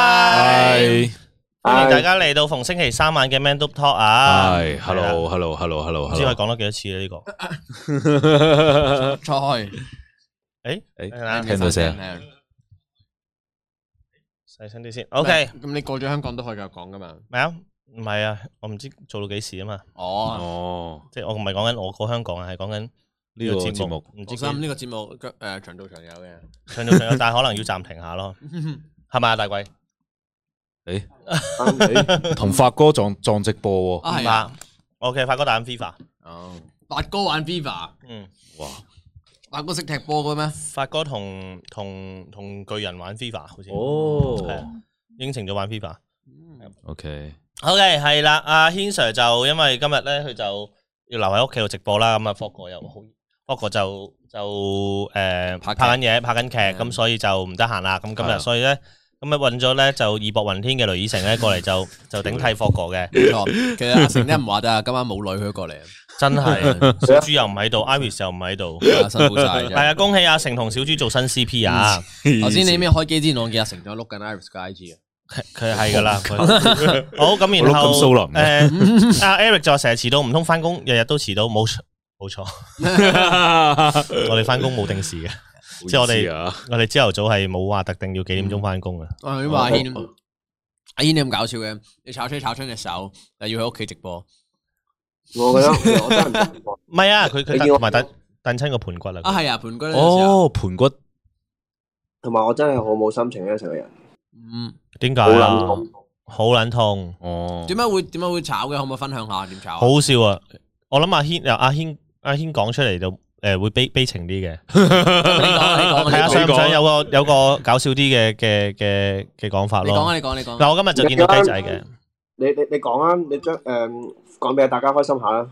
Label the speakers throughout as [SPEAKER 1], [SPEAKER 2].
[SPEAKER 1] Hi，
[SPEAKER 2] 系
[SPEAKER 1] 歡迎大家嚟到逢星期三晚嘅 Man Up Talk 啊！
[SPEAKER 2] 系，hello hello hello hello
[SPEAKER 1] 唔知我講
[SPEAKER 2] hello，
[SPEAKER 1] 咗幾多次咧呢個？诶，
[SPEAKER 2] 诶
[SPEAKER 1] 係啦
[SPEAKER 2] 聽到聲啊
[SPEAKER 1] 細聲啲先。OK，
[SPEAKER 3] 菜。咁你過咗香港都可以繼續講㗎嘛。哦。
[SPEAKER 1] 咩啊？唔係啊，我唔知做到幾時啊嘛。
[SPEAKER 2] 哦，
[SPEAKER 1] 即係我唔係講緊我過香港啊，係講緊
[SPEAKER 2] 呢
[SPEAKER 1] 個
[SPEAKER 2] 個
[SPEAKER 1] 節
[SPEAKER 2] 節目
[SPEAKER 1] 唔知幾
[SPEAKER 3] 放心，呢個節目，誒，長做長有嘅。
[SPEAKER 1] 長到長有，但係可能要暫停下咯，係咪啊？大貴，
[SPEAKER 2] 同發哥撞撞直播喎，
[SPEAKER 3] 啊，係啊。
[SPEAKER 1] 啊，OK，發哥打緊 FIFA。
[SPEAKER 3] 哦。發哥玩 FIFA，
[SPEAKER 1] 嗯，
[SPEAKER 2] 哇，
[SPEAKER 3] 發哥識踢波嘅咩？
[SPEAKER 1] 發哥同同同巨人玩 FIFA 好似，係啊
[SPEAKER 2] 哦
[SPEAKER 1] 應承咗玩 FIFA。
[SPEAKER 2] ，OK，
[SPEAKER 1] OK，係啦，阿軒 Sir 就因為今日咧，佢就要留喺屋企度直播啦，咁啊，霍哥又好，霍哥就就诶、
[SPEAKER 3] 拍劇
[SPEAKER 1] 拍緊嘢，拍緊劇，咁
[SPEAKER 3] 嗯
[SPEAKER 1] 所以就唔得閒啦。咁今
[SPEAKER 2] 係啊
[SPEAKER 1] 日所以咧，咁啊揾咗咧就義薄雲天嘅雷以成咧過嚟就就頂替霍哥 嘅，
[SPEAKER 3] 冇錯，其實阿成咧唔話得啊，今晚冇女佢過嚟啊，辛苦晒啫。
[SPEAKER 1] 真係小豬又唔喺度，Iris 又唔喺度，係 啊，恭喜阿成同小豬做新 CP 啊！
[SPEAKER 3] 頭先你咩開機之前，我見阿成仲碌緊Iris 嘅 IG 啊。
[SPEAKER 1] 佢佢係㗎啦，佢好咁然
[SPEAKER 2] 我碌緊蘇
[SPEAKER 1] 後
[SPEAKER 2] 林
[SPEAKER 1] 誒阿 Eric 就話成日遲到，唔通翻工日日都遲到，冇錯冇錯。我哋翻工冇定時嘅，即係我哋
[SPEAKER 2] 啊，
[SPEAKER 1] 我哋朝頭早係冇話特定要幾點鐘翻工嘅。
[SPEAKER 3] 啊，咁阿軒，阿軒你咁搞笑嘅，你炒車炒親隻手，又要喺屋企直播，
[SPEAKER 4] 我覺得我真係唔得喎
[SPEAKER 1] 唔係啊，佢佢
[SPEAKER 4] 你
[SPEAKER 1] 蹬
[SPEAKER 4] 叫我
[SPEAKER 1] 同埋蹬蹬親個盤骨啦。
[SPEAKER 3] 啊係啊，盤骨呢陣時啊，
[SPEAKER 2] 哦，盤骨
[SPEAKER 4] 同埋我真係好冇心情咧，成個人
[SPEAKER 3] 嗯，
[SPEAKER 1] 點解
[SPEAKER 4] 好撚
[SPEAKER 1] 啊？
[SPEAKER 4] 痛。
[SPEAKER 1] 好撚痛，
[SPEAKER 2] 哦，
[SPEAKER 3] 點解會點解會炒嘅？可唔可以分享下點炒啊？
[SPEAKER 1] 好笑啊！我諗阿軒阿軒阿軒講出嚟就诶會悲悲情啲嘅。
[SPEAKER 3] 你講，啊你講，
[SPEAKER 1] 睇
[SPEAKER 3] 你
[SPEAKER 1] 下
[SPEAKER 3] 講，
[SPEAKER 1] 想
[SPEAKER 2] 你
[SPEAKER 1] 唔
[SPEAKER 2] 講
[SPEAKER 1] 想有個有个搞笑啲嘅嘅嘅嘅讲法
[SPEAKER 3] 你講
[SPEAKER 1] 咯
[SPEAKER 3] 啊，。你講，你講，
[SPEAKER 1] 嗱，我今日就見到雞仔 嘅，
[SPEAKER 4] 你你你講啊，你將誒講俾大家開心下啦。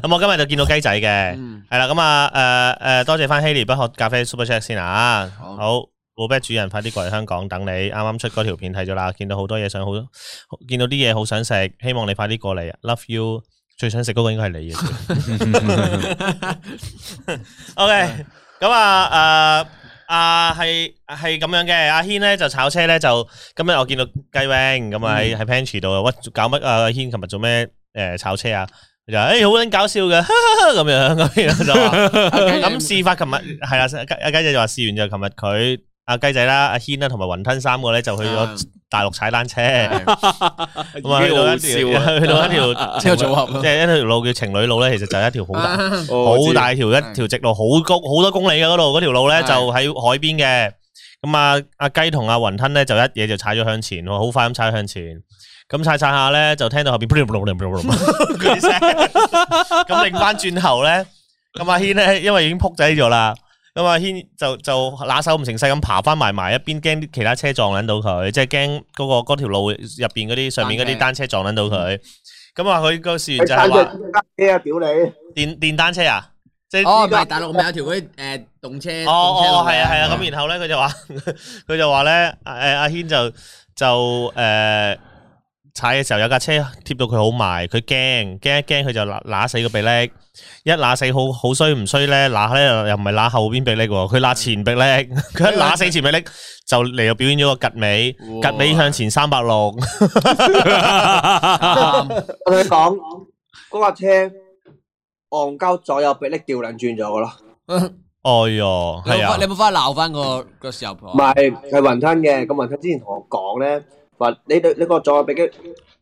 [SPEAKER 1] 咁我今日就見到雞仔嘅。
[SPEAKER 3] 嗯，
[SPEAKER 1] 系啦，咁啊，诶、诶、多謝翻希利不喝咖啡 Super Chat 先啊，
[SPEAKER 3] 嗯好
[SPEAKER 1] 好，老 b 主人快啲過嚟香港等你，啱啱出嗰條片睇咗啦，見到好多嘢想好，見到啲嘢好想食，希望你快啲過嚟，Love 啊 you，最想食嗰個應該係你嘅 ，OK，咁啊，诶、啊，係係咁樣嘅，阿軒咧就炒車咧就，今日我見到雞 wing 咁啊喺喺 pantry 度啊，喂，搞乜啊？阿軒琴日做咩诶、誒炒車啊？佢就诶好撚搞笑嘅咁樣，咁然後就話。咁
[SPEAKER 3] 咁
[SPEAKER 1] 試法，琴日係啦，阿雞阿雞仔就話試完就琴日佢阿雞仔啦、阿軒啦同埋雲吞三個咧就去
[SPEAKER 3] 啊
[SPEAKER 1] 咗大陸踩單車，
[SPEAKER 3] 嗯
[SPEAKER 1] 咁啊去到一條 去到一 條
[SPEAKER 3] 呢個組合
[SPEAKER 1] 即
[SPEAKER 3] 咯，
[SPEAKER 1] 係一條路叫情侶路咧，其實就係一條好大
[SPEAKER 3] 啊
[SPEAKER 1] 好大條一
[SPEAKER 3] 係
[SPEAKER 1] 條直路，好高好多公里嘅嗰度，嗰條路咧
[SPEAKER 3] 係
[SPEAKER 1] 就喺海邊嘅。咁啊，阿雞同阿雲吞咧就一嘢就踩咗向前喎，好快咁踩向前。咁踩踩下咧，就聽到後邊嗰啲聲咁擰翻轉頭咧，咁阿軒咧因為已經撲仔咗啦，咁阿軒就就拿手唔成勢咁爬翻埋埋一邊，驚啲其他車撞撚到佢，即係驚嗰個嗰條路入邊嗰啲上面嗰啲單車撞撚到佢。咁啊，佢個事
[SPEAKER 4] 你
[SPEAKER 1] 源就係
[SPEAKER 4] 單
[SPEAKER 1] 話
[SPEAKER 4] 隻單車啊，屌你！
[SPEAKER 1] 電電單車啊，即係
[SPEAKER 3] 哦，唔係大陸咪有條嗰啲誒動車，
[SPEAKER 1] 哦哦，係啊係啊，
[SPEAKER 3] 咁
[SPEAKER 1] 咁然後咧佢就話 佢就話咧，誒阿軒就就誒踩嘅時候有架車貼到佢好埋，佢驚驚一驚佢就揦揦死個鼻搦，一揦死好好衰唔衰咧，揦咧又唔係揦後邊鼻搦喎，佢揦前鼻搦， 佢一揦死前鼻搦就嚟到表演咗個趌尾，
[SPEAKER 3] 哇
[SPEAKER 1] 趌尾向前三百六，
[SPEAKER 3] 啱
[SPEAKER 4] 我同你講，嗰架車戇鳩左右臂力掉撚轉咗噶咯，
[SPEAKER 1] 哎喲，
[SPEAKER 3] 你
[SPEAKER 1] 係
[SPEAKER 3] 有冇
[SPEAKER 1] 啊
[SPEAKER 3] 你，有冇翻去鬧翻個個時候婆
[SPEAKER 4] 唔？係係雲吞嘅。咁雲吞之前同我講咧，話你你你個左右臂力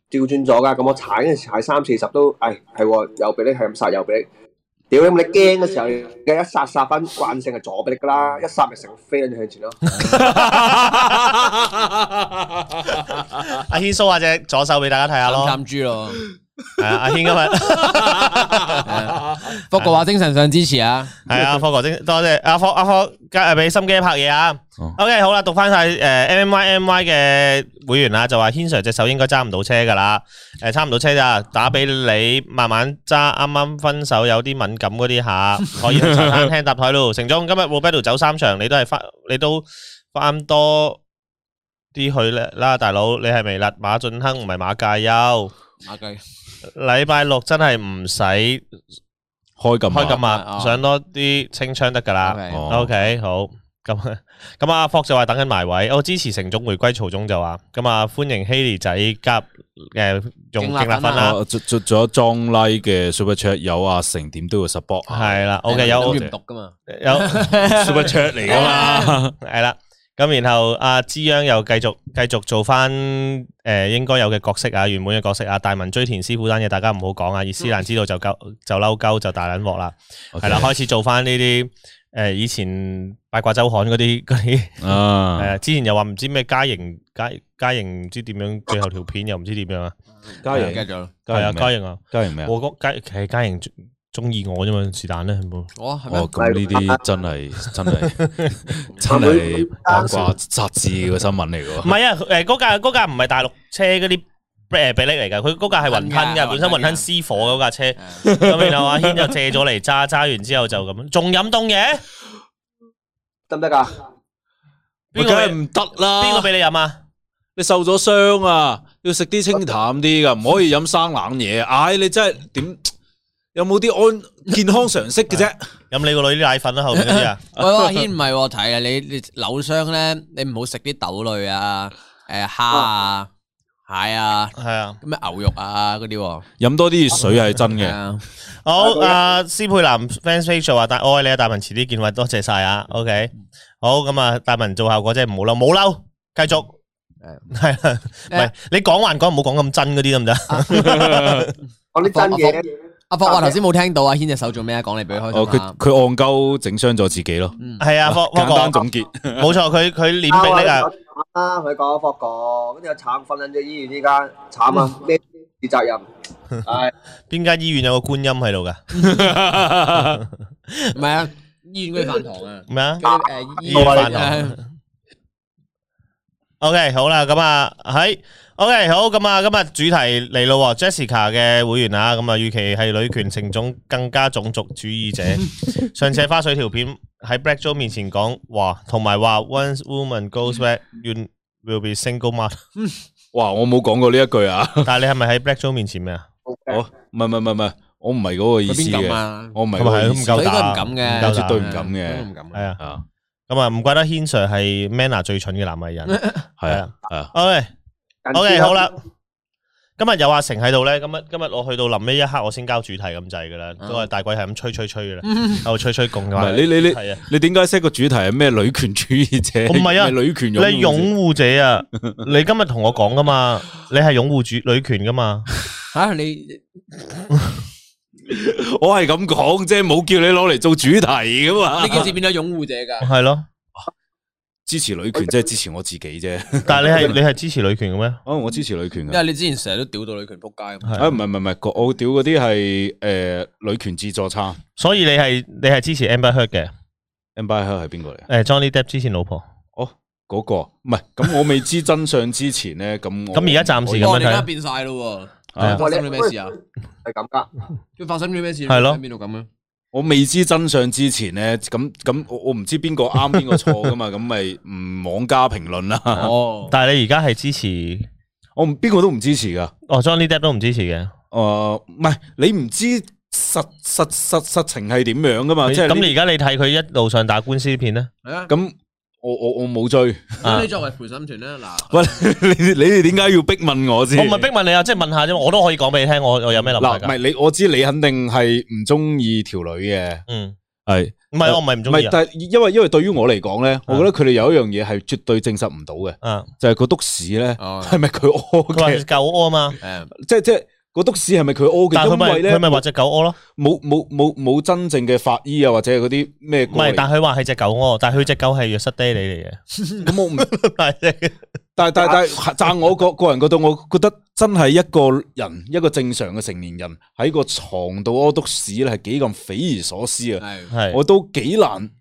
[SPEAKER 4] 調轉咗㗎，咁我踩嘅時候踩三四十都，誒係喎，右臂力係咁殺右臂力。屌你！咁你驚嘅時候，你一殺殺翻慣性係左臂力㗎啦，一殺咪成飛撚向前咯。
[SPEAKER 1] 阿軒 show 下隻左手俾大家睇下
[SPEAKER 3] 斬
[SPEAKER 1] 咯，
[SPEAKER 3] 斬豬咯，
[SPEAKER 1] 係啊，阿軒今日。
[SPEAKER 3] Dạ. 不過話精神上支持啊，
[SPEAKER 1] 系 啊，科哥精多謝阿科阿科加俾心機拍嘢啊
[SPEAKER 2] 哦。
[SPEAKER 1] OK，好啦，讀翻晒诶 M Y M Y 嘅會員啦，就話軒 Sir 隻手應該揸唔到車噶啦，诶揸唔到車咋，打俾你慢慢揸，啱啱分手有啲敏感嗰啲下，可以去茶餐廳搭台咯。成總今日 Roberto 走三場，你都係翻，你都翻多啲去啦，大佬，你係咪啦？馬俊亨唔係馬介休，
[SPEAKER 3] 馬繼
[SPEAKER 1] 禮拜六真係唔使開
[SPEAKER 2] 開咁
[SPEAKER 1] 咁
[SPEAKER 2] 啊，
[SPEAKER 1] 啊，
[SPEAKER 3] 哦
[SPEAKER 1] 上多啲清槍得噶啦。
[SPEAKER 3] ，OK。
[SPEAKER 2] 哦
[SPEAKER 1] OK，好。咁 咁啊，Fox 就話等緊埋位，哦我支持成總回歸，曹總就話咁啊，歡迎 Haley 仔加诶用
[SPEAKER 3] 勁
[SPEAKER 1] 勁
[SPEAKER 3] 辣
[SPEAKER 1] 辣
[SPEAKER 3] 粉啊
[SPEAKER 1] 粉啦，
[SPEAKER 2] 啊，仲仲仲有裝 like 嘅 super chat 有阿成點都要 support，
[SPEAKER 1] 係啦，OK 有
[SPEAKER 3] 諗
[SPEAKER 1] 有
[SPEAKER 3] 住唔讀噶嘛，
[SPEAKER 1] 哦 super chat 嚟
[SPEAKER 2] 噶嘛，
[SPEAKER 1] 系啦，咁然後阿之央又繼續繼續做翻誒、呃、應該有嘅角色啊，原本嘅角色啊，大文追田師傅單嘢大家唔好講啊，葉思蘭知道就鳩就嬲鳩就大撚鑊啦，係啦，開始做翻呢啲誒以前八卦周刊嗰啲嗰啲
[SPEAKER 2] 啊，
[SPEAKER 1] 誒，之前又話唔知咩家營家家營唔知點樣，最後條片又唔知點樣啊，
[SPEAKER 2] 加
[SPEAKER 3] 唔記
[SPEAKER 2] 營
[SPEAKER 3] 得咗啦。
[SPEAKER 1] 係啊
[SPEAKER 2] 營咩
[SPEAKER 1] 家營啊，
[SPEAKER 2] 加營咩啊？
[SPEAKER 1] 我覺得家其實家營中中意我啫嘛，是但啦，係冇
[SPEAKER 3] 哦，係
[SPEAKER 2] 哦，
[SPEAKER 3] 咩？
[SPEAKER 2] 咁呢啲真係真係 真係八卦雜誌嘅新聞嚟
[SPEAKER 1] 唔
[SPEAKER 2] 喎。
[SPEAKER 1] 係啊，誒嗰架嗰架唔係大陸車嗰啲誒比例嚟㗎，佢嗰架係雲吞
[SPEAKER 3] 雲
[SPEAKER 1] 㗎，
[SPEAKER 3] 吞㗎
[SPEAKER 1] 本身雲
[SPEAKER 3] 雲吞
[SPEAKER 1] 吞
[SPEAKER 3] 㗎
[SPEAKER 1] 私火嗰架車，
[SPEAKER 3] À.
[SPEAKER 1] 咁然後阿軒就借咗嚟揸，揸完之後就咁，仲飲凍嘢？
[SPEAKER 4] 得唔得噶？
[SPEAKER 1] 邊
[SPEAKER 2] 梗
[SPEAKER 1] 個
[SPEAKER 2] 係
[SPEAKER 1] 俾
[SPEAKER 2] 唔得啦！
[SPEAKER 1] 邊個俾你飲啊？
[SPEAKER 2] 你受咗傷啊，要食啲清淡啲噶，唔可以飲生冷嘢。唉、你真係點？有冇啲 安健康常識嘅啫？
[SPEAKER 1] 飲你個女啲奶粉啦，後面嗰啲啊，
[SPEAKER 3] 喂，喂 阿軒唔係喎，睇啊，你你扭傷咧，你唔好食啲豆類啊，誒蝦
[SPEAKER 1] Ờ.
[SPEAKER 3] 啊、蟹啊、
[SPEAKER 1] 係啊。
[SPEAKER 3] 咩牛肉啊嗰啲喎。
[SPEAKER 2] 飲多啲熱水係
[SPEAKER 1] Dạ.
[SPEAKER 2] 真
[SPEAKER 3] 係
[SPEAKER 2] 嘅。
[SPEAKER 3] 啊
[SPEAKER 1] 好，
[SPEAKER 4] 拜拜
[SPEAKER 1] 阿施佩南 fans page 就話大我愛你啊，大文遲啲見位，多謝晒啊。OK，好咁啊，大文做效果真係唔好嬲，冇嬲，繼續 係啦，唔係你講還講，唔好講咁真嗰啲得唔得？
[SPEAKER 4] 講啲真
[SPEAKER 3] 阿
[SPEAKER 4] 嘢，
[SPEAKER 3] 阿博
[SPEAKER 1] Ờ, dạ.
[SPEAKER 3] 話頭先冇聽到阿軒隻手做咩啊？講嚟俾佢開
[SPEAKER 2] 哦，佢
[SPEAKER 3] 心啊！
[SPEAKER 2] 佢戇鳩整傷咗自己咯。
[SPEAKER 3] Ừ.
[SPEAKER 1] 係啊，科科
[SPEAKER 2] 簡單
[SPEAKER 1] 哥
[SPEAKER 2] 總結，
[SPEAKER 1] 冇錯，佢佢練臂力啊，
[SPEAKER 4] 啊，佢講霍哥，跟住又慘，瞓撚咗醫院依家慘啊，咩責任？唉，
[SPEAKER 1] 邊間醫院有個觀音喺度㗎？
[SPEAKER 3] 唔係啊，醫院嗰啲飯堂啊，
[SPEAKER 1] 咩啊？
[SPEAKER 3] 嗰啲誒醫
[SPEAKER 1] 醫院
[SPEAKER 3] 院
[SPEAKER 1] 飯
[SPEAKER 3] 飯
[SPEAKER 1] 堂
[SPEAKER 3] 堂。
[SPEAKER 1] OK，好啦，咁啊，喺 OK，好，咁啊，今日主題嚟咯喎，Jessica 嘅會員啊，咁啊，預期係女權成種更加種族主義者。上次喺花絮條片喺 Black Joe 面前講話，同埋話 Once woman goes back, you will be single mother。
[SPEAKER 2] 哇！我冇講過呢一句啊。
[SPEAKER 1] 但係你係咪喺 Black Joe 面前咩啊？
[SPEAKER 2] 哦，唔係唔係唔係唔係，我唔係嗰個意
[SPEAKER 3] 佢
[SPEAKER 2] 思
[SPEAKER 3] 邊敢
[SPEAKER 2] 嘅，
[SPEAKER 3] 啊？
[SPEAKER 2] 我唔係
[SPEAKER 1] 咁咪
[SPEAKER 2] 嗰個
[SPEAKER 1] 係
[SPEAKER 2] 意
[SPEAKER 1] 咁
[SPEAKER 2] 思。
[SPEAKER 1] 夠
[SPEAKER 3] 佢應該
[SPEAKER 1] 膽，
[SPEAKER 3] 唔敢嘅
[SPEAKER 1] 夠膽
[SPEAKER 2] 絕對唔敢嘅
[SPEAKER 3] 佢都唔敢。
[SPEAKER 1] 係啊，
[SPEAKER 2] 啊，
[SPEAKER 1] 咁啊，唔怪得軒 Sir 係 Manner 最蠢嘅男藝人。
[SPEAKER 2] 係
[SPEAKER 1] 係
[SPEAKER 2] 啊
[SPEAKER 1] 啊，
[SPEAKER 2] 係啊，
[SPEAKER 1] OK。
[SPEAKER 4] 人
[SPEAKER 1] O、k
[SPEAKER 4] 知啦
[SPEAKER 1] 好啦，今日有阿成喺度咧，今日今日我去到臨尾一刻，我先交主題咁滯噶啦，
[SPEAKER 3] 嗯
[SPEAKER 1] 都係大鬼係咁吹吹吹 噶啦，喺度哦吹吹共
[SPEAKER 2] 唔
[SPEAKER 1] 噶嘛。
[SPEAKER 2] 係你你你
[SPEAKER 1] 係啊，
[SPEAKER 2] 你點解 set 個主題係咩女權主義者？
[SPEAKER 1] 我唔係啊
[SPEAKER 2] 咩女權
[SPEAKER 1] 你係擁護者 啊，你今日同我講噶嘛，你係擁護主女權噶嘛，
[SPEAKER 3] 吓你
[SPEAKER 2] 我係咁講啫，冇叫你攞嚟做主題噶嘛
[SPEAKER 3] 你。幾時變咗擁護者㗎？
[SPEAKER 1] 係咯，
[SPEAKER 2] 支持女權即係支持我自己啫。
[SPEAKER 1] 但係你係你係支持女權嘅咩？
[SPEAKER 2] 哦，我支持女權
[SPEAKER 3] 因
[SPEAKER 2] 嘅。
[SPEAKER 3] 為你之前成日都屌到女權仆街咁。
[SPEAKER 1] 係
[SPEAKER 2] 啊，唔係唔係唔係，個澳屌嗰啲係诶女權自助餐。
[SPEAKER 1] 所以你係你係支持 Amber Heard 嘅，
[SPEAKER 2] Amber Heard 係邊個嚟啊？
[SPEAKER 1] 诶 Johnny Depp 之前老婆，
[SPEAKER 2] 嗰個唔係咁，我未知真相之前咧，咁我
[SPEAKER 1] 咁而家暫時咁
[SPEAKER 3] 哦，
[SPEAKER 1] 樣
[SPEAKER 3] 你而家
[SPEAKER 1] 睇，
[SPEAKER 3] 變晒咯喎！
[SPEAKER 4] Ờ.
[SPEAKER 2] 啊
[SPEAKER 3] 發生咗咩事啊？
[SPEAKER 4] 係咁噶，
[SPEAKER 3] 佢發生咗咩事？
[SPEAKER 1] 係咯
[SPEAKER 3] 喺邊度咁啊？
[SPEAKER 2] 我未知真相之前咧，咁咁我我唔知邊個啱邊個錯噶嘛，咁咪唔妄加評論啦。
[SPEAKER 3] 哦，
[SPEAKER 1] 但係你而家係支持，
[SPEAKER 2] 我唔邊個都唔支持噶。
[SPEAKER 1] 哦 Johnny Depp 都唔支持嘅，
[SPEAKER 2] 诶，哦唔係你唔知實實實實情係點樣噶啊嘛？即係
[SPEAKER 1] 咁
[SPEAKER 2] 呢
[SPEAKER 1] 你而家你睇佢一路上打官司啲片咧，
[SPEAKER 3] 係啊。
[SPEAKER 2] 咁我我我冇追。
[SPEAKER 3] 咁你作為陪審團咧，嗱，
[SPEAKER 2] 喂，你你哋點解要逼問我先？
[SPEAKER 1] 我唔係逼問你啊，即係問下啫嘛，我都可以講俾你聽，我我有咩諗法
[SPEAKER 2] 嗱，唔
[SPEAKER 1] 㗎。
[SPEAKER 2] 係你，我知你肯定係唔中意條女嘅，
[SPEAKER 1] 嗯，
[SPEAKER 2] 係
[SPEAKER 1] 唔係我唔係唔
[SPEAKER 2] 唔
[SPEAKER 1] 中意
[SPEAKER 2] 係？
[SPEAKER 1] 啊。
[SPEAKER 2] 但係因為因為對於我嚟講咧，我覺得佢哋有一樣嘢係絕對證實唔到嘅，
[SPEAKER 1] 嗯，
[SPEAKER 2] 就係個督屎咧
[SPEAKER 3] 哦
[SPEAKER 2] 係咪佢屙
[SPEAKER 1] 啊佢話
[SPEAKER 2] 嘅
[SPEAKER 1] 隻？狗屙啊嘛，
[SPEAKER 3] 誒，
[SPEAKER 2] 即係即係個督屎係咪佢屙
[SPEAKER 1] 但係佢咪
[SPEAKER 2] 嘅？因為
[SPEAKER 1] 佢咪
[SPEAKER 2] 咧
[SPEAKER 1] 話隻狗屙咯，
[SPEAKER 2] 冇冇冇冇真正嘅法醫啊，或者係嗰啲咩
[SPEAKER 1] 唔
[SPEAKER 2] 過
[SPEAKER 1] 係，
[SPEAKER 2] 嚟？
[SPEAKER 1] 但係佢話係隻狗屙，但係佢隻狗係藥室爹你 嚟嘅
[SPEAKER 2] 咁我唔，
[SPEAKER 1] 但係，
[SPEAKER 2] 但係但係但係但係我個個人覺得，我覺得真係一個人一個正常嘅成年人喺個床度屙督屎咧係幾咁匪夷所思啊！
[SPEAKER 3] 係
[SPEAKER 1] 係，
[SPEAKER 2] 我都幾難，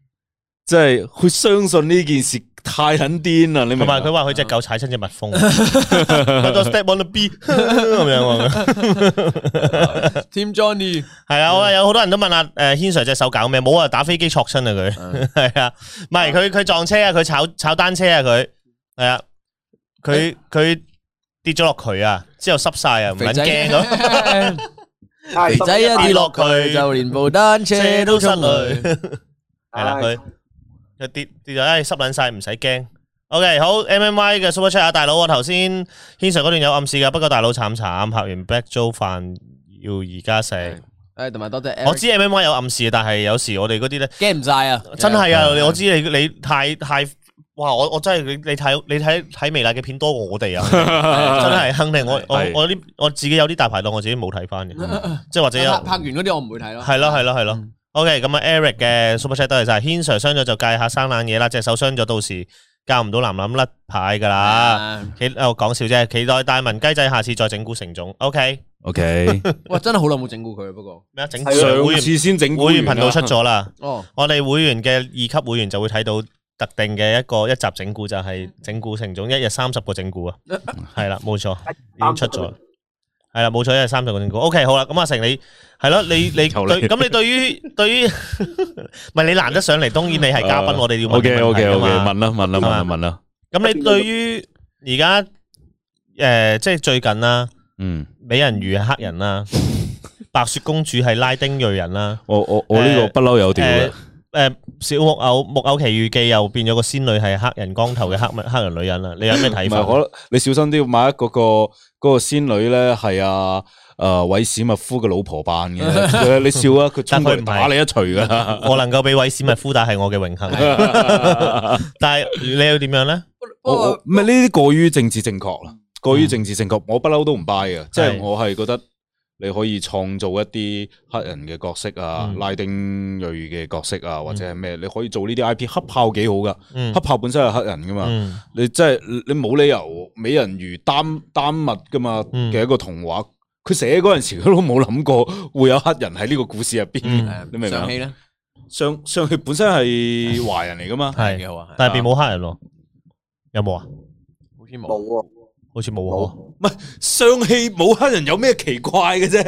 [SPEAKER 2] 即係去相信呢件事太撚癲啦！你
[SPEAKER 1] 同
[SPEAKER 2] 明啊
[SPEAKER 1] 埋佢
[SPEAKER 2] 話
[SPEAKER 1] 話佢隻狗踩親隻蜜 蜂，佢到 step on the B 咁樣喎。
[SPEAKER 3] ờ. Team Johnny，
[SPEAKER 1] 係啊，我話有好多人都問啊，诶，轩 Sir 隻手搞咩？冇啊，打飛機戳親啊佢， 係啊，唔係佢佢撞車啊，佢炒炒單車啊，佢係啊，佢佢跌咗落渠啊，之後濕晒啊，唔
[SPEAKER 3] 肥
[SPEAKER 1] 撚
[SPEAKER 3] 仔
[SPEAKER 1] 驚 咁。
[SPEAKER 4] 係
[SPEAKER 3] 肥仔一跌落
[SPEAKER 1] 佢
[SPEAKER 3] 佢，就連部單車都出嚟。
[SPEAKER 1] 係啦，佢又跌跌就唉濕撚晒，唔使驚。OK，好 M M Y 嘅 Super Chat 啊，大佬，我頭先軒 Sir 嗰段有暗示㗎，不過大佬慘慘，拍完 Black Joe 飯要而家食。
[SPEAKER 3] 诶，同埋多謝 Eric，
[SPEAKER 1] 我知 M M Y 有暗示，但係有時我哋嗰啲咧。
[SPEAKER 3] 驚唔晒啊！
[SPEAKER 1] 真係啊！
[SPEAKER 3] 係
[SPEAKER 1] 我知你你太太哇！我我真係你你睇你睇睇微辣嘅片多過我哋啊！真 係肯定我我
[SPEAKER 2] 係
[SPEAKER 1] 我啲我自己有啲大排檔我自己冇睇翻嘅，即係或者有
[SPEAKER 3] 嗯拍拍完嗰啲我唔會睇咯。
[SPEAKER 1] 啊係咯係咯係咯
[SPEAKER 3] 嗯。
[SPEAKER 1] OK，咁啊 Eric 嘅 Super Chat 多謝晒，軒 Sir 傷咗就戒下生冷嘢啦，隻手傷咗到時教唔到男男甩牌㗎啦。
[SPEAKER 3] 啊，
[SPEAKER 1] 期我講笑啫，期待大文雞仔下次再整蠱成總。OK，
[SPEAKER 2] OK，
[SPEAKER 3] 哇！真係好耐冇整蠱佢啊，不過
[SPEAKER 1] 咩啊？整
[SPEAKER 4] 係
[SPEAKER 1] 蠱會
[SPEAKER 2] 上
[SPEAKER 1] 員
[SPEAKER 2] 次先整啊
[SPEAKER 1] 會員頻道出咗啦。
[SPEAKER 3] 哦，
[SPEAKER 1] 我哋會員嘅二級會員就會睇到特定嘅一個一集整蠱，就係整蠱成總一日三十個整蠱啊，係啦，冇錯，已經出咗，係啦，冇錯，一日三十個整蠱。OK，好啦，咁阿成你係咯，你你
[SPEAKER 2] 求你
[SPEAKER 1] 對咁你對 於對於唔係你難得上嚟，當然你係嘉賓，我哋要問
[SPEAKER 2] O K O
[SPEAKER 1] 問
[SPEAKER 2] K
[SPEAKER 1] 題
[SPEAKER 2] O
[SPEAKER 1] 㗎
[SPEAKER 2] K，
[SPEAKER 1] 嘛。
[SPEAKER 2] 问啦問啦問啦
[SPEAKER 1] 係嘛
[SPEAKER 2] 問啦，
[SPEAKER 1] 咁你對於而家誒即係最近啦，
[SPEAKER 2] 嗯，
[SPEAKER 1] 美人魚係黑人啦，白雪公主係拉丁裔人啦。
[SPEAKER 2] 我我我呢個
[SPEAKER 1] 誒
[SPEAKER 2] 不嬲有條嘅，
[SPEAKER 1] 诶，小木偶木偶奇遇記又變咗個仙女係黑人光頭嘅黑黑人女人啦，你有咩睇
[SPEAKER 2] 唔
[SPEAKER 1] 法？
[SPEAKER 2] 係可你小心啲，買一個個嗰個仙女咧係啊。诶，韋史密夫嘅老婆扮 嘅，佢你笑啊！佢
[SPEAKER 1] 但
[SPEAKER 2] 冲
[SPEAKER 1] 佢唔
[SPEAKER 2] 過
[SPEAKER 1] 係
[SPEAKER 2] 嚟打你一锤噶，
[SPEAKER 1] 我能夠俾韋史密夫打係我嘅榮幸， 但係你又點樣咧？
[SPEAKER 3] 不
[SPEAKER 2] 我我
[SPEAKER 3] 過
[SPEAKER 2] 唔係呢啲過於政治正確啦，
[SPEAKER 1] 嗯
[SPEAKER 2] 過於政治正確，我不嬲都唔 buy 嘅，即係我係覺得你可以創造一啲黑人嘅角色啊、
[SPEAKER 1] 嗯
[SPEAKER 2] 拉丁裔嘅角色啊，或者係咩，你可以做呢啲 IP 黑豹幾好噶，
[SPEAKER 1] 嗯
[SPEAKER 2] 黑，豹本身係黑人噶啊嘛，
[SPEAKER 1] 嗯
[SPEAKER 2] 你即係你你冇理由美人魚丹丹麥噶嘛
[SPEAKER 1] 嗯
[SPEAKER 2] 嘅一個童話。佢寫嗰陣時，佢都冇諗過會有黑人喺呢個故事入邊
[SPEAKER 1] 嗯
[SPEAKER 2] 嘅，你明唔明
[SPEAKER 3] 上
[SPEAKER 2] 啊
[SPEAKER 3] 戲？咧
[SPEAKER 2] 上上戲本身係華人嚟 噶嘛，
[SPEAKER 1] 係
[SPEAKER 3] 幾好啊，係
[SPEAKER 1] 但係變冇黑人喎，有冇啊？
[SPEAKER 3] 好似冇
[SPEAKER 4] 冇喎，
[SPEAKER 1] 好似冇喎，
[SPEAKER 2] 上戲冇黑人有咩奇怪嘅啫？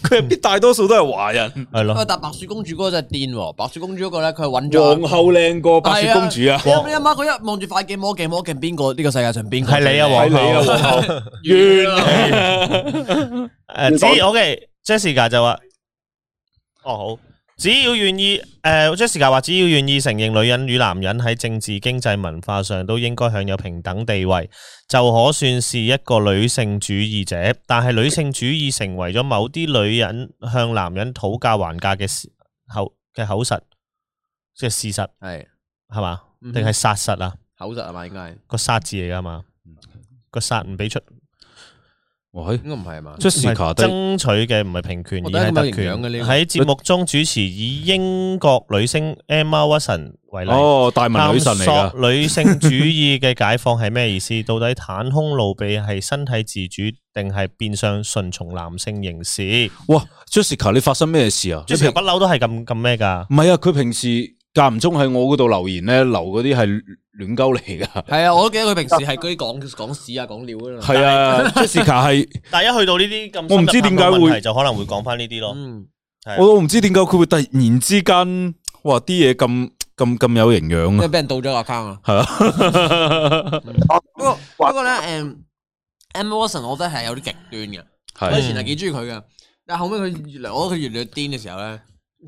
[SPEAKER 2] 佢入邊大多數都係華人。
[SPEAKER 1] 係
[SPEAKER 3] 不過
[SPEAKER 1] 咯，
[SPEAKER 3] 但白雪公主嗰個真係癲喎，白雪公主嗰個咧佢係揾
[SPEAKER 2] 皇
[SPEAKER 3] 咗。
[SPEAKER 2] 后靚過白雪公主啊！
[SPEAKER 3] 你諗你阿媽佢一望住塊鏡摸鏡摸鏡，邊個呢個世界上邊個
[SPEAKER 1] 係你啊，
[SPEAKER 2] 係
[SPEAKER 1] 皇
[SPEAKER 2] 你啊，
[SPEAKER 1] 后。
[SPEAKER 2] 皇后
[SPEAKER 1] 诶，呃只 OK，Jessica 就話：哦好，只要願意诶、j e s s i c a 話只要願意承認女人與男人喺政治、經濟、文化上都應該享有平等地位，就可算是一個女性主義者。但係女性主義成為咗某啲女人向男人討價還價嘅事口嘅口實，即係事實
[SPEAKER 3] 係
[SPEAKER 1] 係嘛？
[SPEAKER 3] 嗯
[SPEAKER 1] 定係殺實啊？
[SPEAKER 3] 口實係嘛？應 該係
[SPEAKER 1] 個殺字嚟噶嘛？個殺唔俾出，
[SPEAKER 2] 喂
[SPEAKER 3] 應該唔係啊嘛？
[SPEAKER 2] ，Jessica
[SPEAKER 1] 唔係
[SPEAKER 2] 低
[SPEAKER 1] 爭取嘅唔係平權，
[SPEAKER 3] 我
[SPEAKER 1] 而係
[SPEAKER 3] 覺得咁有
[SPEAKER 1] 特
[SPEAKER 3] 營養嘅呢
[SPEAKER 1] 權。
[SPEAKER 3] 個
[SPEAKER 1] 喺節目中主持以英國女星 Emma Watson 為例，
[SPEAKER 2] 哦，大文
[SPEAKER 1] 探
[SPEAKER 2] 女神嚟
[SPEAKER 1] 索
[SPEAKER 2] 噶，
[SPEAKER 1] 女性主義嘅解放係咩意思？ 到底袒胸露臂係身體自主，定係變相順從男性凝視
[SPEAKER 2] 哇！Jessica，你發生咩事啊？
[SPEAKER 1] j e 不嬲都係咁咁咩㗎？
[SPEAKER 2] 唔係啊，佢平時間唔中喺我嗰度留言咧，留嗰啲係亂鳩 嚟噶。
[SPEAKER 3] 係啊，我都記得佢平時係嗰啲講 講屎啊講尿嗰啲。
[SPEAKER 2] 係啊，Jessica 係
[SPEAKER 1] 但係一去到呢啲咁，
[SPEAKER 2] 我唔知點解會
[SPEAKER 1] 問題，就可能會講翻呢啲咯。
[SPEAKER 3] 嗯，
[SPEAKER 1] 係
[SPEAKER 2] 我我唔知點解佢會突然之間，哇！啲嘢咁咁咁有營
[SPEAKER 3] 因為
[SPEAKER 2] 養
[SPEAKER 3] 俾人盜咗個 account 啊。
[SPEAKER 2] 嗯啊，
[SPEAKER 3] 不過不過咧，誒 Emma Watson 我覺得係有啲極端嘅。
[SPEAKER 2] 嗯
[SPEAKER 3] 我以
[SPEAKER 2] 係
[SPEAKER 3] 前係幾中意佢嘅，但後尾佢越嚟，我覺得佢越嚟越癲嘅時候咧，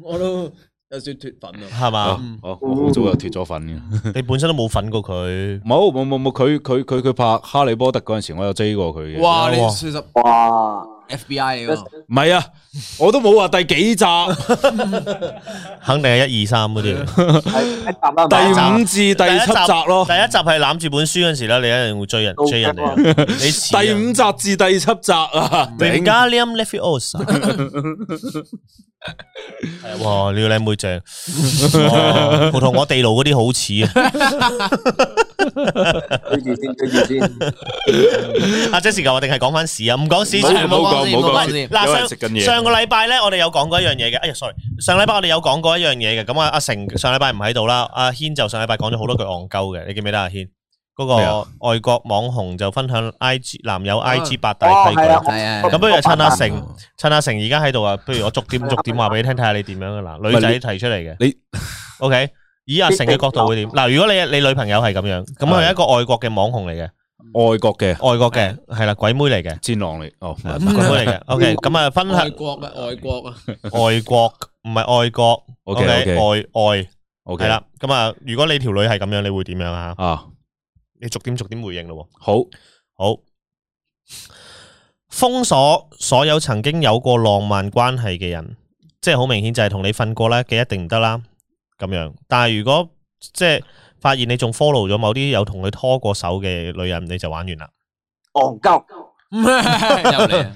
[SPEAKER 3] 我都有少脱粉啊。
[SPEAKER 1] 係嘛？
[SPEAKER 3] 嗯
[SPEAKER 2] 哦，我好早就脱咗粉嘅。
[SPEAKER 1] 你本身都冇粉過 佢，
[SPEAKER 2] 冇冇冇冇，佢佢佢佢拍《哈利波特》嗰阵时，我有追過佢嘅。
[SPEAKER 3] 哇！你
[SPEAKER 1] 哇
[SPEAKER 3] 四十
[SPEAKER 4] 哇！
[SPEAKER 3] FBI 嚟喎，
[SPEAKER 2] 唔係啊，我都冇話第幾集，
[SPEAKER 1] 肯定係一二三嗰啲。
[SPEAKER 4] 係一集啦，唔
[SPEAKER 2] 第
[SPEAKER 4] 係一集
[SPEAKER 2] 五至第七集咯
[SPEAKER 1] 第，一啊集係攬住本書嗰陣時咧，你一定會追人追人哋啊。你似啊
[SPEAKER 2] 第五集至第七集啊，頂
[SPEAKER 1] Wingardium Leviosa。係哇！你個靚妹正，哇葡萄我地牢嗰啲好似啊！
[SPEAKER 4] 追住先，追住先。
[SPEAKER 1] 阿 À, Jessica 話定係講翻屎啊，唔講屎
[SPEAKER 2] 唔好
[SPEAKER 1] 先
[SPEAKER 2] 唔好講唔好講
[SPEAKER 1] 喂
[SPEAKER 3] 先
[SPEAKER 1] 嗱
[SPEAKER 2] 有人食緊
[SPEAKER 1] 上
[SPEAKER 2] 嘢
[SPEAKER 1] 上個禮拜咧，我哋有講過一樣嘢嘅。哎呀，sorry，上禮 Ờ, 拜我哋有講過一樣嘢嘅。咁啊，阿成上禮拜唔喺度啦，阿軒就上禮拜講咗好多句戇鳩嘅，你記唔記得阿軒？嗰
[SPEAKER 2] 咩啊
[SPEAKER 1] 個外國網紅就分享 IG 男友 IG 八大
[SPEAKER 4] 哦
[SPEAKER 1] 規，
[SPEAKER 4] 係
[SPEAKER 1] 矩
[SPEAKER 4] 啊。，
[SPEAKER 3] 係啊
[SPEAKER 1] 咁不如就趁阿成
[SPEAKER 2] 哦，
[SPEAKER 1] 趁阿成而家喺度啊，不如我逐點逐點話俾你聽，睇下你點樣啊嗱，女
[SPEAKER 2] 喂
[SPEAKER 1] 仔
[SPEAKER 2] 你
[SPEAKER 1] 提出嚟嘅，
[SPEAKER 2] 你
[SPEAKER 1] OK，以阿成嘅角度會點？嗱，如果你你女朋友係咁樣，咁佢係一個外國嘅網紅嚟嘅，
[SPEAKER 2] 外國嘅
[SPEAKER 1] 外國嘅係啦，鬼妹嚟 嘅，
[SPEAKER 2] 戰狼嚟，哦，唔係
[SPEAKER 1] 鬼妹嚟嘅，OK，咁啊分享
[SPEAKER 3] 外國啊，外國啊，
[SPEAKER 1] 外國唔係外國
[SPEAKER 2] OK，OK
[SPEAKER 1] ，OK，外外
[SPEAKER 2] ，OK
[SPEAKER 1] 系啦，咁啊，如果你條女係咁樣，你會點樣啊？
[SPEAKER 2] 啊，
[SPEAKER 1] 你逐點逐點回應咯
[SPEAKER 2] 好，
[SPEAKER 1] 喎。好，封鎖所有曾經有過浪漫關係嘅人，即係好明顯就係同你瞓過啦嘅，一定唔得啦。咁樣，但係如果即係發現你仲 follow 咗某啲有同佢拖過手嘅女人，你就玩完啦。
[SPEAKER 4] 戇鳩，
[SPEAKER 3] 又嚟啊，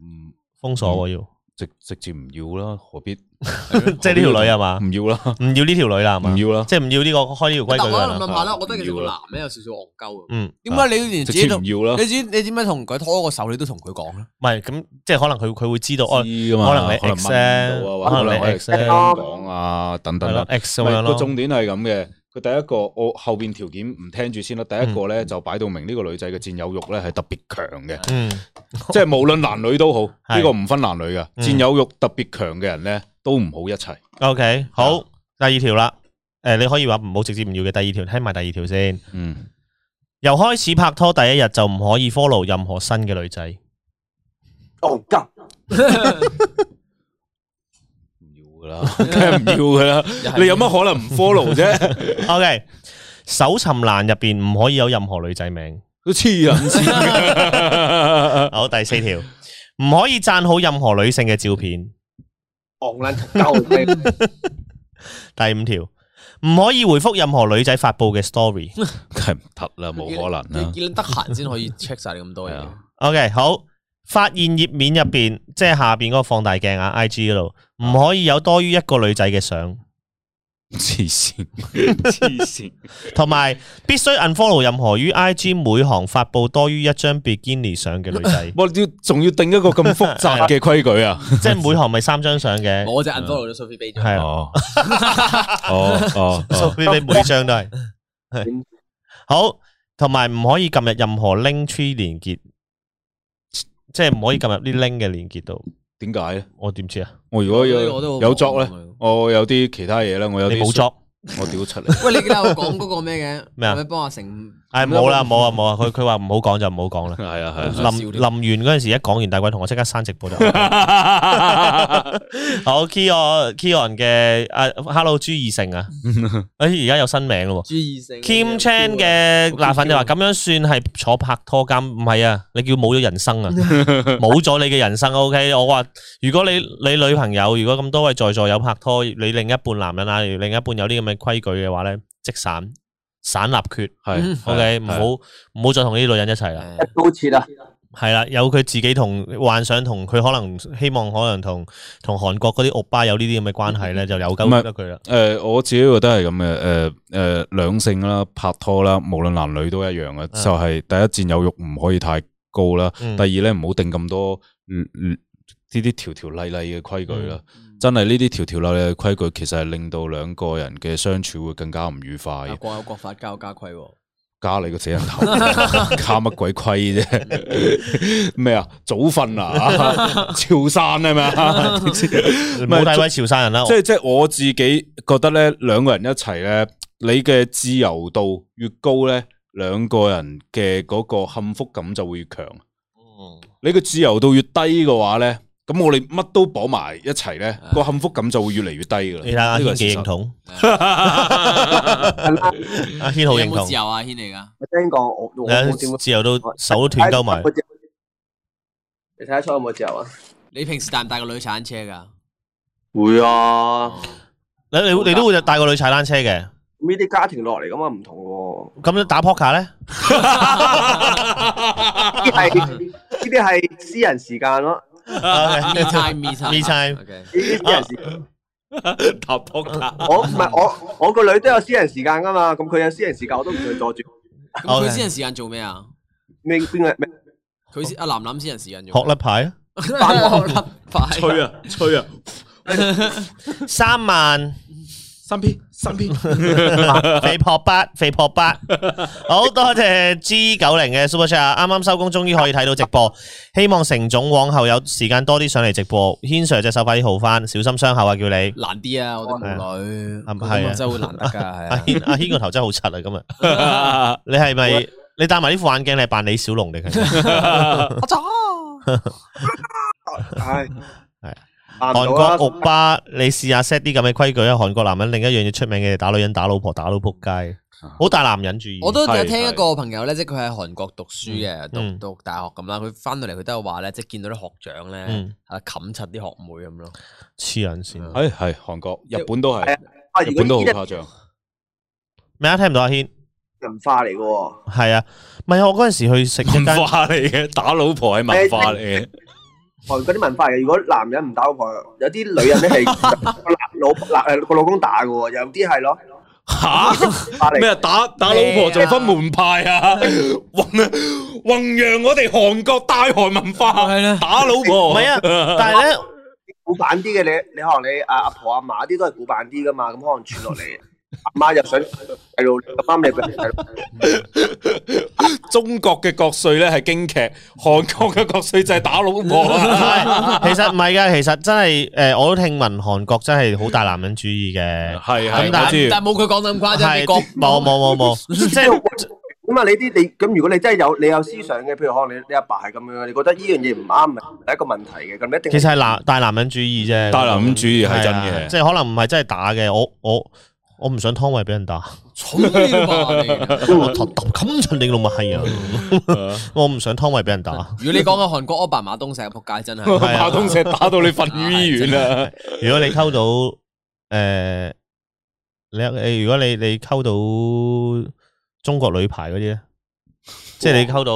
[SPEAKER 2] 嗯，
[SPEAKER 1] 封鎖喎要，
[SPEAKER 2] 直直接唔要啦，何必？
[SPEAKER 1] 即係呢條女係嘛？
[SPEAKER 2] 唔要啦，
[SPEAKER 1] 嗯唔要呢條女啦，係嘛
[SPEAKER 2] 啊唔？要啦，
[SPEAKER 1] 即係唔要呢個開呢條規
[SPEAKER 3] 但
[SPEAKER 1] 矩
[SPEAKER 3] 我
[SPEAKER 1] 㗎
[SPEAKER 3] 諗
[SPEAKER 1] 啦。
[SPEAKER 3] 諗下啦，我覺得其實個男咧有少少戇鳩啊。
[SPEAKER 1] 嗯，
[SPEAKER 3] 點解你連
[SPEAKER 2] 啊直
[SPEAKER 3] 自己
[SPEAKER 2] 接
[SPEAKER 3] 同
[SPEAKER 2] 唔要啊啦
[SPEAKER 3] 你，知你點解同佢拖個手，你都同佢講咧？啊
[SPEAKER 1] 唔係咁，即係可能佢佢會知道哦，
[SPEAKER 2] 知噶啊嘛，
[SPEAKER 1] 可能你
[SPEAKER 2] 可能
[SPEAKER 1] ex
[SPEAKER 2] 掹唔到
[SPEAKER 1] 咧可
[SPEAKER 2] 啊，或者可
[SPEAKER 1] 能
[SPEAKER 2] 能
[SPEAKER 1] 你
[SPEAKER 2] 我
[SPEAKER 1] ex 咧
[SPEAKER 2] 講啊，等
[SPEAKER 1] 係
[SPEAKER 2] 等
[SPEAKER 1] 咯
[SPEAKER 2] 啦。
[SPEAKER 1] ，X 咁
[SPEAKER 2] 唔
[SPEAKER 1] 樣
[SPEAKER 2] 係個
[SPEAKER 1] 咯。
[SPEAKER 2] 重點係咁嘅，佢第一個我後邊條件唔聽住先啦。第一個咧就擺到明呢個女仔嘅佔有欲咧係特別強 嘅，
[SPEAKER 1] 嗯，
[SPEAKER 2] 即係無論男女都好，
[SPEAKER 1] 係
[SPEAKER 2] 呢個唔分男女噶。
[SPEAKER 1] 嗯
[SPEAKER 2] 佔有欲特別強嘅人咧都唔好一齊。
[SPEAKER 1] OK，好，第二條啦。诶，你可以話唔好直接唔要嘅。第二條，聽埋第二條先。
[SPEAKER 2] 嗯，
[SPEAKER 1] 由開始拍拖第一日就唔可以 follow 任何新嘅女仔。
[SPEAKER 4] 戇鳩，
[SPEAKER 2] 唔要噶啦，梗係唔要噶啦。你有乜可能唔 follow 啫？
[SPEAKER 1] OK，搜尋欄入边唔可以有任何女仔名。
[SPEAKER 2] 都黐人線㗎
[SPEAKER 1] 好，第四條，唔可以讚好任何女性嘅照片。
[SPEAKER 4] 戇撚鳩，
[SPEAKER 1] 第五條，唔可以回覆任何女仔發布嘅 story。
[SPEAKER 2] 梗係唔得啦，冇可能啦
[SPEAKER 3] 你。見得閒先可以 check 晒你咁多嘢
[SPEAKER 2] 係。啊
[SPEAKER 1] OK，好。發現頁面入边，即係下边嗰個放大鏡啊，IG 嗰度，唔可以有多於一個女仔嘅相，
[SPEAKER 2] 黐線，黐 線，，
[SPEAKER 1] 同埋必須 unfollow 任何於 IG 每行發布多於一張 bikini 相嘅女仔
[SPEAKER 2] 我要仲要定一個咁複雜嘅規矩啊！
[SPEAKER 1] 即係每行咪三張相嘅，
[SPEAKER 3] 我就
[SPEAKER 2] 嗯
[SPEAKER 3] unfollow 咗 Sophie Bay 咗。
[SPEAKER 1] 係啊，
[SPEAKER 2] 哦，哦，哦，
[SPEAKER 1] 所
[SPEAKER 2] 哦
[SPEAKER 1] 以你每張都係係好，同埋唔可以撳入任何 link tree 連結，即係唔可以撳入啲 link 嘅連結度，
[SPEAKER 2] 點解咧？
[SPEAKER 1] 我點知啊？
[SPEAKER 2] 我如果
[SPEAKER 3] 呢個我都
[SPEAKER 2] 有
[SPEAKER 3] 好
[SPEAKER 2] 有作咧
[SPEAKER 3] 忙啊，
[SPEAKER 2] 我有啲其他嘢咧，我有
[SPEAKER 1] 你
[SPEAKER 2] 啲
[SPEAKER 1] 冇，作？
[SPEAKER 2] 我屌出嚟。
[SPEAKER 3] 喂，你記得我講嗰個咩嘅？
[SPEAKER 1] 咩啊
[SPEAKER 3] 可唔可以幫阿成？
[SPEAKER 1] 唉，冇啦，冇啊，冇啊，佢佢话唔好講就唔好講 啦。
[SPEAKER 2] 係啊
[SPEAKER 3] 係啊
[SPEAKER 1] 臨
[SPEAKER 3] 少啲
[SPEAKER 1] 臨完嗰阵时，一講完大鬼同我即刻刪直播就 好 Kion Kion 嘅啊，Hello 朱義盛啊，诶而家有新名咯喎
[SPEAKER 3] 朱義盛
[SPEAKER 1] Kim Chan 嘅辣粉就話：咁樣算係坐拍拖監？唔係啊，你叫冇咗人生啊，冇咗你嘅人生。O、k 我話如果你你女朋友如果咁多位在座有拍拖，你另一半男人啊，另一半有啲咁嘅規矩嘅話咧，即散散立決。
[SPEAKER 2] 係
[SPEAKER 1] O K，唔
[SPEAKER 2] 뭐.
[SPEAKER 1] 好唔好再同呢啲女人一齊啦。
[SPEAKER 3] 誒
[SPEAKER 4] 一刀切啊！
[SPEAKER 1] 系啦，有佢自己同幻想同佢可能希望可能同同韩国嗰啲欧巴有呢啲咁嘅關係咧，就有
[SPEAKER 2] 嗯唔
[SPEAKER 1] 鳩
[SPEAKER 2] 係
[SPEAKER 1] 得佢啦。
[SPEAKER 2] 诶，呃誒我自己覺得係咁嘅，呃诶诶，两性啦，拍拖啦，無論男女都一樣嘅，
[SPEAKER 1] 嗯
[SPEAKER 2] 就係第一佔有欲唔可以太高啦，
[SPEAKER 1] 嗯
[SPEAKER 2] 第二咧唔好定咁多嗯嗯呢啲條條例例嘅規矩啦。真係呢啲條條例例嘅規矩，其實係令到兩個人嘅相處會更加唔愉快嘅
[SPEAKER 3] 啊。國有國法，家有家規喎。
[SPEAKER 2] 加你個死人頭，加乜鬼規啫？咩啊？早瞓啊？ 潮汕係咪啊？
[SPEAKER 1] 唔
[SPEAKER 2] 係
[SPEAKER 1] 好大威潮汕人啦，
[SPEAKER 2] 即係即係我自己覺得咧，兩個人一齊咧，你嘅自由度越高咧，兩個人嘅嗰個幸福感就會越強。你嘅自由度越低嘅話咧，咁我哋乜都綁埋一齊咧，個幸福感就會越嚟越低噶
[SPEAKER 1] 你睇下
[SPEAKER 2] 啦。
[SPEAKER 1] 阿
[SPEAKER 2] 呢個
[SPEAKER 1] 軒
[SPEAKER 2] 係事
[SPEAKER 1] 幾認
[SPEAKER 2] 實。
[SPEAKER 1] 同？
[SPEAKER 4] 係啦，
[SPEAKER 1] 阿軒好
[SPEAKER 3] 你有
[SPEAKER 1] 認
[SPEAKER 3] 冇自
[SPEAKER 1] 同，
[SPEAKER 3] 由啊？軒嚟噶？
[SPEAKER 4] 我聽講我我冇點會
[SPEAKER 1] 你自由到手都斷鳩埋。。
[SPEAKER 4] 你睇得出我有冇自由啊？
[SPEAKER 3] 你平時帶唔帶個女產車㗎？
[SPEAKER 4] 會啊，
[SPEAKER 1] 哦你你你都會帶個女踩單車嘅，
[SPEAKER 4] 呢啲家庭落嚟咁啊唔同 喎。
[SPEAKER 1] 咁你打 poker 咧？
[SPEAKER 4] 呢啲係呢啲係私人時間咯，
[SPEAKER 3] Me time，me time，
[SPEAKER 1] Me time
[SPEAKER 3] OK
[SPEAKER 4] 呢啲私人 時間。
[SPEAKER 2] 搭扑卡。
[SPEAKER 4] 我唔係我我個女都有私人時間噶嘛，咁佢有私人時間我都唔想阻住。
[SPEAKER 3] 咁
[SPEAKER 1] OK
[SPEAKER 3] 佢私人時間做咩啊？
[SPEAKER 4] 咩邊個咩
[SPEAKER 3] 佢先阿林林私人時間做
[SPEAKER 1] 學
[SPEAKER 3] 咩。
[SPEAKER 1] 甩牌啊？
[SPEAKER 4] 翻
[SPEAKER 3] 學粒快。
[SPEAKER 2] 吹啊吹啊，
[SPEAKER 1] 三萬
[SPEAKER 2] 三 P 三 P，
[SPEAKER 1] 啊肥婆八，肥婆八，好多謝 G 九零嘅 Super Chat，啱啊啱收工，終於可以睇到直播。希望成總往後有時間多啲上嚟直播。軒 Sir 隻手快啲好翻，小心傷口啊！叫你
[SPEAKER 3] 難啲啊！我哋冇女，
[SPEAKER 1] 係咪
[SPEAKER 3] 咁
[SPEAKER 1] 係啊
[SPEAKER 3] 真係會難得㗎，係
[SPEAKER 1] 阿
[SPEAKER 3] 啊。
[SPEAKER 1] 軒阿軒個頭真係好柒啊！今日你係咪你戴埋呢副眼鏡？你係扮李小龍定係？
[SPEAKER 3] 我走。
[SPEAKER 4] 唉，扮唔
[SPEAKER 1] 韓
[SPEAKER 4] 到
[SPEAKER 1] 國
[SPEAKER 4] 啊
[SPEAKER 1] 歐巴，你試下 set 啲咁嘅規矩啊！韓國男人另一樣嘢出名嘅，打女人、打老婆、打到仆街，好大男人主義。
[SPEAKER 3] 我都有
[SPEAKER 2] 係
[SPEAKER 3] 聽一個朋友咧，即係佢喺韓國讀書嘅，
[SPEAKER 1] 嗯
[SPEAKER 3] 讀讀大學咁啦。佢翻到嚟佢都有話咧，即係見到啲學長咧，
[SPEAKER 1] 嗯
[SPEAKER 3] 啊冚柒啲學妹咁咯。
[SPEAKER 1] 黐人線
[SPEAKER 2] 系系韩国、日本都系，
[SPEAKER 4] 啊，
[SPEAKER 2] 日本
[SPEAKER 4] 如果
[SPEAKER 2] 都好
[SPEAKER 4] 呢啲
[SPEAKER 2] 誇張。
[SPEAKER 1] 咩啊？聽唔到阿軒
[SPEAKER 4] 文化嚟嘅喎，
[SPEAKER 1] 係啊，唔係啊我嗰陣時去食一
[SPEAKER 2] 文
[SPEAKER 1] 間。
[SPEAKER 2] 化嚟嘅，打老婆係文化嚟 嘅。
[SPEAKER 4] 韓國啲文化嚟嘅。如果男人唔打老婆，有啲女人咧係 個老婆男誒個老公打嘅喎，有啲係咯，
[SPEAKER 2] 吓
[SPEAKER 4] 化嚟
[SPEAKER 2] 咩啊？打打老婆仲分門派啊？ 弘弘揚我哋韓國大韓文化，
[SPEAKER 3] 係啦
[SPEAKER 2] 打老婆
[SPEAKER 1] 唔係啊，
[SPEAKER 2] 哦
[SPEAKER 1] 但係咧，
[SPEAKER 4] 古板啲嘅你，你可能你阿阿婆阿嫲啲都係古板啲噶嘛，咁可能傳落嚟，阿媽又想 細路咁啱你佢 細路
[SPEAKER 2] 中國嘅國粹咧係京劇，韓國嘅國粹就係打老婆啊。
[SPEAKER 1] 其實唔係㗎，其實真係诶，誒我都聽聞韓國真係好大男人主義嘅。咁
[SPEAKER 2] 係係，
[SPEAKER 1] 但
[SPEAKER 2] 我
[SPEAKER 3] 啊但
[SPEAKER 2] 知。
[SPEAKER 3] 但冇佢講得咁誇張，
[SPEAKER 1] 係
[SPEAKER 3] 你國
[SPEAKER 1] 冇冇冇冇， 即係
[SPEAKER 4] 咁啊，你啲你咁，如果你真係有你有思想嘅，譬如可能你你阿爸係咁樣，你覺得呢樣嘢唔啱，咪係一個問題嘅，咁一定
[SPEAKER 1] 其實係男大男人主義啫。
[SPEAKER 2] 大男人主義係真
[SPEAKER 1] 係啊
[SPEAKER 2] 嘅
[SPEAKER 1] 即係可能唔係真係打嘅。我我我唔想湯唯俾人 打，
[SPEAKER 3] 蠢啲嘛你
[SPEAKER 1] 我頭揼冚親你老母閪啊！ 我唔想湯唯俾人打。
[SPEAKER 3] 如果你講緊韓國歐巴馬東石，仆街真 係。
[SPEAKER 1] 係啊
[SPEAKER 2] 馬東石打到你瞓於醫院啊！
[SPEAKER 1] 如果你溝到诶，你你如果你你溝到中國女排嗰啲咧，即係你溝到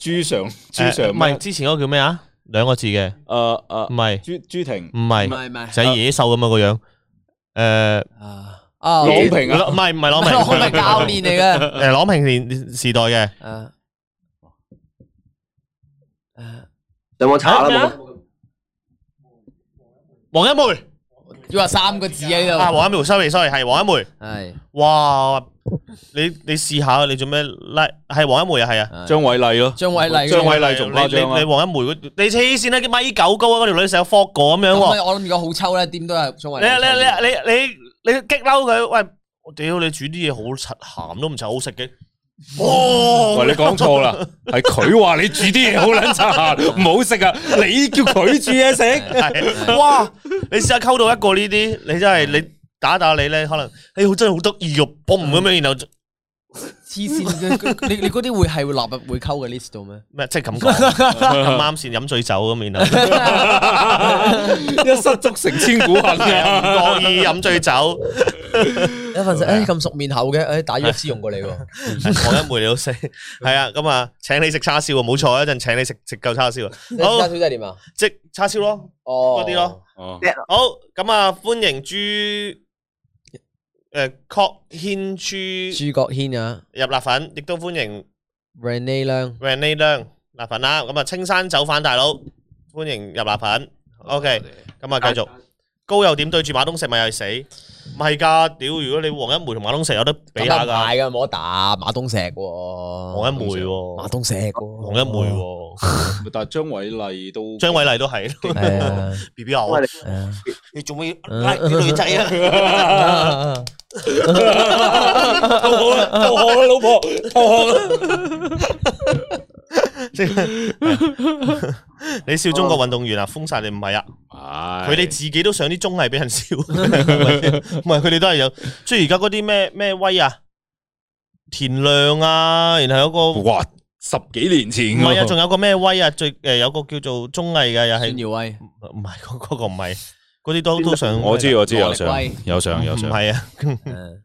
[SPEAKER 2] 朱常朱
[SPEAKER 1] 誒
[SPEAKER 2] 常
[SPEAKER 1] 唔係之前嗰個叫咩啊？兩個字嘅，
[SPEAKER 2] 誒
[SPEAKER 1] 唔
[SPEAKER 2] 誒
[SPEAKER 1] 係
[SPEAKER 2] 朱朱婷
[SPEAKER 1] 唔
[SPEAKER 3] 唔
[SPEAKER 1] 係，
[SPEAKER 3] 係唔係
[SPEAKER 1] 就係野獸咁啊個樣。诶，
[SPEAKER 3] 啊啊！
[SPEAKER 2] 朗平啊
[SPEAKER 1] 唔係唔係 朗 平，
[SPEAKER 3] 我咪教練嚟嘅。 啊
[SPEAKER 1] 诶，朗平年時代嘅。
[SPEAKER 3] 诶诶，
[SPEAKER 4] 上網查啦
[SPEAKER 1] 咩啊
[SPEAKER 4] 冇。
[SPEAKER 1] 黄一梅
[SPEAKER 3] 要話三個字喺
[SPEAKER 1] 啊，
[SPEAKER 3] 度，
[SPEAKER 1] 黄一梅，sorry sorry，系黄一梅。
[SPEAKER 3] 係
[SPEAKER 1] 哇，你你试下啊，你做咩拉？系黄一梅啊，系啊，
[SPEAKER 3] 係
[SPEAKER 2] 張偉麗咯，
[SPEAKER 3] 張偉麗嗰
[SPEAKER 2] 張
[SPEAKER 3] 個
[SPEAKER 2] 偉麗仲誇
[SPEAKER 1] 你
[SPEAKER 2] 張
[SPEAKER 1] 你
[SPEAKER 2] 啊
[SPEAKER 1] 你！黃一梅嗰，你黐線啦，米九高啊，嗰條女成日科過咁樣
[SPEAKER 3] 咁
[SPEAKER 1] 喎。
[SPEAKER 3] 我諗如果好抽咧，點都係中
[SPEAKER 1] 你啊
[SPEAKER 3] 偉麗抽嘅。
[SPEAKER 1] 你你你你你激嬲佢，喂，我屌你煮啲嘢好柒鹹都唔柒好食 嘅。
[SPEAKER 2] 喂，
[SPEAKER 1] 哇！
[SPEAKER 2] 你講錯啦，係佢話你煮啲嘢好撚差，唔好食啊！你叫佢煮嘢食，
[SPEAKER 1] 係哇！你試下溝到一個呢啲，你真係你打打你咧，可能哎好真係好得意肉嘣咁
[SPEAKER 3] 嗯
[SPEAKER 1] 樣，然後就
[SPEAKER 3] 黐線嘅，你你嗰啲會係會納入會溝嘅 list 度咩？
[SPEAKER 1] 咩即係咁講咁啱先飲醉酒咁，然後。
[SPEAKER 2] 一失足成千古恨啊！
[SPEAKER 1] 唔覺意飲醉酒，
[SPEAKER 3] 一份就誒咁熟面口嘅，誒打 UFC 用過你喎，
[SPEAKER 1] 講哎一梅你都識，係啊，咁啊請你食叉燒啊，冇錯啊，一陣請你食食夠叉燒啊，
[SPEAKER 3] 你
[SPEAKER 1] 好
[SPEAKER 3] 家小姐點啊？
[SPEAKER 1] 即叉燒咯，
[SPEAKER 3] 哦，
[SPEAKER 1] 嗰啲咯。
[SPEAKER 2] 哦
[SPEAKER 1] 好咁啊，歡迎朱呃誒郭軒朱
[SPEAKER 3] 朱國軒啊
[SPEAKER 1] 入辣粉，亦都歡迎
[SPEAKER 3] ，Rene 亮，
[SPEAKER 1] Renee 亮辣粉啦，咁啊青山酒販大佬歡迎入辣粉，OK，咁啊繼續。高又點對住馬東石咪係死？唔係㗎，屌！如果你黃一梅同馬東石有得比
[SPEAKER 3] 咁啊
[SPEAKER 1] 下
[SPEAKER 3] 又
[SPEAKER 1] 㗎，
[SPEAKER 3] 唔係㗎，冇得打馬東石喎，
[SPEAKER 1] 黃一梅
[SPEAKER 3] 馬
[SPEAKER 1] 喎，
[SPEAKER 3] 東石喎，
[SPEAKER 1] 黃一梅喎。
[SPEAKER 2] 但係張偉麗都
[SPEAKER 1] 張偉麗都 係
[SPEAKER 3] 係啊，
[SPEAKER 1] B B 我
[SPEAKER 4] 喂，
[SPEAKER 3] 係啊。
[SPEAKER 1] 你做咩拉啲女仔啊？
[SPEAKER 2] 都好啦，都好啦，老 婆，都好啦。
[SPEAKER 1] 即係 你笑中國運動員啊？封晒你唔係啊？佢哋自己都上啲綜藝俾人笑，唔係佢哋都係有，即係而家嗰啲咩咩威啊，田亮啊，然後有個唔
[SPEAKER 2] 哇，十幾年前㗎
[SPEAKER 1] 係啊，仲有個咩威啊，最誒有個叫做綜藝嘅又係
[SPEAKER 3] 孫耀威，
[SPEAKER 1] 唔係嗰嗰個唔係嗰啲都都上，
[SPEAKER 2] 我知我知有
[SPEAKER 3] 羅
[SPEAKER 2] 相
[SPEAKER 3] 力威
[SPEAKER 2] 有相有
[SPEAKER 1] 唔
[SPEAKER 2] 相，
[SPEAKER 1] 係啊？
[SPEAKER 3] 嗯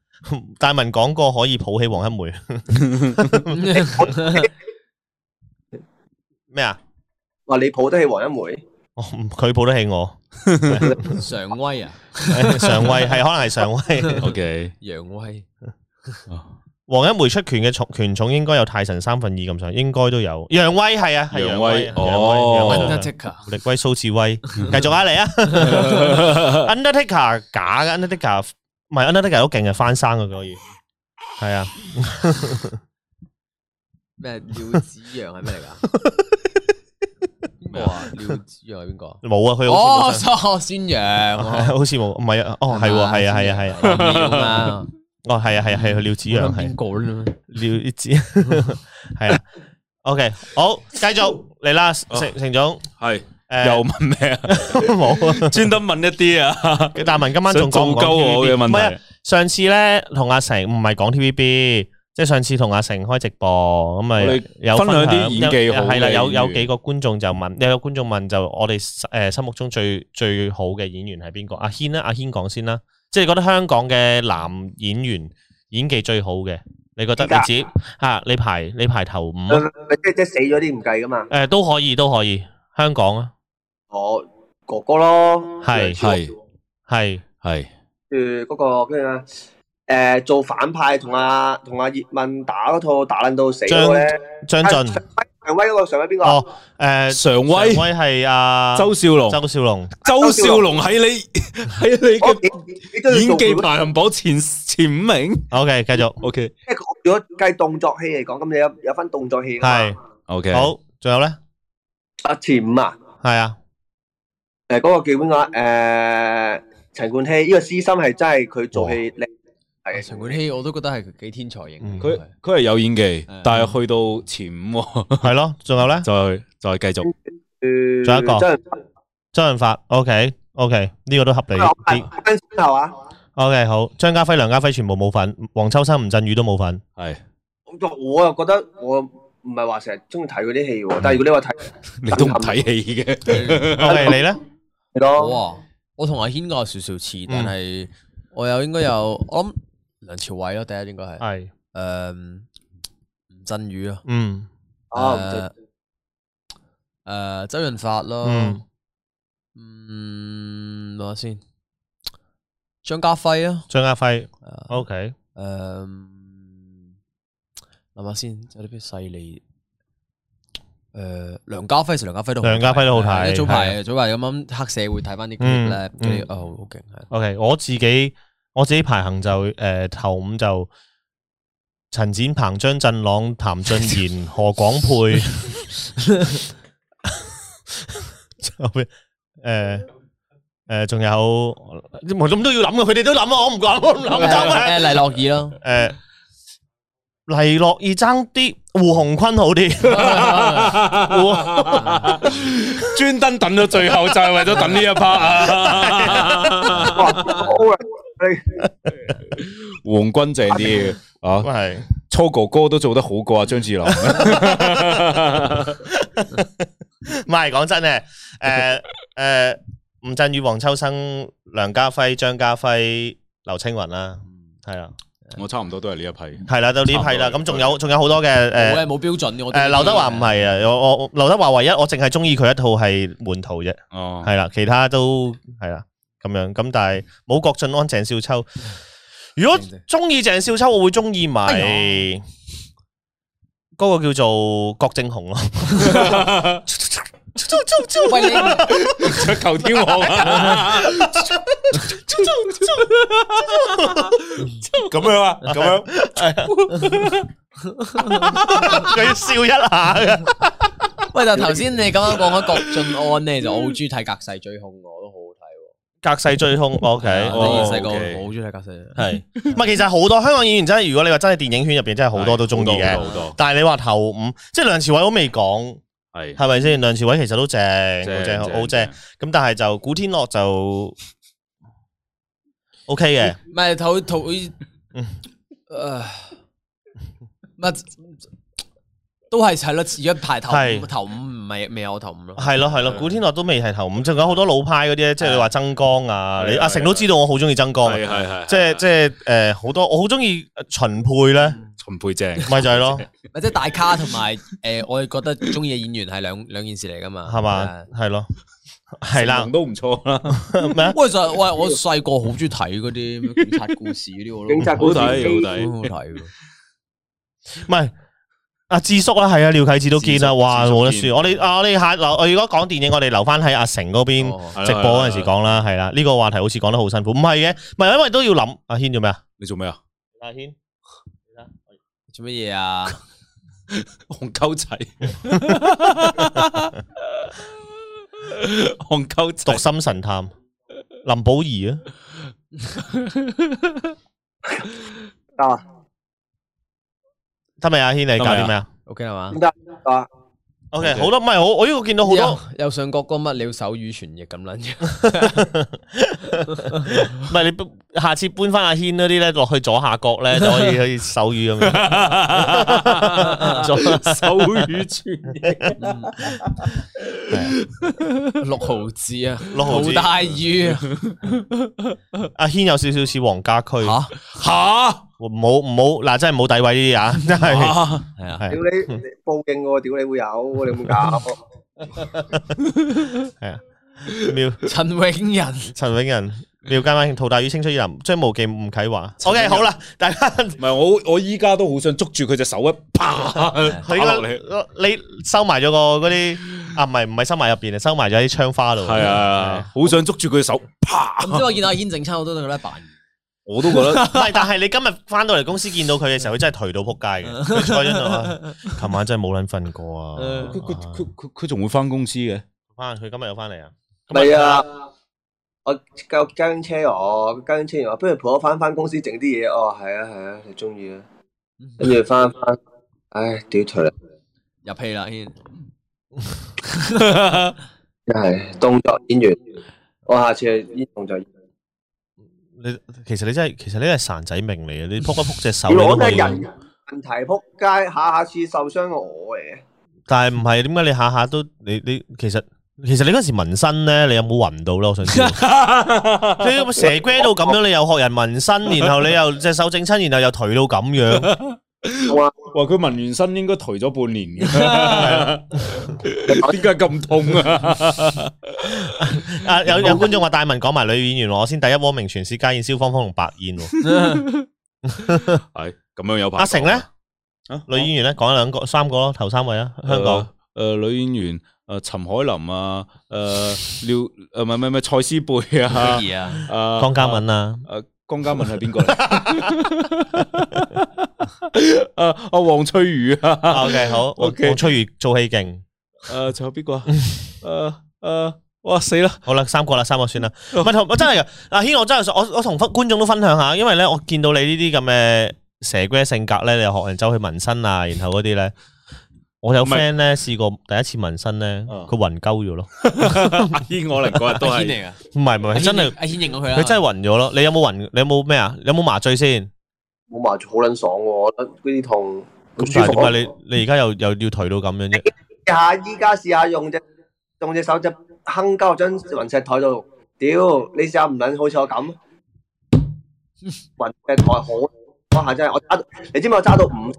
[SPEAKER 1] 大文講過可以抱起黃一梅咩啊？
[SPEAKER 4] 話你抱得起黃一梅，
[SPEAKER 1] 我唔佢抱得起我。
[SPEAKER 3] 常威啊，
[SPEAKER 1] 上位系可能系上 位。
[SPEAKER 2] O K，
[SPEAKER 3] 楊威，
[SPEAKER 1] 黄一梅出拳嘅重拳重應該有泰神三分二咁上，應該都有。楊威係啊，係楊
[SPEAKER 2] 楊威
[SPEAKER 1] 楊
[SPEAKER 2] 哦
[SPEAKER 1] 楊威
[SPEAKER 3] Winner
[SPEAKER 1] 楊威
[SPEAKER 3] Taker，
[SPEAKER 1] 胡力威、蘇志威，繼續啊嚟啊！Undertaker 假嘅，Undertaker 唔係 Undertaker 好勁嘅，翻生嘅可以。係啊，
[SPEAKER 3] 咩廖子陽係咩嚟㗎？邊個啊？廖子陽係邊個？
[SPEAKER 1] 冇啊，佢好
[SPEAKER 3] 哦，
[SPEAKER 1] 似
[SPEAKER 3] 蘇孫陽，
[SPEAKER 1] 冇 上，好似冇，唔係啊，哦係喎，係啊，係啊，係啊，
[SPEAKER 3] 係啊，
[SPEAKER 1] 哦係啊，係啊，係啊廖子陽係
[SPEAKER 3] 邊。個咧？
[SPEAKER 1] 了 知系啦。OK，好，繼續嚟啦，成成總
[SPEAKER 2] 係
[SPEAKER 1] 诶，
[SPEAKER 2] 又问咩 啊？
[SPEAKER 1] 冇啊。
[SPEAKER 2] 专登问一啲啊，
[SPEAKER 1] 但文今晚
[SPEAKER 2] 想
[SPEAKER 1] 仲講
[SPEAKER 2] 做
[SPEAKER 1] 唔講
[SPEAKER 2] 鳩我嘅
[SPEAKER 1] TVB
[SPEAKER 2] 問
[SPEAKER 1] 唔係啊
[SPEAKER 2] 題。
[SPEAKER 1] 上次咧同阿成唔係講 TVB，即係上次同阿成開直播咁咪
[SPEAKER 2] 我哋
[SPEAKER 1] 有
[SPEAKER 2] 分享啲演技好嘅
[SPEAKER 1] 系啦，有
[SPEAKER 2] 演員
[SPEAKER 1] 有几个观众就問，有有观眾問就我哋诶心目中最最好嘅演員係邊個？阿軒啊啦，阿軒講先啦，即係你覺得香港嘅男演員演技最好嘅，你覺得
[SPEAKER 4] 而家
[SPEAKER 1] 你自己吓、啊你排你排頭五啊？
[SPEAKER 4] 呃即即死咗啲唔計噶嘛。
[SPEAKER 1] 诶、都可以都可以，香港啊，
[SPEAKER 4] 我哥哥咯，
[SPEAKER 1] 係
[SPEAKER 2] 係
[SPEAKER 1] 係
[SPEAKER 2] 系
[SPEAKER 4] 跟住嗰個跟住啊，誒做反派同阿同阿葉問打嗰套打撚到死嗰個咧，
[SPEAKER 1] 張
[SPEAKER 4] 啊
[SPEAKER 1] 晋
[SPEAKER 4] 上威上威嗰個上威邊個啊？
[SPEAKER 1] 哦诶，
[SPEAKER 2] 常
[SPEAKER 1] 常
[SPEAKER 2] 威
[SPEAKER 1] 威係阿
[SPEAKER 2] 周少龙，
[SPEAKER 1] 周少龍。
[SPEAKER 2] 周少龙喺你 喺你
[SPEAKER 4] 我
[SPEAKER 2] 嘅
[SPEAKER 4] 你你都要
[SPEAKER 2] 演
[SPEAKER 4] 做
[SPEAKER 2] 技排行榜前前五名。
[SPEAKER 1] O K，繼續
[SPEAKER 2] O K
[SPEAKER 4] 即係如果計動作戲嚟講，咁你有有分動作戲㗎嘛
[SPEAKER 1] 係
[SPEAKER 2] O K，
[SPEAKER 1] 好，仲有咧，
[SPEAKER 4] 啊前五啊，
[SPEAKER 1] 係啊，
[SPEAKER 4] 誒嗰個叫邊個啊？誒陳冠希呢個私心係真係佢做戲叻，係
[SPEAKER 3] 陳冠希我都覺得係幾天才型
[SPEAKER 1] 嗯
[SPEAKER 3] 嘅。
[SPEAKER 2] 佢佢系有演技
[SPEAKER 3] 係，
[SPEAKER 2] 但系去到前五喎，
[SPEAKER 1] 係咯，仲有咧，
[SPEAKER 2] 再再继续。
[SPEAKER 4] 誒
[SPEAKER 1] 仲有一個
[SPEAKER 4] 真係
[SPEAKER 1] 周潤發，O K，O K，呢個都合理
[SPEAKER 4] 啊
[SPEAKER 1] 啲。
[SPEAKER 4] 跟先後啊，
[SPEAKER 1] O K，好，張家輝、梁家輝全部冇份，黃秋生、吳鎮宇都冇 份。
[SPEAKER 2] 系
[SPEAKER 4] 我我又覺得我唔係話成日中意睇嗰啲戲喎，但係如果你話睇
[SPEAKER 2] 你都唔睇戲嘅，
[SPEAKER 1] O K，你咧？哦
[SPEAKER 4] 咯。
[SPEAKER 3] 我啊，我同阿軒個有少少似，但
[SPEAKER 1] 嗯
[SPEAKER 3] 係我有應該有，我諗梁朝偉咯，第一應該係
[SPEAKER 1] 係，
[SPEAKER 3] 诶吳鎮宇咯，
[SPEAKER 1] 嗯，
[SPEAKER 4] 啊，唔
[SPEAKER 3] 誒
[SPEAKER 4] 知
[SPEAKER 3] 诶周潤發
[SPEAKER 1] 嗯
[SPEAKER 3] 咯，嗯，諗下先，張家輝啊，
[SPEAKER 1] 張家輝
[SPEAKER 3] 誒
[SPEAKER 1] ，O K，
[SPEAKER 3] 诶，諗下先，有啲咩犀利？诶，梁家輝，其實梁家輝都好
[SPEAKER 1] 梁家輝都好睇
[SPEAKER 3] 係早
[SPEAKER 1] 係
[SPEAKER 3] 排早排咁啱黑社會睇翻啲 clip
[SPEAKER 1] 嗯
[SPEAKER 3] 咧，
[SPEAKER 1] 嗯
[SPEAKER 3] 佢哋哦好勁係。
[SPEAKER 1] ，O K，我自己我自己排行就诶頭五就陳展鵬、張振朗、 譚俊賢、何廣沛， 後邊诶。诶，呃仲有咁都要諗嘅，佢哋都諗啊！我唔講， 我唔諗得啊！
[SPEAKER 3] 诶，黎諾懿咯，
[SPEAKER 1] 诶、呃黎諾懿爭啲，胡鴻坤好啲。
[SPEAKER 2] 專登等到最後就係為咗等呢一 part 啊！
[SPEAKER 4] 哇好啊你
[SPEAKER 2] 王君正啲啊，
[SPEAKER 1] 系
[SPEAKER 2] 初哥哥都做得好過啊張智 霖，
[SPEAKER 1] 唔係講真 嘅？诶、诶，吳鎮宇、黃秋生、梁家輝、張家輝、劉青雲啦，係啦，
[SPEAKER 2] 我差唔多都係呢一批。
[SPEAKER 1] 係啦，到呢批啦。咁仲有仲有好多嘅
[SPEAKER 3] 冇嘅
[SPEAKER 1] 诶
[SPEAKER 3] 冇標準嘅。我
[SPEAKER 1] 诶，刘德華唔
[SPEAKER 3] 係
[SPEAKER 1] 係啊，我我我劉德華唯一我淨係中意佢一套係門徒啫，
[SPEAKER 2] 哦，
[SPEAKER 1] 係啦，其他都係啦咁樣。咁但係冇郭晉安、鄭少秋。如果中意鄭少秋，我會中意埋
[SPEAKER 3] 哎
[SPEAKER 1] 嗰個叫做郭正雄 咯。
[SPEAKER 3] 喂你
[SPEAKER 2] 出求天王啊！ 咁樣啊，咁樣
[SPEAKER 1] 佢要笑一下嘅，
[SPEAKER 3] 喂，但頭先你咁樣講開郭晉安咧，就我好中意睇《隔世追兇》嘅，我都好好
[SPEAKER 1] 隔世追凶，OK，
[SPEAKER 3] 睇喎。我啊
[SPEAKER 2] 哦
[SPEAKER 3] 細個
[SPEAKER 2] ，OK
[SPEAKER 3] 我好中意睇《隔世》。
[SPEAKER 1] 系，唔系其實好多香港演員真係，如果你話真係電影圈入边真係好多都中意
[SPEAKER 2] 好
[SPEAKER 1] 嘅，
[SPEAKER 2] 多好
[SPEAKER 1] 但係你話頭五，即系梁朝偉我未講，
[SPEAKER 2] 多係
[SPEAKER 1] 係咪先？梁朝偉其實都正，好正，好正，
[SPEAKER 2] 正
[SPEAKER 1] 咁但係就古天樂就 OK 嘅，
[SPEAKER 3] 唔係頭頭誒，
[SPEAKER 1] 嗯
[SPEAKER 3] 乜都係係咯，而家排頭
[SPEAKER 1] 係
[SPEAKER 3] 五頭五唔係未有我頭五咯。
[SPEAKER 1] 係咯係咯，古天樂都未係頭五，仲有好多老派嗰啲咧，即係你話曾江啊，
[SPEAKER 2] 係
[SPEAKER 1] 你
[SPEAKER 2] 係
[SPEAKER 1] 阿成都知道我好中意曾江啊，
[SPEAKER 2] 係係係，
[SPEAKER 1] 即係即係诶好多，我好中意秦沛咧，
[SPEAKER 2] 秦沛正
[SPEAKER 1] 咪就係咯，
[SPEAKER 3] 或者大咖同埋誒，我哋覺得中意嘅演員係兩兩件事嚟噶嘛，啊
[SPEAKER 1] 係嘛，係咯，係啦
[SPEAKER 2] 成龍，都唔錯啦，
[SPEAKER 1] 咩啊？
[SPEAKER 3] 喂，就係喂，我細個好中意睇嗰啲咩警察故事嗰啲，我都
[SPEAKER 4] 警察
[SPEAKER 2] 好睇
[SPEAKER 4] 故事
[SPEAKER 2] 好睇。
[SPEAKER 3] 好好睇喎。
[SPEAKER 1] 唔係阿智叔啦，係啊，廖啟智都見
[SPEAKER 2] 智
[SPEAKER 1] 啦，
[SPEAKER 2] 叔
[SPEAKER 1] 哇，
[SPEAKER 2] 智叔
[SPEAKER 1] 冇得
[SPEAKER 2] 見
[SPEAKER 1] 輸。我哋啊，我哋下留，我如果講電影，我哋留翻喺阿成嗰邊
[SPEAKER 3] 哦
[SPEAKER 1] 直播嗰陣時講啦，係啦，呢個話題好似講得好辛苦，唔係嘅，唔係因為都要諗。阿軒做咩啊？
[SPEAKER 2] 你做咩啊？
[SPEAKER 1] 阿軒
[SPEAKER 3] 做乜嘢啊？
[SPEAKER 2] 戇鳩仔，戇鳩仔
[SPEAKER 1] 讀，心神探，林保怡啊，
[SPEAKER 4] 得啊，
[SPEAKER 1] 得未？阿軒你搞
[SPEAKER 2] 得
[SPEAKER 1] 啲
[SPEAKER 2] 未
[SPEAKER 1] 咩啊？
[SPEAKER 3] OK 啦嘛
[SPEAKER 4] 點？得啊？
[SPEAKER 1] O K，好多唔係我我呢個見到好多，
[SPEAKER 3] 哎
[SPEAKER 5] 右右上角嗰乜了手語傳譯咁撚樣，
[SPEAKER 1] 唔係你搬下次搬翻阿軒嗰啲咧落去左下角咧就可以可以手語咁樣。 左
[SPEAKER 2] 手语传
[SPEAKER 5] 六毫子啊，
[SPEAKER 1] 六毫子
[SPEAKER 5] 陶大宇啊，
[SPEAKER 1] 阿軒有少少似黃家駒，
[SPEAKER 3] 吓
[SPEAKER 2] 吓
[SPEAKER 1] 唔好唔好嗱，真係冇詆毀呢啲啊，真 係
[SPEAKER 2] 吓，
[SPEAKER 3] 系啊，
[SPEAKER 1] 係
[SPEAKER 4] 屌你你報警喎，屌你會有，你有冇搞？
[SPEAKER 1] 妙
[SPEAKER 5] 陳永仁，
[SPEAKER 1] 陳永仁、廖家灣、陶大宇、青出於藍、張無忌、吳啟華。O K，好啦，大家
[SPEAKER 2] 唔系我我依家都好想捉住佢只手一啪 打
[SPEAKER 1] 佢
[SPEAKER 2] 落嚟，
[SPEAKER 1] 而家你收埋咗個嗰啲啊，唔係唔係收埋入邊啊，收埋咗喺啲窗花度。
[SPEAKER 2] 系啊，好想捉住佢手啪，
[SPEAKER 3] 咁即係我見到阿軒正餐，我都覺得扮
[SPEAKER 2] 我都觉得
[SPEAKER 1] 唔係，但係你今日翻到嚟公司見到佢嘅時候，佢真係頹到撲 街嘅。佢坐喺度啊，琴晚真係冇撚瞓過啊。
[SPEAKER 5] 嗯
[SPEAKER 2] 佢
[SPEAKER 1] 아.
[SPEAKER 2] 佢佢佢佢仲会翻公司嘅，
[SPEAKER 1] 翻佢今日又翻嚟啊？
[SPEAKER 4] 系啊，我救交警車我，交警車員話不如陪我翻翻公司整啲嘢，哦係啊係啊，你中意啊，
[SPEAKER 1] 嗯
[SPEAKER 4] 跟住翻翻，唉屌佢啦，
[SPEAKER 3] 入戲啦，阿軒。
[SPEAKER 4] 真係動作演員，我下次去演動作演員，
[SPEAKER 1] 你其實你真係，其實你係孱仔命嚟嘅，你撲一撲隻手
[SPEAKER 4] 原
[SPEAKER 1] 你啊都
[SPEAKER 4] 來我真
[SPEAKER 1] 可
[SPEAKER 4] 係
[SPEAKER 1] 以。
[SPEAKER 4] 人問題撲街，下下次受傷嘅我嚟嘅，
[SPEAKER 1] 但係唔係點解你下下都你你其實其實你嗰時紋身咧，你有冇暈到咧？我想知道。你咁蛇龜到咁樣，你又學人紋身，然後你又隻手整親，然後又頹到咁樣，
[SPEAKER 2] 话佢纹完身应该颓咗半 年嘅，点解咁痛啊？
[SPEAKER 1] 啊有有觀眾話大文講埋女演員喎，我先第一汪明全是家燕、蕭芳芳同白燕喎。
[SPEAKER 2] 系咁样有排
[SPEAKER 1] 阿成咧？
[SPEAKER 2] 啊
[SPEAKER 1] 女演員咧講兩個、三個咯，頭三位啊，香港。
[SPEAKER 2] 诶、呃女演员诶陈海琳啊，诶、廖呃诶唔系唔系唔系蔡思貝 啊，
[SPEAKER 3] 乜嘢啊？
[SPEAKER 2] 诶
[SPEAKER 1] 江嘉敏啊，
[SPEAKER 2] 诶江嘉敏係邊個 嚟？诶阿啊黃翠如 啊，
[SPEAKER 1] OK 好，我
[SPEAKER 2] OK
[SPEAKER 1] 我翠如做戲勁，
[SPEAKER 2] 诶仲有邊個啊？诶诶哇死啦！
[SPEAKER 1] 好啦，三個啦，三個算啦。唔係同我真係噶，阿軒我真係想我我同分觀眾都分享下，因為咧我見到你呢啲咁嘅蛇龜性格咧，你又學人走去紋身啊，然後嗰啲咧。我有
[SPEAKER 2] 唔係
[SPEAKER 1] friend 咧試過第一次紋身咧，
[SPEAKER 2] 啊
[SPEAKER 1] 佢暈鳩咗咯，
[SPEAKER 2] 阿軒我嚟嗰日都
[SPEAKER 3] 阿軒
[SPEAKER 2] 係
[SPEAKER 3] 嚟噶，
[SPEAKER 1] 唔係唔
[SPEAKER 3] 阿
[SPEAKER 1] 係
[SPEAKER 3] 軒
[SPEAKER 1] 真係
[SPEAKER 3] 認，阿軒認咗佢啦。啊
[SPEAKER 1] 佢真係暈咗咯。你有冇暈？你有冇咩啊？你有冇麻醉先？
[SPEAKER 4] 冇麻醉好撚爽喎，我覺得嗰啲痛唔
[SPEAKER 1] 咁
[SPEAKER 4] 舒
[SPEAKER 1] 但係
[SPEAKER 4] 服
[SPEAKER 1] 點
[SPEAKER 4] 啊。
[SPEAKER 1] 解你你而家又又要頹到咁樣啫？
[SPEAKER 4] 試下依家試下用隻用隻手隻哼鳩張雲石台度，屌你試下唔撚好似我咁，雲石台好嗰下真係我揸到，你知唔知我揸到五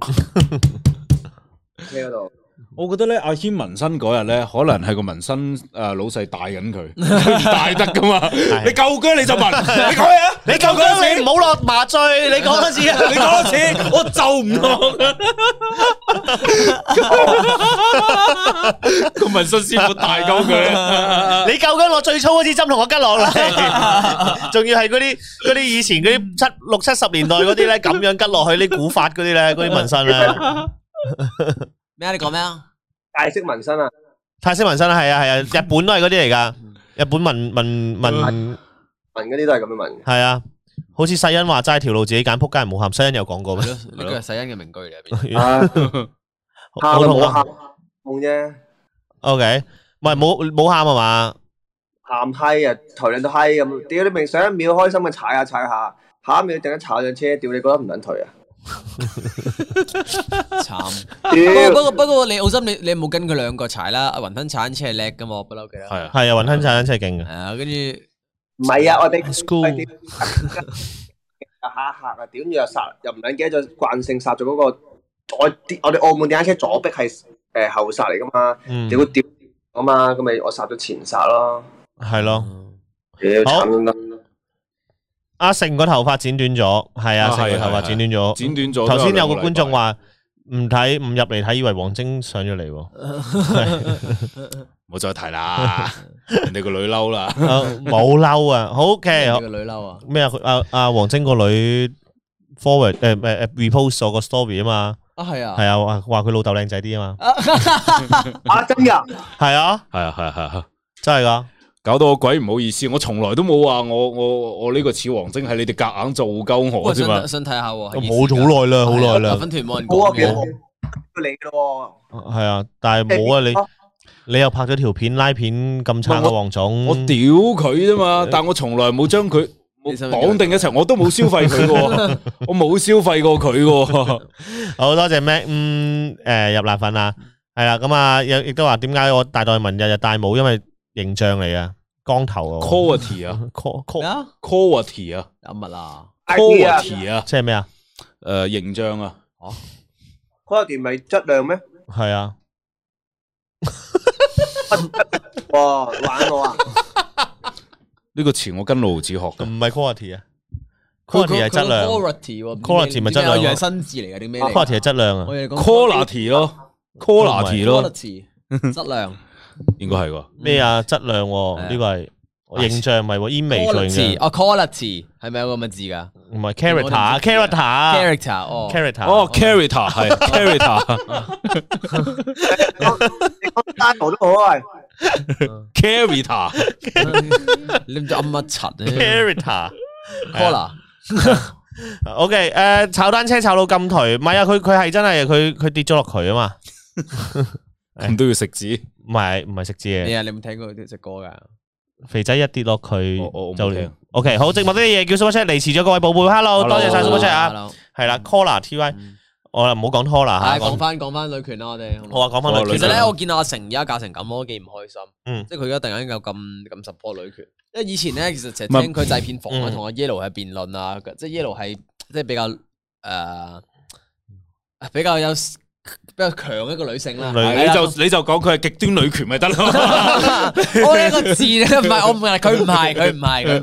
[SPEAKER 4] 車嗰度？
[SPEAKER 2] 我覺得咧，阿軒紋身嗰日咧，可能係個紋身诶老細帶緊 佢，佢唔帶得噶嘛。你夠姜你就紋，你講嘢啊！
[SPEAKER 1] 你講緊你唔好落麻醉，你講多次啊！
[SPEAKER 2] 你講多次，我就唔落。個紋身師傅大鳩佢，
[SPEAKER 1] 你究竟攞最粗嗰支針同我吉落 嚟，仲要係嗰啲嗰啲以前嗰啲七六七十年代嗰啲 咧，咁樣吉落去啲古法嗰啲咧，嗰啲紋身咧，
[SPEAKER 3] 咩啊？你講咩啊？
[SPEAKER 4] 泰式紋身啊，
[SPEAKER 1] 泰式紋身係啊係啊，日本都係嗰啲嚟噶，日本紋紋紋
[SPEAKER 4] 紋嗰啲都係咁樣紋嘅。
[SPEAKER 1] 係啊，好似世恩話齋條路自己揀，仆街唔好喊，世恩有講過
[SPEAKER 3] 係
[SPEAKER 1] 咩？
[SPEAKER 3] 咯呢個係世恩嘅名句嚟， 入邊
[SPEAKER 4] 啊，喊
[SPEAKER 1] 好
[SPEAKER 4] 啊
[SPEAKER 1] 痛
[SPEAKER 4] 冇
[SPEAKER 1] 啊
[SPEAKER 4] 喊痛啫，
[SPEAKER 1] ！OK，唔係冇冇喊啊嘛？
[SPEAKER 4] 喊閪啊，頭兩到閪咁，屌你明上一秒開心嘅踩下踩下，下一秒突然間踩上車，屌你覺得唔撚頹啊？
[SPEAKER 3] 慘。啊不
[SPEAKER 4] 屌
[SPEAKER 3] 過不過不過，你澳心你你冇跟佢兩個踩啦，阿雲吞鏟車係叻噶嘛，我不嬲記得。
[SPEAKER 2] 係啊
[SPEAKER 1] 係啊，雲吞產真係勁
[SPEAKER 3] 係啊，跟住
[SPEAKER 4] 唔係啊，我哋
[SPEAKER 1] School
[SPEAKER 4] 下一下啊，屌又殺又唔撚記得咗慣性殺咗嗰、個我啲我哋澳門電單車左壁係誒後殺嚟噶嘛，
[SPEAKER 1] 嘅，
[SPEAKER 4] 屌屌啊嘛，咁咪我殺咗前殺咯，
[SPEAKER 1] 係咯。
[SPEAKER 3] 嗯
[SPEAKER 4] 屌
[SPEAKER 1] 好
[SPEAKER 4] 慘啦！
[SPEAKER 1] 阿成個頭髮剪短咗，係啊，
[SPEAKER 2] 啊
[SPEAKER 1] 成個
[SPEAKER 2] 係
[SPEAKER 1] 頭
[SPEAKER 2] 係
[SPEAKER 1] 髮
[SPEAKER 2] 係
[SPEAKER 1] 剪短咗，
[SPEAKER 2] 剪短咗
[SPEAKER 1] 頭先有個
[SPEAKER 2] 個
[SPEAKER 1] 觀眾話唔睇唔入嚟睇，以為王晶上咗嚟喎。
[SPEAKER 2] 唔好再提啦，人哋個女嬲啦。
[SPEAKER 1] 啊冇嬲啊，好
[SPEAKER 3] 咩啊你
[SPEAKER 1] 嘅
[SPEAKER 3] 個女嬲啊，
[SPEAKER 1] 咩啊？阿阿王晶個女 forward 誒誒誒 repost 咗個 story 啊嘛，
[SPEAKER 3] 啊係啊
[SPEAKER 1] 係，啊，話話佢老豆靚仔啲啊嘛，
[SPEAKER 4] 啊真噶，
[SPEAKER 1] 係啊，
[SPEAKER 2] 係啊係啊係啊，
[SPEAKER 1] 真係㗎，
[SPEAKER 2] 搞到我鬼唔好意思，我從來都冇話我我我呢個似王晶係你哋夾硬做鳩
[SPEAKER 3] 喂
[SPEAKER 2] 我啫嘛
[SPEAKER 3] 想。想睇下喎，係意思㗎
[SPEAKER 1] 冇好耐啦，好耐
[SPEAKER 3] 係啊
[SPEAKER 1] 啦
[SPEAKER 3] 粉，團冇人
[SPEAKER 4] 好啊
[SPEAKER 3] 講
[SPEAKER 4] 幾好
[SPEAKER 3] 嘅，，
[SPEAKER 4] 要你咯
[SPEAKER 1] 系啊，但系冇啊，你你又拍咗条片拉片咁差
[SPEAKER 2] 唔係
[SPEAKER 1] 嘅
[SPEAKER 2] 我
[SPEAKER 1] 黃總，
[SPEAKER 2] 我屌佢啫嘛，但我從來冇將佢
[SPEAKER 3] 你想唔想
[SPEAKER 2] 綁定一齊，我都冇消費佢嘅，我冇消費過佢嘅。
[SPEAKER 1] 好多謝 Mac，嗯，诶、入奶粉啊，係啦，咁啊，又亦都話點解我大代文日日戴帽，因為形象嚟啊，光頭啊
[SPEAKER 2] quality 啊
[SPEAKER 1] call call，
[SPEAKER 3] 咩啊？
[SPEAKER 2] ，quality 啊
[SPEAKER 3] 有乜啊？
[SPEAKER 4] ，idea
[SPEAKER 2] ，quality 啊，
[SPEAKER 1] 即係咩啊？
[SPEAKER 2] 诶，形象啊，
[SPEAKER 4] quality 咪質量咩？
[SPEAKER 1] 係啊，
[SPEAKER 4] 哇，玩我啊！
[SPEAKER 2] 呢個詞我跟路子學
[SPEAKER 1] 唔
[SPEAKER 2] 嘅。
[SPEAKER 1] 係 quality 啊，quality 係質量
[SPEAKER 5] quality 喎
[SPEAKER 1] Quality 咪質量咯
[SPEAKER 3] 我以為係新字嚟嘅定咩嚟㗎
[SPEAKER 1] ，quality 係質量啊
[SPEAKER 3] 我。哋
[SPEAKER 2] quality 咯，quality
[SPEAKER 1] 嗯
[SPEAKER 2] 咯，
[SPEAKER 3] quality 質量
[SPEAKER 2] 應該係喎。
[SPEAKER 1] 咩啊？質量喎
[SPEAKER 3] 係啊
[SPEAKER 1] 呢個係形象唔係喎，煙味佢
[SPEAKER 3] quality
[SPEAKER 1] 嘅，
[SPEAKER 3] 哦 quality 係咪有個咁嘅字㗎
[SPEAKER 1] 唔係
[SPEAKER 3] 我哋唔知啊
[SPEAKER 1] character，character，character。
[SPEAKER 3] character 哦
[SPEAKER 1] character
[SPEAKER 2] 哦，character 係 character
[SPEAKER 4] 你講 style 都好啊，
[SPEAKER 2] character，
[SPEAKER 3] 你唔知噏乜柒啊咧
[SPEAKER 1] character。
[SPEAKER 3] ？Cola
[SPEAKER 1] 啊 O K，诶，呃炒單車炒到咁頹，唔係啊，佢佢係真係佢佢跌咗落渠啊嘛，
[SPEAKER 2] 咁都要食指。
[SPEAKER 1] 唔係唔係食字嘅
[SPEAKER 3] 你，啊你有冇聽過呢隻歌㗎？
[SPEAKER 1] 肥仔一跌落渠
[SPEAKER 2] 我我我冇
[SPEAKER 1] 就
[SPEAKER 3] 啊
[SPEAKER 2] 聽
[SPEAKER 1] O K，好，寂寞啲嘢叫 Super Chat 嚟遲咗各位寶貝，Hello，
[SPEAKER 2] Hello
[SPEAKER 1] 多謝晒 Super Chat 啊，
[SPEAKER 3] Hello，Hello
[SPEAKER 1] 係啦，Cola T Y，我啦唔好講 Cola
[SPEAKER 3] 嗯唉，
[SPEAKER 1] 吓，
[SPEAKER 3] 講
[SPEAKER 1] 講
[SPEAKER 3] 翻講翻女權啦，我哋好唔好
[SPEAKER 1] 好啊，講翻女
[SPEAKER 3] 其
[SPEAKER 2] 女
[SPEAKER 1] 權
[SPEAKER 3] 實
[SPEAKER 2] 權
[SPEAKER 3] 咧，
[SPEAKER 2] 啦
[SPEAKER 3] 我見到阿成而家搞成咁，我都幾唔開心。
[SPEAKER 1] 嗯
[SPEAKER 3] 即係佢而家突然間有咁咁 support 女權，因為以前咧其實成日聽佢製片房咧
[SPEAKER 1] 嗯
[SPEAKER 3] 同阿 Yellow 係辯論啊，即係 Yellow 係即係比較誒比較有比較強一個女性啦。
[SPEAKER 1] 女
[SPEAKER 3] 係
[SPEAKER 2] 你
[SPEAKER 3] 啦
[SPEAKER 2] 就你就講佢係極端女權咪 得咯。
[SPEAKER 3] 我呢個字咧唔係我唔係佢唔係佢唔係佢唔係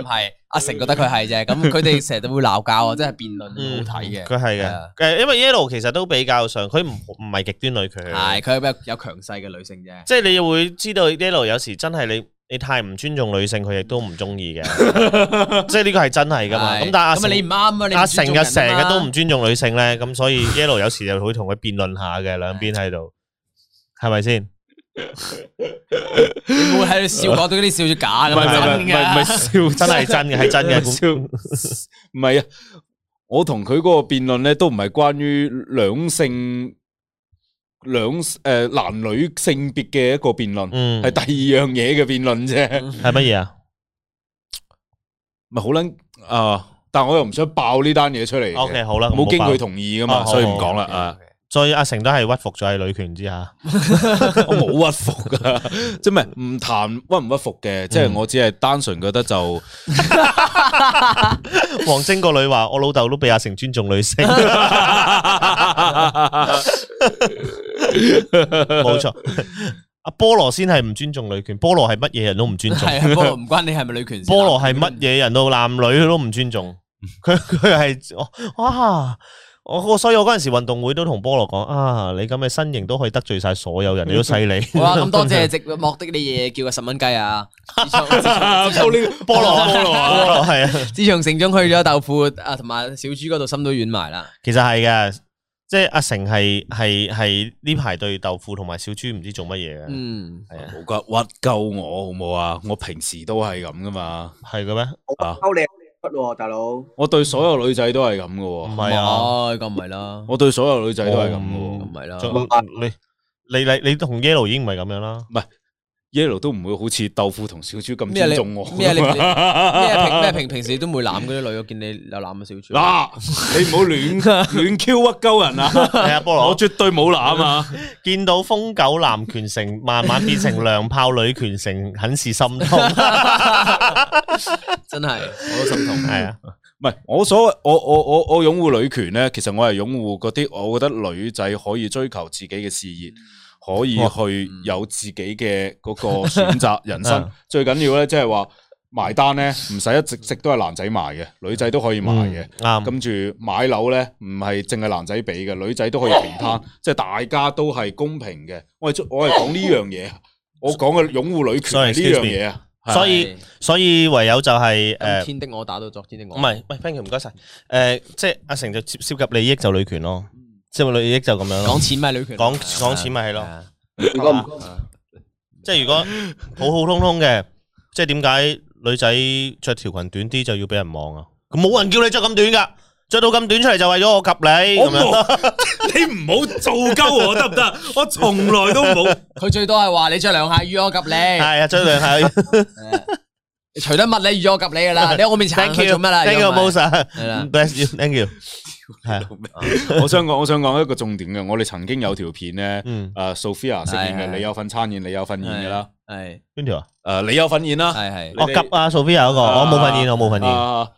[SPEAKER 3] 佢唔係阿成覺得佢係啫，咁佢哋成日都會鬧交啊，即係辯論
[SPEAKER 1] 嗯
[SPEAKER 3] 好睇嘅。
[SPEAKER 1] 佢係
[SPEAKER 3] 係啊
[SPEAKER 1] 嘅，诶，因為 Yellow 其實都比較上，佢唔唔係極端女權，
[SPEAKER 3] 係佢係比較有強勢嘅女性啫。
[SPEAKER 1] 即係你會知道 Yellow 有時真係你你太唔尊重女性，佢亦都唔中意嘅，即係呢個係真係噶嘛，
[SPEAKER 3] 係
[SPEAKER 1] 咁但係阿
[SPEAKER 3] 咁啊
[SPEAKER 1] 成
[SPEAKER 3] 你唔啱啊，你唔
[SPEAKER 1] 阿成
[SPEAKER 3] 尊重
[SPEAKER 1] 又
[SPEAKER 3] 人
[SPEAKER 1] 成
[SPEAKER 3] 啊
[SPEAKER 1] 日
[SPEAKER 3] 嘛
[SPEAKER 1] 都唔尊重女性咧，咁所以 Yellow 有時就會同佢辯論下嘅，兩邊喺度，係咪先？
[SPEAKER 3] 你唔會喺度笑講到啲笑住假
[SPEAKER 2] 唔係唔係唔係唔係
[SPEAKER 3] 咁樣
[SPEAKER 2] 唔係笑，
[SPEAKER 1] 真係真嘅，係真嘅。
[SPEAKER 2] 笑，唔係啊！我同佢嗰個辯論咧，都唔係關於兩性兩诶、男女性別嘅一個辯論，
[SPEAKER 1] 嗯，
[SPEAKER 2] 係第二樣嘢嘅辯論啫，
[SPEAKER 1] 係乜嘢啊？
[SPEAKER 2] 咪好撚啊！但我又唔想爆呢單嘢出嚟嘅
[SPEAKER 1] OK，好啦咁
[SPEAKER 2] 冇經
[SPEAKER 1] 冇爆
[SPEAKER 2] 佢同意噶
[SPEAKER 1] 哦
[SPEAKER 2] 嘛，
[SPEAKER 1] 好
[SPEAKER 2] 所以唔
[SPEAKER 1] 好
[SPEAKER 2] 講啦啊！
[SPEAKER 1] 所以阿成都係屈服咗喺女權之下。
[SPEAKER 2] 我冇屈服噶， 即係唔係唔談屈唔屈服嘅，即係
[SPEAKER 1] 嗯
[SPEAKER 2] 我只係單純覺 得就。
[SPEAKER 1] 王晶個女話：我老豆都俾阿成尊重女性，冇錯。阿菠蘿先係唔尊重女權，菠蘿係乜嘢人都唔尊重，
[SPEAKER 3] 係啊，菠蘿唔關你係咪女權事啊，
[SPEAKER 1] 菠蘿係乜嘢人都男女都唔尊重。佢佢係我哇！我我所以我嗰阵时运动會都同菠蘿講啊，你咁嘅身形都可以得罪晒所有人，你都犀利。
[SPEAKER 3] 好啦，咁多謝直幕的啲嘢叫個十蚊雞啊！自從自從自從
[SPEAKER 1] 菠蘿菠蘿菠蘿係啊。
[SPEAKER 3] 自從成中去咗豆腐啊，同埋小豬嗰度心都軟埋啦。
[SPEAKER 1] 其實係嘅，即係阿成係係係呢排對豆腐同埋小豬唔知做乜嘢嘅，
[SPEAKER 3] 嗯，
[SPEAKER 1] 啊
[SPEAKER 2] 冇噶屈鳩我好冇啊！我平時都係咁噶嘛，
[SPEAKER 1] 係嘅咩？
[SPEAKER 2] 啊，
[SPEAKER 4] 溝你不喎，大佬。
[SPEAKER 2] 我對所有女仔都係咁噶
[SPEAKER 1] 唔
[SPEAKER 2] 喎，
[SPEAKER 1] 係啊，
[SPEAKER 3] 哦，咁唔係啦，
[SPEAKER 2] 我對所有女仔都係
[SPEAKER 3] 咁
[SPEAKER 2] 咁
[SPEAKER 1] 哦
[SPEAKER 2] 噶
[SPEAKER 3] 唔
[SPEAKER 2] 喎
[SPEAKER 3] 係啦，
[SPEAKER 1] 仲你你你你同 Yellow 已經唔係咁樣啦，
[SPEAKER 2] ，Yellow 都唔會好似豆腐同小豬咁
[SPEAKER 3] 咩啊
[SPEAKER 2] 尊
[SPEAKER 3] 你
[SPEAKER 2] 重我㗎嘛。
[SPEAKER 3] 咩你咩平咩平平時都唔會攬嗰啲女，我見你有攬啊小豬。
[SPEAKER 2] 嗱，你唔好 亂亂 Q 屈鳩人啊！
[SPEAKER 1] 係啊，菠
[SPEAKER 2] 我
[SPEAKER 1] 蘿
[SPEAKER 2] 絕對冇攬啊！
[SPEAKER 1] 見到瘋狗男權城慢慢變成娘炮女權城，很是心痛，
[SPEAKER 3] 真係我都心痛。
[SPEAKER 1] 係啊，
[SPEAKER 2] 唔係我所謂我我我我擁護女權咧，其實我係擁護嗰啲我覺得女仔可以追求自己嘅事業。可以去有自己嘅嗰個選 擇人生
[SPEAKER 1] 嗯，
[SPEAKER 2] 最緊要咧即係話埋單咧，唔使一直直都係男仔埋嘅，女仔都可以埋嘅。
[SPEAKER 1] 嗯啱，
[SPEAKER 2] 跟住買樓咧，唔係淨係男仔俾嘅，女仔都可以平 攤，即係大家都係公平嘅。我係我係講呢樣嘢，我講嘅擁護女權係
[SPEAKER 1] Sorry,
[SPEAKER 2] 呢樣嘢啊。係
[SPEAKER 1] 所以所以唯有就係
[SPEAKER 3] 今
[SPEAKER 1] 誒。
[SPEAKER 3] 天的我打到昨天的我，
[SPEAKER 1] 唔係，喂，thank you，唔該晒。誒，即係阿成就涉涉及利益就女權咯，涉及利益就咁樣咯
[SPEAKER 3] 講。錢咪女權，
[SPEAKER 1] 講講錢咪係咯
[SPEAKER 3] 係啊。
[SPEAKER 4] 如果唔
[SPEAKER 1] 即係如果普普通通嘅，即係點解女仔着條裙短啲就要俾人望啊？咁冇人叫你着咁短噶，着到咁短出嚟就為咗我及你咁樣。
[SPEAKER 2] 你唔好做鳩我得唔得？我從來都冇。
[SPEAKER 5] 佢最多系话你着涼鞋預我及
[SPEAKER 1] 系
[SPEAKER 5] 你，
[SPEAKER 1] 啊，追兩下。
[SPEAKER 5] 你除得襪你預我及你噶 啦，你喺我面前行
[SPEAKER 1] Thank
[SPEAKER 5] 佢
[SPEAKER 1] you，
[SPEAKER 5] 做乜啦
[SPEAKER 1] Thank you，
[SPEAKER 5] 如果唔係
[SPEAKER 1] Mosa。
[SPEAKER 5] 係啦
[SPEAKER 1] Bless you，Thank you。系啊，
[SPEAKER 2] 我想講，我想講一個重點嘅，我哋曾經有條片咧，
[SPEAKER 1] 嗯，
[SPEAKER 2] 诶，Sophia 飾演
[SPEAKER 3] 係
[SPEAKER 2] 嘅，
[SPEAKER 3] 係
[SPEAKER 2] 你有份參演，你有
[SPEAKER 5] 嗯
[SPEAKER 2] 份演嘅啦，
[SPEAKER 3] 系
[SPEAKER 1] 邊條啊？
[SPEAKER 2] 诶，你有份演啦，
[SPEAKER 3] 系系
[SPEAKER 1] 我
[SPEAKER 2] 你哋
[SPEAKER 1] 及啊，Sophia 嗰個，
[SPEAKER 2] 啊
[SPEAKER 1] 我冇份演，我冇份 演，
[SPEAKER 2] 啊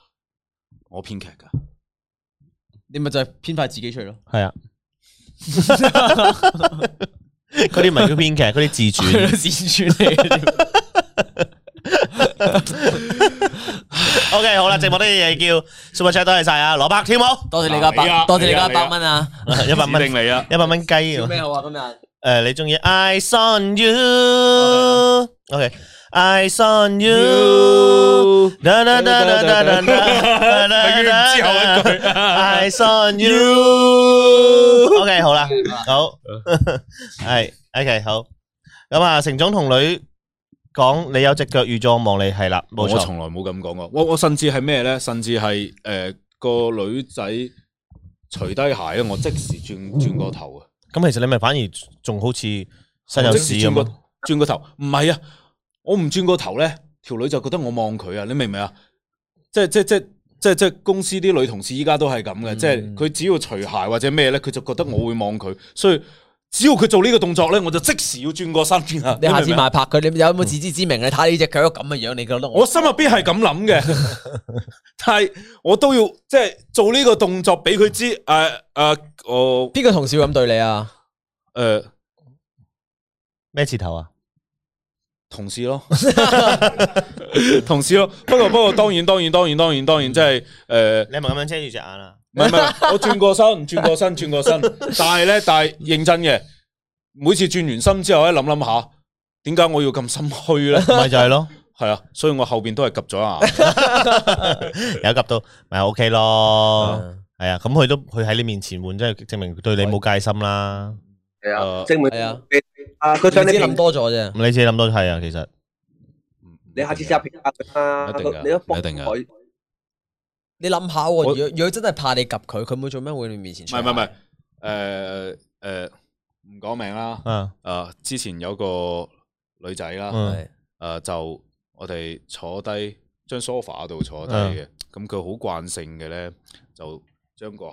[SPEAKER 2] 我編劇㗎。
[SPEAKER 3] 你咪就系编快自己出嚟咯。
[SPEAKER 1] 係啊。嗰啲唔係叫編劇，嗰啲自
[SPEAKER 5] 佢
[SPEAKER 1] 傳。
[SPEAKER 5] 都剪出嚟嘅。
[SPEAKER 1] OK，好啦，寂寞啲嘢叫 Super Chat，多謝晒啊，羅伯跳 舞，
[SPEAKER 3] 多謝你嗰一
[SPEAKER 2] 嗱你啊
[SPEAKER 3] 百，多
[SPEAKER 1] 哎
[SPEAKER 3] 謝你
[SPEAKER 2] 你啊
[SPEAKER 3] 嗰一百蚊啊！
[SPEAKER 1] 一百蚊
[SPEAKER 2] 指，定你啊！
[SPEAKER 1] 一百蚊雞啊。
[SPEAKER 3] 咩好啊？今日
[SPEAKER 1] 诶，你中意 I s on you？OK，I s on you。哒哒哒哒哒哒 哒哒哒。
[SPEAKER 2] 之後一句
[SPEAKER 1] I s on you。OK，好啦，好， 系 OK，好。咁啊，成总同女讲，你有只脚预咗我望你，系啦，冇
[SPEAKER 2] 我
[SPEAKER 1] 错。
[SPEAKER 2] 從來冇咁講過。我我甚至係咩咧？甚至係诶個女仔除低鞋啊咧，我即時轉轉個頭啊！
[SPEAKER 1] 咁其实你咪反而仲好似身有
[SPEAKER 2] 即
[SPEAKER 1] 屎
[SPEAKER 2] 時轉
[SPEAKER 1] 咁
[SPEAKER 2] 個
[SPEAKER 1] 啊。
[SPEAKER 2] 轉個頭，唔係啊！我唔轉個頭咧，條女就覺得我望佢啊！你明唔明啊？即係即係即係即係即係公司啲女同事依家都係咁
[SPEAKER 1] 嗯
[SPEAKER 2] 嘅，即係佢只要除鞋或者咩咧，佢就覺得我會望佢，所以只要佢做呢個動作咧，我就即時要轉個身啊！
[SPEAKER 5] 你下次
[SPEAKER 2] 明唔明啊
[SPEAKER 5] 埋拍佢，你有冇自知之明？你睇你只腳咁嘅樣，你覺得
[SPEAKER 2] 我心入邊係咁諗嘅， 但係我都要即係做呢個動作俾佢知，誒、誒、我
[SPEAKER 5] 邊個同事會咁對你啊？
[SPEAKER 2] 誒、
[SPEAKER 1] 咩字头啊？
[SPEAKER 2] 同事 咯， 同事咯。不過不過當然當然當然當然當然即係誒。
[SPEAKER 1] 你係咪咁样遮住只眼啊？
[SPEAKER 2] 唔係唔係，我轉過 身，轉過身，轉過身。但係咧，但係認真嘅，每次轉完身之後咧，諗諗下，點解我要咁心虛咧？
[SPEAKER 1] 咪就係咯。
[SPEAKER 2] 係啊，所以我後边都係及咗啊牙。
[SPEAKER 1] 有及到咪 OK
[SPEAKER 3] Ờ.
[SPEAKER 1] à, 咯，系啊，咁佢都佢喺你面前換，即係證明佢對你冇戒心啦。
[SPEAKER 4] 係啊，
[SPEAKER 2] 誒
[SPEAKER 4] 證明
[SPEAKER 5] 係啊
[SPEAKER 4] 啊，佢
[SPEAKER 5] 你
[SPEAKER 4] 想你
[SPEAKER 5] 自己諗
[SPEAKER 4] 平，
[SPEAKER 5] 多咗啫。
[SPEAKER 1] 咁你自己諗多係啊，其實
[SPEAKER 4] 你下次試下評價佢啦，
[SPEAKER 2] 一定㗎
[SPEAKER 4] 你都搏
[SPEAKER 2] 一定㗎
[SPEAKER 4] 佢
[SPEAKER 5] 你諗下喎，如
[SPEAKER 2] 我
[SPEAKER 5] 果如果真係怕你及佢，佢唔會做咩會你面前
[SPEAKER 2] 唔
[SPEAKER 5] 除
[SPEAKER 2] 係唔係
[SPEAKER 5] 鞋
[SPEAKER 2] 唔係，诶诶，唔講名啦。
[SPEAKER 1] 啊，
[SPEAKER 2] 诶，呃之前有個女仔啦，
[SPEAKER 1] 嗯
[SPEAKER 5] 係
[SPEAKER 2] 诶就我哋坐低張 sofa 度坐低嘅，
[SPEAKER 1] 嗯
[SPEAKER 2] 咁佢好慣性嘅咧，就將個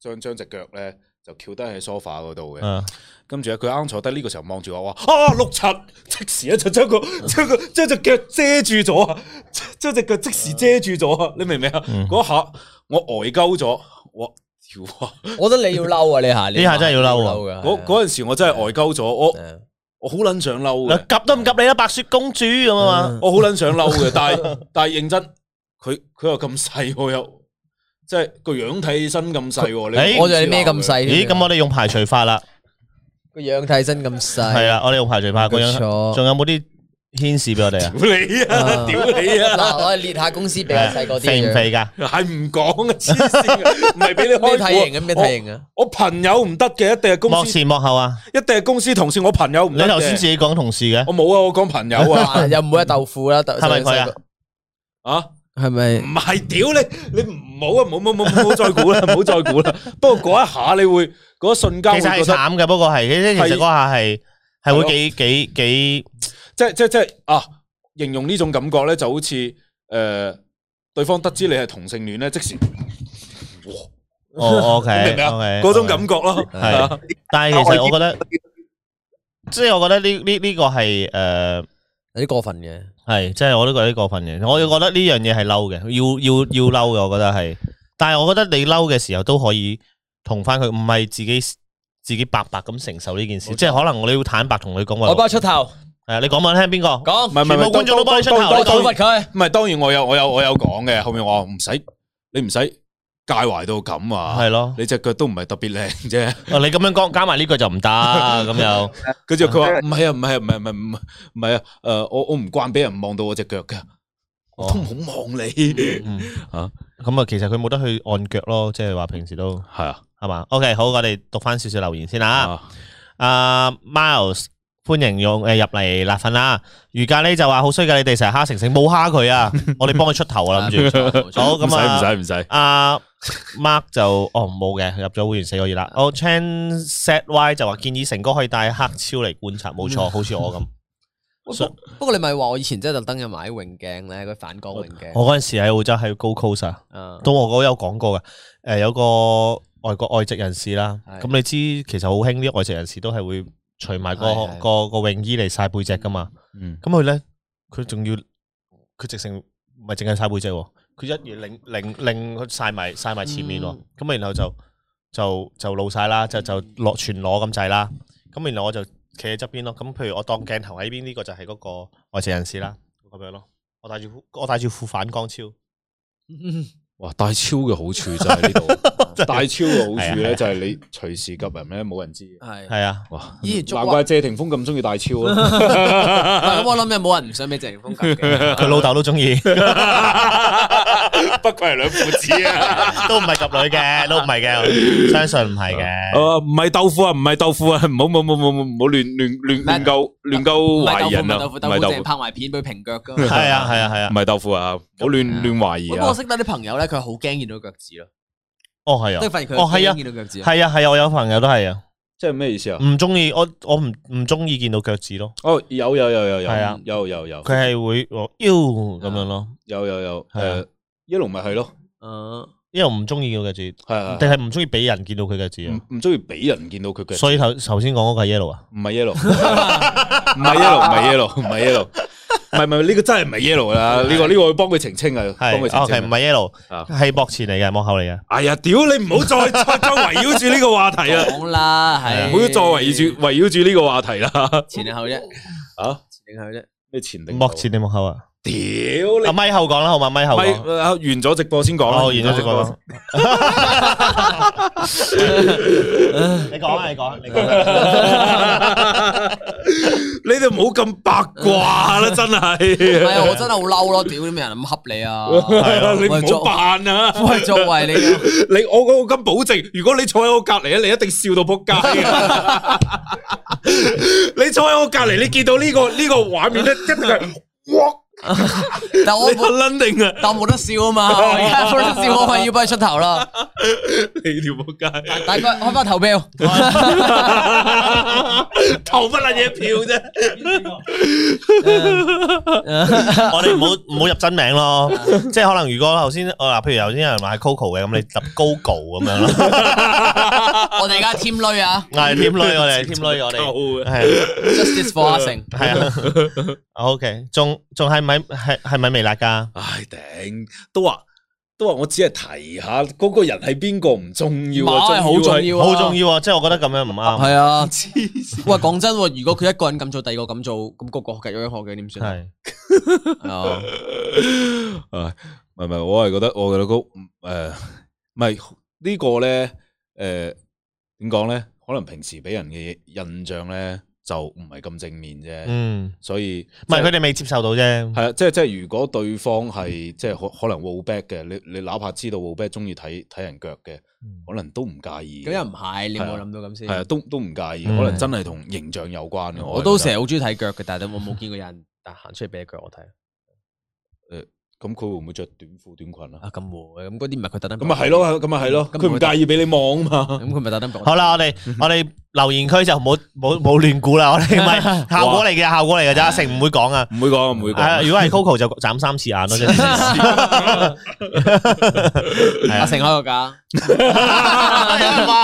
[SPEAKER 2] 將將只腳咧就翹低喺 sofa 嗰度嘅。
[SPEAKER 1] 嗯，
[SPEAKER 2] 跟住咧，佢啱坐低呢個時候望住我話：啊，六七！即時咧就將個
[SPEAKER 1] 嗯
[SPEAKER 2] 將個將只腳遮住咗啊！ 將只腳即時遮住咗啊！你明唔明啊？
[SPEAKER 1] 嗯
[SPEAKER 2] 嗰下我呆鳩咗，我 屌啊！
[SPEAKER 1] 哎
[SPEAKER 5] 我覺得你要嬲啊！你下
[SPEAKER 1] 呢下真係要嬲啊
[SPEAKER 5] 㗎
[SPEAKER 2] 嗰嗰陣時我真係呆鳩咗，我
[SPEAKER 5] 係啊
[SPEAKER 2] 我好撚想嬲
[SPEAKER 1] 哎嗱
[SPEAKER 2] 嘅，
[SPEAKER 1] 及都唔及你啦，白雪公主咁啊嘛，
[SPEAKER 2] 我好撚想嬲嘅，但係 但係認真，佢佢又咁細喎，又即係個樣睇起身咁細喎，
[SPEAKER 1] 誒
[SPEAKER 2] 你
[SPEAKER 5] 我仲你咩咁？細？
[SPEAKER 1] 咦，咁我哋用排除法啦，
[SPEAKER 5] 個樣睇起身咁細，
[SPEAKER 1] 係啊啦，我哋用排除法
[SPEAKER 5] 冇
[SPEAKER 1] 個樣，
[SPEAKER 5] 錯
[SPEAKER 1] 仲有冇啲牽示俾我哋啊
[SPEAKER 2] 屌？你啊！
[SPEAKER 5] 啊
[SPEAKER 2] 屌你啊！
[SPEAKER 5] 嗱，我哋列下公 司比較細個啲
[SPEAKER 1] 肥唔
[SPEAKER 5] 嘅樣，
[SPEAKER 1] 肥㗎？
[SPEAKER 2] 係唔講啊！黐線嘅，唔係俾 你開
[SPEAKER 5] 咩體型
[SPEAKER 2] 估
[SPEAKER 5] 嘅咩體型啊？
[SPEAKER 2] 我朋友唔得嘅，一定係
[SPEAKER 1] 幕
[SPEAKER 2] 公司，
[SPEAKER 1] 前幕後啊，
[SPEAKER 2] 一定係公司同事。我朋友唔
[SPEAKER 1] 你
[SPEAKER 2] 得嘅
[SPEAKER 1] 頭先自己講同事嘅，
[SPEAKER 2] 我冇啊，我講朋友 啊，
[SPEAKER 5] 嗱又唔會係豆腐啦，係
[SPEAKER 1] 係咪佢啊？
[SPEAKER 2] 啊，
[SPEAKER 5] 係咪
[SPEAKER 2] 唔？係屌你，你唔好啊，冇冇冇冇冇再估啦，唔好再估啦。不過嗰一下你會嗰一瞬間
[SPEAKER 1] 其實
[SPEAKER 2] 會
[SPEAKER 1] 係
[SPEAKER 2] 覺得，
[SPEAKER 1] 慘嘅，不過係，其實其實
[SPEAKER 2] 係
[SPEAKER 1] 嗰下係係會幾幾 幾
[SPEAKER 2] 即係即係即係啊，形容呢種感覺咧，就好似誒、呃、對方得知你係同性戀咧，即時
[SPEAKER 1] 哦，OK
[SPEAKER 2] 你明唔明啊
[SPEAKER 1] OK
[SPEAKER 2] 嗰種感覺咯，
[SPEAKER 1] 係
[SPEAKER 2] 係啊
[SPEAKER 1] 但係其實我覺得，即係我覺得呢呢呢個係誒
[SPEAKER 5] 有啲過分嘅，
[SPEAKER 1] 係，即係我都覺得過分嘅。我覺得呢樣嘢係嬲嘅，要要要嬲嘅，我覺得係。但係我覺得你嬲嘅時候都可以同翻佢，唔係自己自己白白咁承受呢件事。即係可能你要坦白同佢講
[SPEAKER 5] 我幫
[SPEAKER 1] 話，
[SPEAKER 5] 佢出頭
[SPEAKER 1] 係啊你講俾我聽邊個？
[SPEAKER 5] 講
[SPEAKER 2] 唔，係唔係唔
[SPEAKER 1] 全部
[SPEAKER 2] 係
[SPEAKER 1] 觀眾都幫你出頭
[SPEAKER 2] 當
[SPEAKER 5] 我
[SPEAKER 2] 當
[SPEAKER 5] 討
[SPEAKER 2] 當
[SPEAKER 5] 伐佢。
[SPEAKER 2] 唔係當然我有我有我有講嘅，後面我話唔使你唔使介懷到咁啊，
[SPEAKER 1] 係咯，
[SPEAKER 2] 你只腳都唔係特別靚啫。
[SPEAKER 1] 啊你咁樣講加埋呢句就唔得咁又。
[SPEAKER 2] 跟住佢話唔係啊，唔係啊，唔係唔係唔係唔係啊，诶，我我唔慣俾人望到我只腳噶，我都唔好望你。係
[SPEAKER 1] 哦嗯
[SPEAKER 2] 啊
[SPEAKER 1] 咁啊，其實佢冇得去按腳咯，即係話平時都
[SPEAKER 2] 啊，
[SPEAKER 1] 啊係嘛。OK，好，我哋讀翻少少留言先啦。
[SPEAKER 2] 啊
[SPEAKER 1] 啊 Miles 歡迎用诶入嚟辣粉啦。瑜伽呢就話好衰㗎，你哋成日蝦成成冇蝦佢 啊，我哋幫佢出頭啊，諗住。好
[SPEAKER 2] 唔
[SPEAKER 1] 咁啊，
[SPEAKER 2] 使唔使唔使，
[SPEAKER 1] 阿 Mark 就哦冇嘅，入咗會員四個月啦。我 Chan Set Y 就話建議成哥可以帶黑超嚟觀察，冇錯，好似我咁。
[SPEAKER 3] 不過你咪話我以前真係特登有買泳鏡咧，嗰啲反光泳 鏡。
[SPEAKER 1] 我嗰阵时喺澳洲喺 Go Coast 啊，
[SPEAKER 3] 啊
[SPEAKER 1] 都我嗰個有講過嘅。诶、有個外國外籍人士啦，
[SPEAKER 3] 係
[SPEAKER 1] 咁你知其實好興啲外籍人士都係會除埋個
[SPEAKER 3] 係係
[SPEAKER 1] 個個泳衣嚟晒背脊噶嘛。
[SPEAKER 2] 嗯，
[SPEAKER 1] 咁佢咧，佢仲要佢直成唔係淨係晒背脊喎，佢一嘢拧拧拧佢晒埋晒埋前面喎。咁、然後就就就露晒啦，就就落全裸咁滯啦。咁然後我就企喺側邊咯。咁譬如我當鏡頭喺邊呢個就係嗰個外籍人士啦，咁樣咯。我戴住我戴住副反光超，
[SPEAKER 2] 哇！大超嘅好處就喺呢度，大超嘅好處
[SPEAKER 1] 係啊係啊
[SPEAKER 2] 咧就係你隨時及人咧，冇人知。
[SPEAKER 3] 係。
[SPEAKER 1] 係啊。
[SPEAKER 2] 哇！
[SPEAKER 3] 咦捉
[SPEAKER 2] 難怪謝霆鋒咁中意大超啊！
[SPEAKER 3] 咁我諗有冇人唔想俾謝霆鋒 夾嘅？
[SPEAKER 1] 佢老豆都中意，
[SPEAKER 2] 不愧係兩父子啊！
[SPEAKER 1] 都唔係及女嘅，都唔係嘅，相信唔係嘅。
[SPEAKER 2] 啊，唔係豆腐啊，唔係豆腐啊， 唔好唔好唔好唔好唔好亂亂亂亂鳩亂鳩
[SPEAKER 3] 唔係豆
[SPEAKER 2] 懷疑
[SPEAKER 3] 腐，唔
[SPEAKER 2] 人
[SPEAKER 3] 係
[SPEAKER 2] 啊！
[SPEAKER 3] 豆
[SPEAKER 2] 唔
[SPEAKER 3] 腐，豆腐
[SPEAKER 2] 係豆
[SPEAKER 3] 淨
[SPEAKER 2] 腐
[SPEAKER 3] 係，拍埋片俾佢平腳噶。
[SPEAKER 1] 係啊，係啊，係
[SPEAKER 2] 唔
[SPEAKER 1] 啊。
[SPEAKER 2] 係豆腐啊！唔好亂亂懷疑
[SPEAKER 3] 不過我
[SPEAKER 2] 啊！
[SPEAKER 3] 識得啲朋友咧，佢好驚見到腳趾咯，
[SPEAKER 1] 哦，係
[SPEAKER 3] 即
[SPEAKER 1] 啊
[SPEAKER 3] 係，發現佢
[SPEAKER 1] 哦係啊
[SPEAKER 3] 驚見到腳趾。
[SPEAKER 1] 係啊，係啊。我有朋友都係啊，
[SPEAKER 2] 即係咩意思啊？
[SPEAKER 1] 唔中意我，我唔唔中意見到腳趾咯。
[SPEAKER 2] 哦，有有有有有
[SPEAKER 1] 係啊
[SPEAKER 2] 有有有
[SPEAKER 1] 佢係會我妖咁樣咯，
[SPEAKER 2] 有有有
[SPEAKER 1] 係啊
[SPEAKER 2] 誒，一路咪係咯，
[SPEAKER 3] 嗯
[SPEAKER 1] 因為我唔中意見到腳趾，
[SPEAKER 2] 係係係
[SPEAKER 1] 定係唔中意俾人見到佢腳趾啊。
[SPEAKER 2] 唔唔中意俾人見到佢嘅。
[SPEAKER 1] 所以頭頭先講嗰個係 yellow 啊，
[SPEAKER 2] 唔係 yellow，唔係 yellow，唔係 yellow，唔係 yellow，唔係唔係呢個真係唔係 yellow 啦，呢個呢個我幫佢澄清啊，幫
[SPEAKER 1] 係
[SPEAKER 2] 佢
[SPEAKER 1] 哦
[SPEAKER 2] 澄
[SPEAKER 1] OK 唔
[SPEAKER 2] 清啊。
[SPEAKER 1] 係 yellow，
[SPEAKER 2] 啊
[SPEAKER 1] 係幕前嚟嘅，幕後嚟嘅。
[SPEAKER 2] 哎呀，屌你唔好再 再再圍繞住呢個話題 啊！
[SPEAKER 3] 講啦，
[SPEAKER 2] 唔
[SPEAKER 3] 係。
[SPEAKER 2] 好再圍繞住圍繞住呢個話題啦。
[SPEAKER 3] 前定後啫，
[SPEAKER 2] 啊，
[SPEAKER 3] 前定後啫。
[SPEAKER 2] 咩前定後
[SPEAKER 1] 幕前定幕後啊？
[SPEAKER 2] 屌
[SPEAKER 1] 阿
[SPEAKER 2] 你
[SPEAKER 1] 咪後講啦，好嘛？咪後
[SPEAKER 2] 咪
[SPEAKER 1] 講。
[SPEAKER 2] 啊完咗直播先講啦。
[SPEAKER 1] 哦，完咗直播啦。 你講啊，你講啊，你
[SPEAKER 2] 你哋唔好咁八卦啦，真
[SPEAKER 3] 唔係啊，
[SPEAKER 2] 係。
[SPEAKER 3] 我真係好嬲咯！屌啲咩人咁恰你 啊？
[SPEAKER 2] 你
[SPEAKER 3] 喂
[SPEAKER 2] 唔好
[SPEAKER 3] 作
[SPEAKER 2] 扮啊！
[SPEAKER 3] 喂，作為你啊嘅
[SPEAKER 2] 你我我敢保證，如果你坐喺我隔離咧，你一定笑到仆街嘅你坐喺我隔離，你見到呢、個呢、個畫面咧，一定係哇！
[SPEAKER 3] 但我
[SPEAKER 2] 你
[SPEAKER 3] 冇，
[SPEAKER 2] 肯定啊！
[SPEAKER 3] 但我冇得笑啊嘛，我而家冇得笑，我咪要幫你出頭啦。
[SPEAKER 2] 你條仆街，
[SPEAKER 3] 大家開翻投票，
[SPEAKER 2] 投乜撚嘢票啫？
[SPEAKER 1] 我哋唔好唔好入真名 咯，即係可能如果頭先我嗱，譬如頭先有人買 Coco 嘅，咁你揼 Gogo 咁樣咯，
[SPEAKER 3] 我哋而家 team 女啊
[SPEAKER 1] 係添女我哋添女我哋
[SPEAKER 2] 夠啊！
[SPEAKER 1] 係啊。
[SPEAKER 3] ，justice for 阿成。
[SPEAKER 1] 系啊，OK，仲仲系咪系系咪微辣噶？
[SPEAKER 2] 唉頂，都話都話，我只係提下嗰、個人係邊個唔重要啊，
[SPEAKER 3] 馬係好重
[SPEAKER 2] 要
[SPEAKER 3] 要啊，
[SPEAKER 1] 好重要啊！即系我觉得咁样唔啱，
[SPEAKER 3] 係啊，喂，講真喎，如果佢一個人咁做，第二個咁做，咁個個繼續學嘅點算啊？
[SPEAKER 1] 系
[SPEAKER 3] 係啊，
[SPEAKER 2] 啊，唔係唔係，我係覺得我嘅老公诶，唔係呢個咧，诶點講咧？可能平時俾人嘅印象咧就唔係咁正面啫，
[SPEAKER 1] 嗯，
[SPEAKER 2] 所以
[SPEAKER 1] 唔系佢哋未接受到啫，
[SPEAKER 2] 系啊，即係即係如果對方係即係可可能 w back 嘅，你你哪怕知道 w back 中意睇睇人腳嘅，可能都唔介意。
[SPEAKER 3] 咁又唔係，你有冇諗到咁
[SPEAKER 2] 係啊，
[SPEAKER 3] 先。
[SPEAKER 2] 都都唔介意，
[SPEAKER 1] 嗯
[SPEAKER 2] 可能真係同形象有關嘅。
[SPEAKER 3] 我都成
[SPEAKER 2] 係覺得
[SPEAKER 3] 日好中意睇腳嘅，但係我冇見過有人行出嚟俾一腳我睇。
[SPEAKER 2] 咁，佢會唔會着短褲短裙啊？
[SPEAKER 3] 啊，咁會，咁嗰啲唔係佢特登。
[SPEAKER 2] 咁咪係，咯，咁咪係咯，
[SPEAKER 3] 咁
[SPEAKER 2] 佢唔介意俾你望啊嘛。
[SPEAKER 3] 咁佢咪特登。
[SPEAKER 1] 好啦，我哋我哋留言区就唔好冇冇乱估 啦，我哋唔系效果嚟嘅，效果嚟嘅咋，成唔会讲啊。
[SPEAKER 2] 唔會講，唔會
[SPEAKER 1] 係啊
[SPEAKER 2] 講。
[SPEAKER 1] 如果系 Coco 就斩三次眼咯，真係
[SPEAKER 3] 阿成開個價。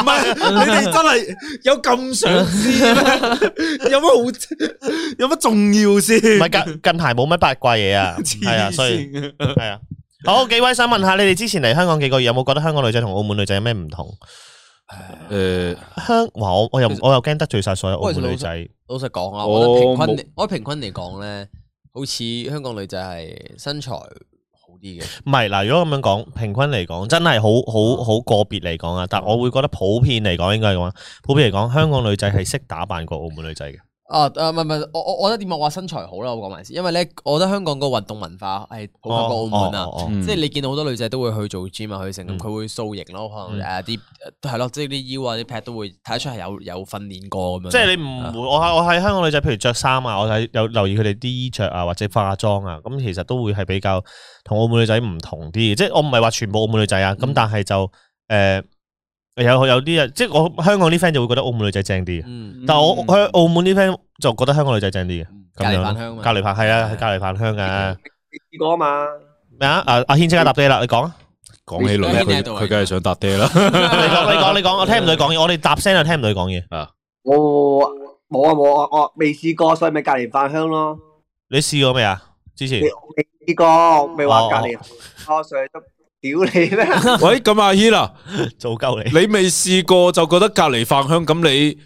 [SPEAKER 2] 唔係，你哋真係有咁想知 咩？有乜好？有乜重要先？
[SPEAKER 1] 唔系近近排冇乜八卦嘢啊，系啊，所以系啊。好，几位想问下你哋之前嚟香港几个月，有冇觉得香港女仔同澳门女仔有咩唔同？
[SPEAKER 2] 誒，
[SPEAKER 1] 香哇，我我又我又惊得罪晒所有澳門
[SPEAKER 3] 喂
[SPEAKER 1] 女仔，
[SPEAKER 3] 老實講
[SPEAKER 5] 哦
[SPEAKER 3] 啊，
[SPEAKER 2] 我
[SPEAKER 3] 我覺得平
[SPEAKER 2] 冇
[SPEAKER 3] 均嚟，我覺得平均嚟講咧，好似香港女仔係身材好啲嘅，
[SPEAKER 1] 唔係嗱，如果咁樣講，平均嚟講，真係好
[SPEAKER 5] 嗯
[SPEAKER 1] 好好個別嚟講啊，但我會覺得普遍嚟講應該係咁啊，普遍嚟講，香港女仔係識打扮過澳門女仔嘅，
[SPEAKER 5] 啊誒唔係唔係，我我我覺得點啊？我話身材好啦，我講埋先，因為咧，我覺得香港個運動文化係普及過澳門啊。
[SPEAKER 1] 哦哦哦
[SPEAKER 2] 嗯
[SPEAKER 5] 即係你見到好多女仔都會去做 gym 啊，去成咁，
[SPEAKER 1] 嗯
[SPEAKER 5] 佢會塑形咯，可
[SPEAKER 1] 嗯
[SPEAKER 5] 能誒啲係咯，即係啲腰啊啲 pat 都會睇得出係有有訓練過咁樣。
[SPEAKER 1] 即係你唔會，我喺我喺香港女仔，譬如着衫啊，我睇有留意佢哋啲衣着啊，或者化妝啊，咁其實都會係比較同澳門女仔唔同啲嘅。即係我唔係話全部澳門女仔啊，
[SPEAKER 5] 嗯
[SPEAKER 1] 咁但係就诶、呃有有啲人，即係我香港啲 friend 就會覺得澳門女仔正啲嘅，
[SPEAKER 5] 嗯，
[SPEAKER 1] 但我我喺澳門啲 friend 就覺得香港女仔正啲嘅。
[SPEAKER 3] 嗯
[SPEAKER 5] 隔
[SPEAKER 1] 咁樣
[SPEAKER 5] 離
[SPEAKER 1] 咯
[SPEAKER 5] 飯香啊嘛，
[SPEAKER 1] 隔離飯係啊，係隔離飯香嘅
[SPEAKER 4] 試過啊嘛，
[SPEAKER 1] 咩啊？阿阿軒即刻答爹啦，你講啊！
[SPEAKER 2] 講起女，
[SPEAKER 3] 你
[SPEAKER 2] 佢
[SPEAKER 3] 喺度啊
[SPEAKER 2] 佢梗係想搭 爹啦。
[SPEAKER 1] 你講你講你講，我聽唔到佢講嘢，我哋答聲就聽唔到佢講嘢。
[SPEAKER 4] 我冇啊冇啊，我未試過，所以咪隔離飯香咯。
[SPEAKER 1] 你試過未啊？之前
[SPEAKER 4] 你未試過，咪話隔離多歲都屌你咩？
[SPEAKER 2] 喂，咁阿軒啊，
[SPEAKER 1] 做鳩你，
[SPEAKER 2] 你未試過就覺得隔離飯香，咁你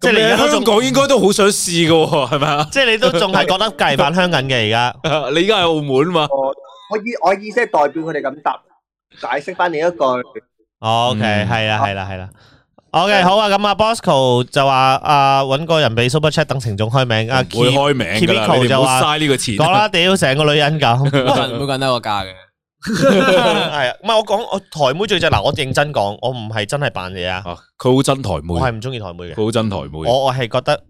[SPEAKER 1] 即係你
[SPEAKER 2] 咁
[SPEAKER 1] 而
[SPEAKER 2] 喺
[SPEAKER 1] 家都
[SPEAKER 2] 香
[SPEAKER 1] 仲
[SPEAKER 2] 港應該都好想試㗎喎，係咪 啊？
[SPEAKER 1] 即係你都仲係覺得隔離飯香緊嘅而家。
[SPEAKER 2] 你而家喺澳門嘛？
[SPEAKER 4] 我我意我意思係代表佢哋咁答，解釋翻你一句。
[SPEAKER 1] OK，
[SPEAKER 2] 嗯
[SPEAKER 1] 係啦，係啦，係啦。OK，好啊，咁啊，Bosco 就話啊，搵個人俾 Super Chat 等程總開名啊
[SPEAKER 2] 唔會
[SPEAKER 1] ，Keep
[SPEAKER 2] 開名㗎啦，
[SPEAKER 1] Kimiko
[SPEAKER 2] 你哋
[SPEAKER 1] 就
[SPEAKER 2] 唔
[SPEAKER 1] 話
[SPEAKER 2] 好嘥呢個錢。
[SPEAKER 1] 講啦，屌成個女人咁，
[SPEAKER 3] 每個人每個人都有個價 嘅。
[SPEAKER 1] 係啊，唔係我講我台妹最正嗱，我認真講，我唔係真係扮嘢啊，
[SPEAKER 2] 啊，佢好憎台
[SPEAKER 1] 我係
[SPEAKER 2] 妹，
[SPEAKER 1] 唔中意台妹嘅，
[SPEAKER 2] 佢好憎台妹，
[SPEAKER 1] 我我係覺得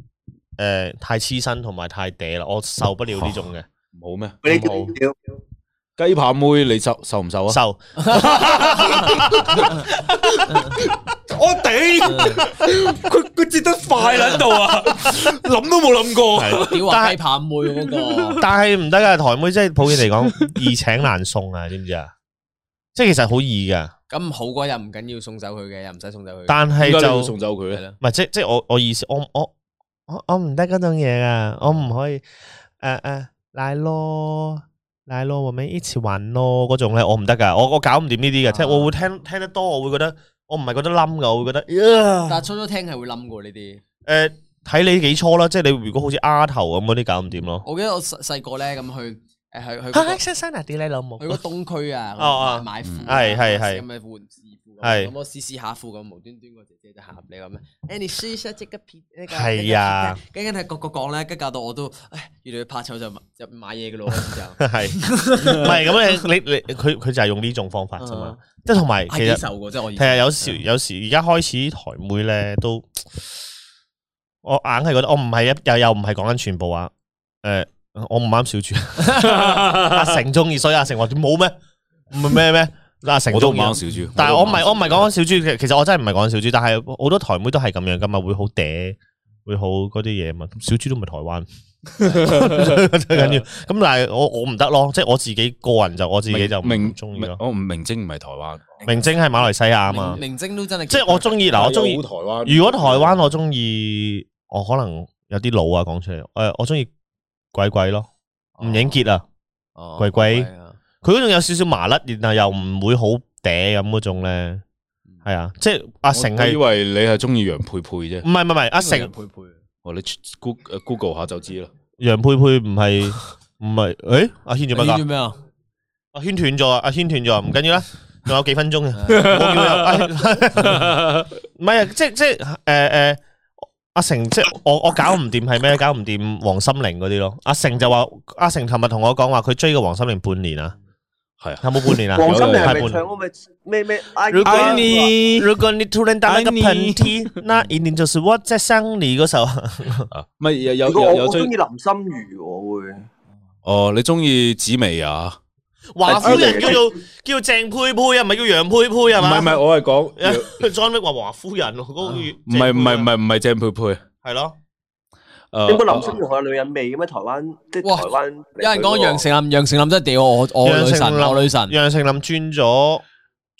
[SPEAKER 1] 诶太黐身同埋太嗲啦，我受不了呢種嘅，
[SPEAKER 2] 唔好咩？
[SPEAKER 4] 你
[SPEAKER 1] 好
[SPEAKER 4] 屌屌，
[SPEAKER 2] 雞扒妹你受受唔受啊？
[SPEAKER 1] 受
[SPEAKER 2] 我頂，佢佢接得快喺度啊，諗都冇諗過。
[SPEAKER 1] 係
[SPEAKER 3] 屌
[SPEAKER 1] 但
[SPEAKER 3] 話
[SPEAKER 1] 係
[SPEAKER 3] 雞扒妹嗰個，
[SPEAKER 1] 但係唔得噶，台妹即係普遍嚟 講易請難送啊，知唔知啊？即係其實好易噶，
[SPEAKER 3] 咁好嗰日唔緊要送走佢嘅，又唔使送走佢。
[SPEAKER 1] 但係
[SPEAKER 2] 點解你
[SPEAKER 1] 就
[SPEAKER 2] 會。送走佢咧？
[SPEAKER 1] 唔係即即我我意思，我我我我唔得嗰種嘢啊，我唔可以誒誒奶咯奶咯，我咪一起玩咯嗰種咧，我唔得噶，我我搞唔掂呢
[SPEAKER 2] 啊
[SPEAKER 1] 啲嘅，即係我會聽聽得多，我會覺得我唔係覺得冧噶，我會覺得，
[SPEAKER 3] 但係初初聽係會冧過呢啲。
[SPEAKER 1] 誒睇你幾初啦，即係你如果好似丫頭咁嗰啲搞唔掂咯。
[SPEAKER 3] 我記得我細細個咧咁去誒去去嗰個
[SPEAKER 1] 嚇！生生啊，屌你老母
[SPEAKER 3] 去！嗰東區啊，
[SPEAKER 1] 哦哦
[SPEAKER 3] 買買褲啊，
[SPEAKER 1] 係係係
[SPEAKER 3] 咁咪換試褲咁，
[SPEAKER 1] 係
[SPEAKER 3] 咁我試試下褲咁，無端端個姐姐就行入嚟咁樣，誒你試一下即刻撇呢個，
[SPEAKER 1] 係啊
[SPEAKER 3] 呢個撇低，跟跟係個個講咧，跟搞到我都，唉，越嚟越怕醜就就買嘢嘅咯，開始就
[SPEAKER 1] 係，唔係咁你 你你佢佢就係用呢種方法啫嘛，即啊係同埋其
[SPEAKER 3] 係
[SPEAKER 1] 實
[SPEAKER 3] 幾。瘦嘅啫，我以
[SPEAKER 1] 係啊，
[SPEAKER 3] 前
[SPEAKER 1] 有時有時而家開始台妹咧都，我硬係覺得我唔係一又又唔係講緊全部啊，诶、我唔啱小主， 阿成中意，所以阿成話冇咩，唔係咩咩，阿成
[SPEAKER 2] 我都
[SPEAKER 1] 中
[SPEAKER 2] 唔
[SPEAKER 1] 意。啊
[SPEAKER 2] 啱小豬，
[SPEAKER 1] 但係我唔係我唔係
[SPEAKER 2] 講。
[SPEAKER 1] 講緊小豬嘅，其實我真係唔係講緊小豬，但係好多台妹都係咁樣噶嘛，會好嗲，會好嗰啲嘢嘛。小豬都唔係台灣，最緊要。咁但係我我唔得咯，即係我自己個人就我自己就唔
[SPEAKER 2] 明
[SPEAKER 1] 中意咯。
[SPEAKER 2] 我唔明晶唔係台灣，
[SPEAKER 1] 明晶係馬來西亞啊嘛
[SPEAKER 3] 明，明晶都真係，
[SPEAKER 1] 即係我中意嗱，我中意
[SPEAKER 2] 有。台灣
[SPEAKER 1] 如果台灣我中意，我可能有啲老啊講出嚟，诶、我中意鬼鬼咯，吳影傑啊，
[SPEAKER 3] 哦
[SPEAKER 1] 鬼鬼
[SPEAKER 3] 係啊
[SPEAKER 1] 佢嗰種有少少麻甩，然後又唔會好嗲咁嗰種咧，係啊，即係阿成
[SPEAKER 2] 我以
[SPEAKER 1] 係，
[SPEAKER 2] 為你係中意楊佩佩啫
[SPEAKER 1] 唔，係唔係唔係，阿
[SPEAKER 3] 因為
[SPEAKER 1] 成
[SPEAKER 3] 佩佩，
[SPEAKER 2] 哦，你 Google Google 下就知啦。
[SPEAKER 1] 楊佩佩唔係唔係，诶、阿軒做乜
[SPEAKER 3] 你知
[SPEAKER 1] 㗎？
[SPEAKER 3] 咩啊？
[SPEAKER 1] 阿軒斷咗啊，阿軒斷咗啊，唔緊要啦，仲有幾分鐘嘅，我叫佢哎 唔係啊，即即诶诶。阿成即係我我搞唔掂係咩？搞唔掂黃心凌嗰啲咯。阿成就話阿成琴日同我講話，佢追個黃心凌半年啊，
[SPEAKER 2] 係啊
[SPEAKER 1] 有冇半年啊？
[SPEAKER 4] 黃心凌
[SPEAKER 1] 有有
[SPEAKER 4] 係
[SPEAKER 1] 有
[SPEAKER 4] 咪唱嗰咪咩咩？
[SPEAKER 1] 如果
[SPEAKER 4] 哎呀
[SPEAKER 1] 如果你突然打了個
[SPEAKER 2] 愛你
[SPEAKER 1] 噴嚏，那一定就是我在想你嗰首。
[SPEAKER 2] 啊唔係有有
[SPEAKER 4] 如果我
[SPEAKER 2] 有有
[SPEAKER 4] 我中
[SPEAKER 2] 追
[SPEAKER 4] 意林心如，我會
[SPEAKER 2] 哦，你中意紫薇啊？
[SPEAKER 1] 華夫人叫做叫鄭佩佩啊，唔係叫楊佩佩係
[SPEAKER 2] 唔係
[SPEAKER 1] 嘛？
[SPEAKER 2] 唔係，我係講
[SPEAKER 1] ，John Wick 話華夫人喎，嗰個
[SPEAKER 2] 唔係啊唔係唔係唔係鄭佩佩。
[SPEAKER 1] 啊
[SPEAKER 2] 啊呃
[SPEAKER 1] 係咯，
[SPEAKER 2] 誒
[SPEAKER 4] 點解林心如係女人味嘅咩？台灣即係
[SPEAKER 3] 哇
[SPEAKER 4] 台灣嚟佢喎。
[SPEAKER 3] 有人講楊丞琳，楊丞琳真係屌我，我
[SPEAKER 1] 楊
[SPEAKER 3] 女
[SPEAKER 1] 丞
[SPEAKER 3] 神，
[SPEAKER 1] 琳
[SPEAKER 3] 我女神，
[SPEAKER 1] 楊丞琳轉咗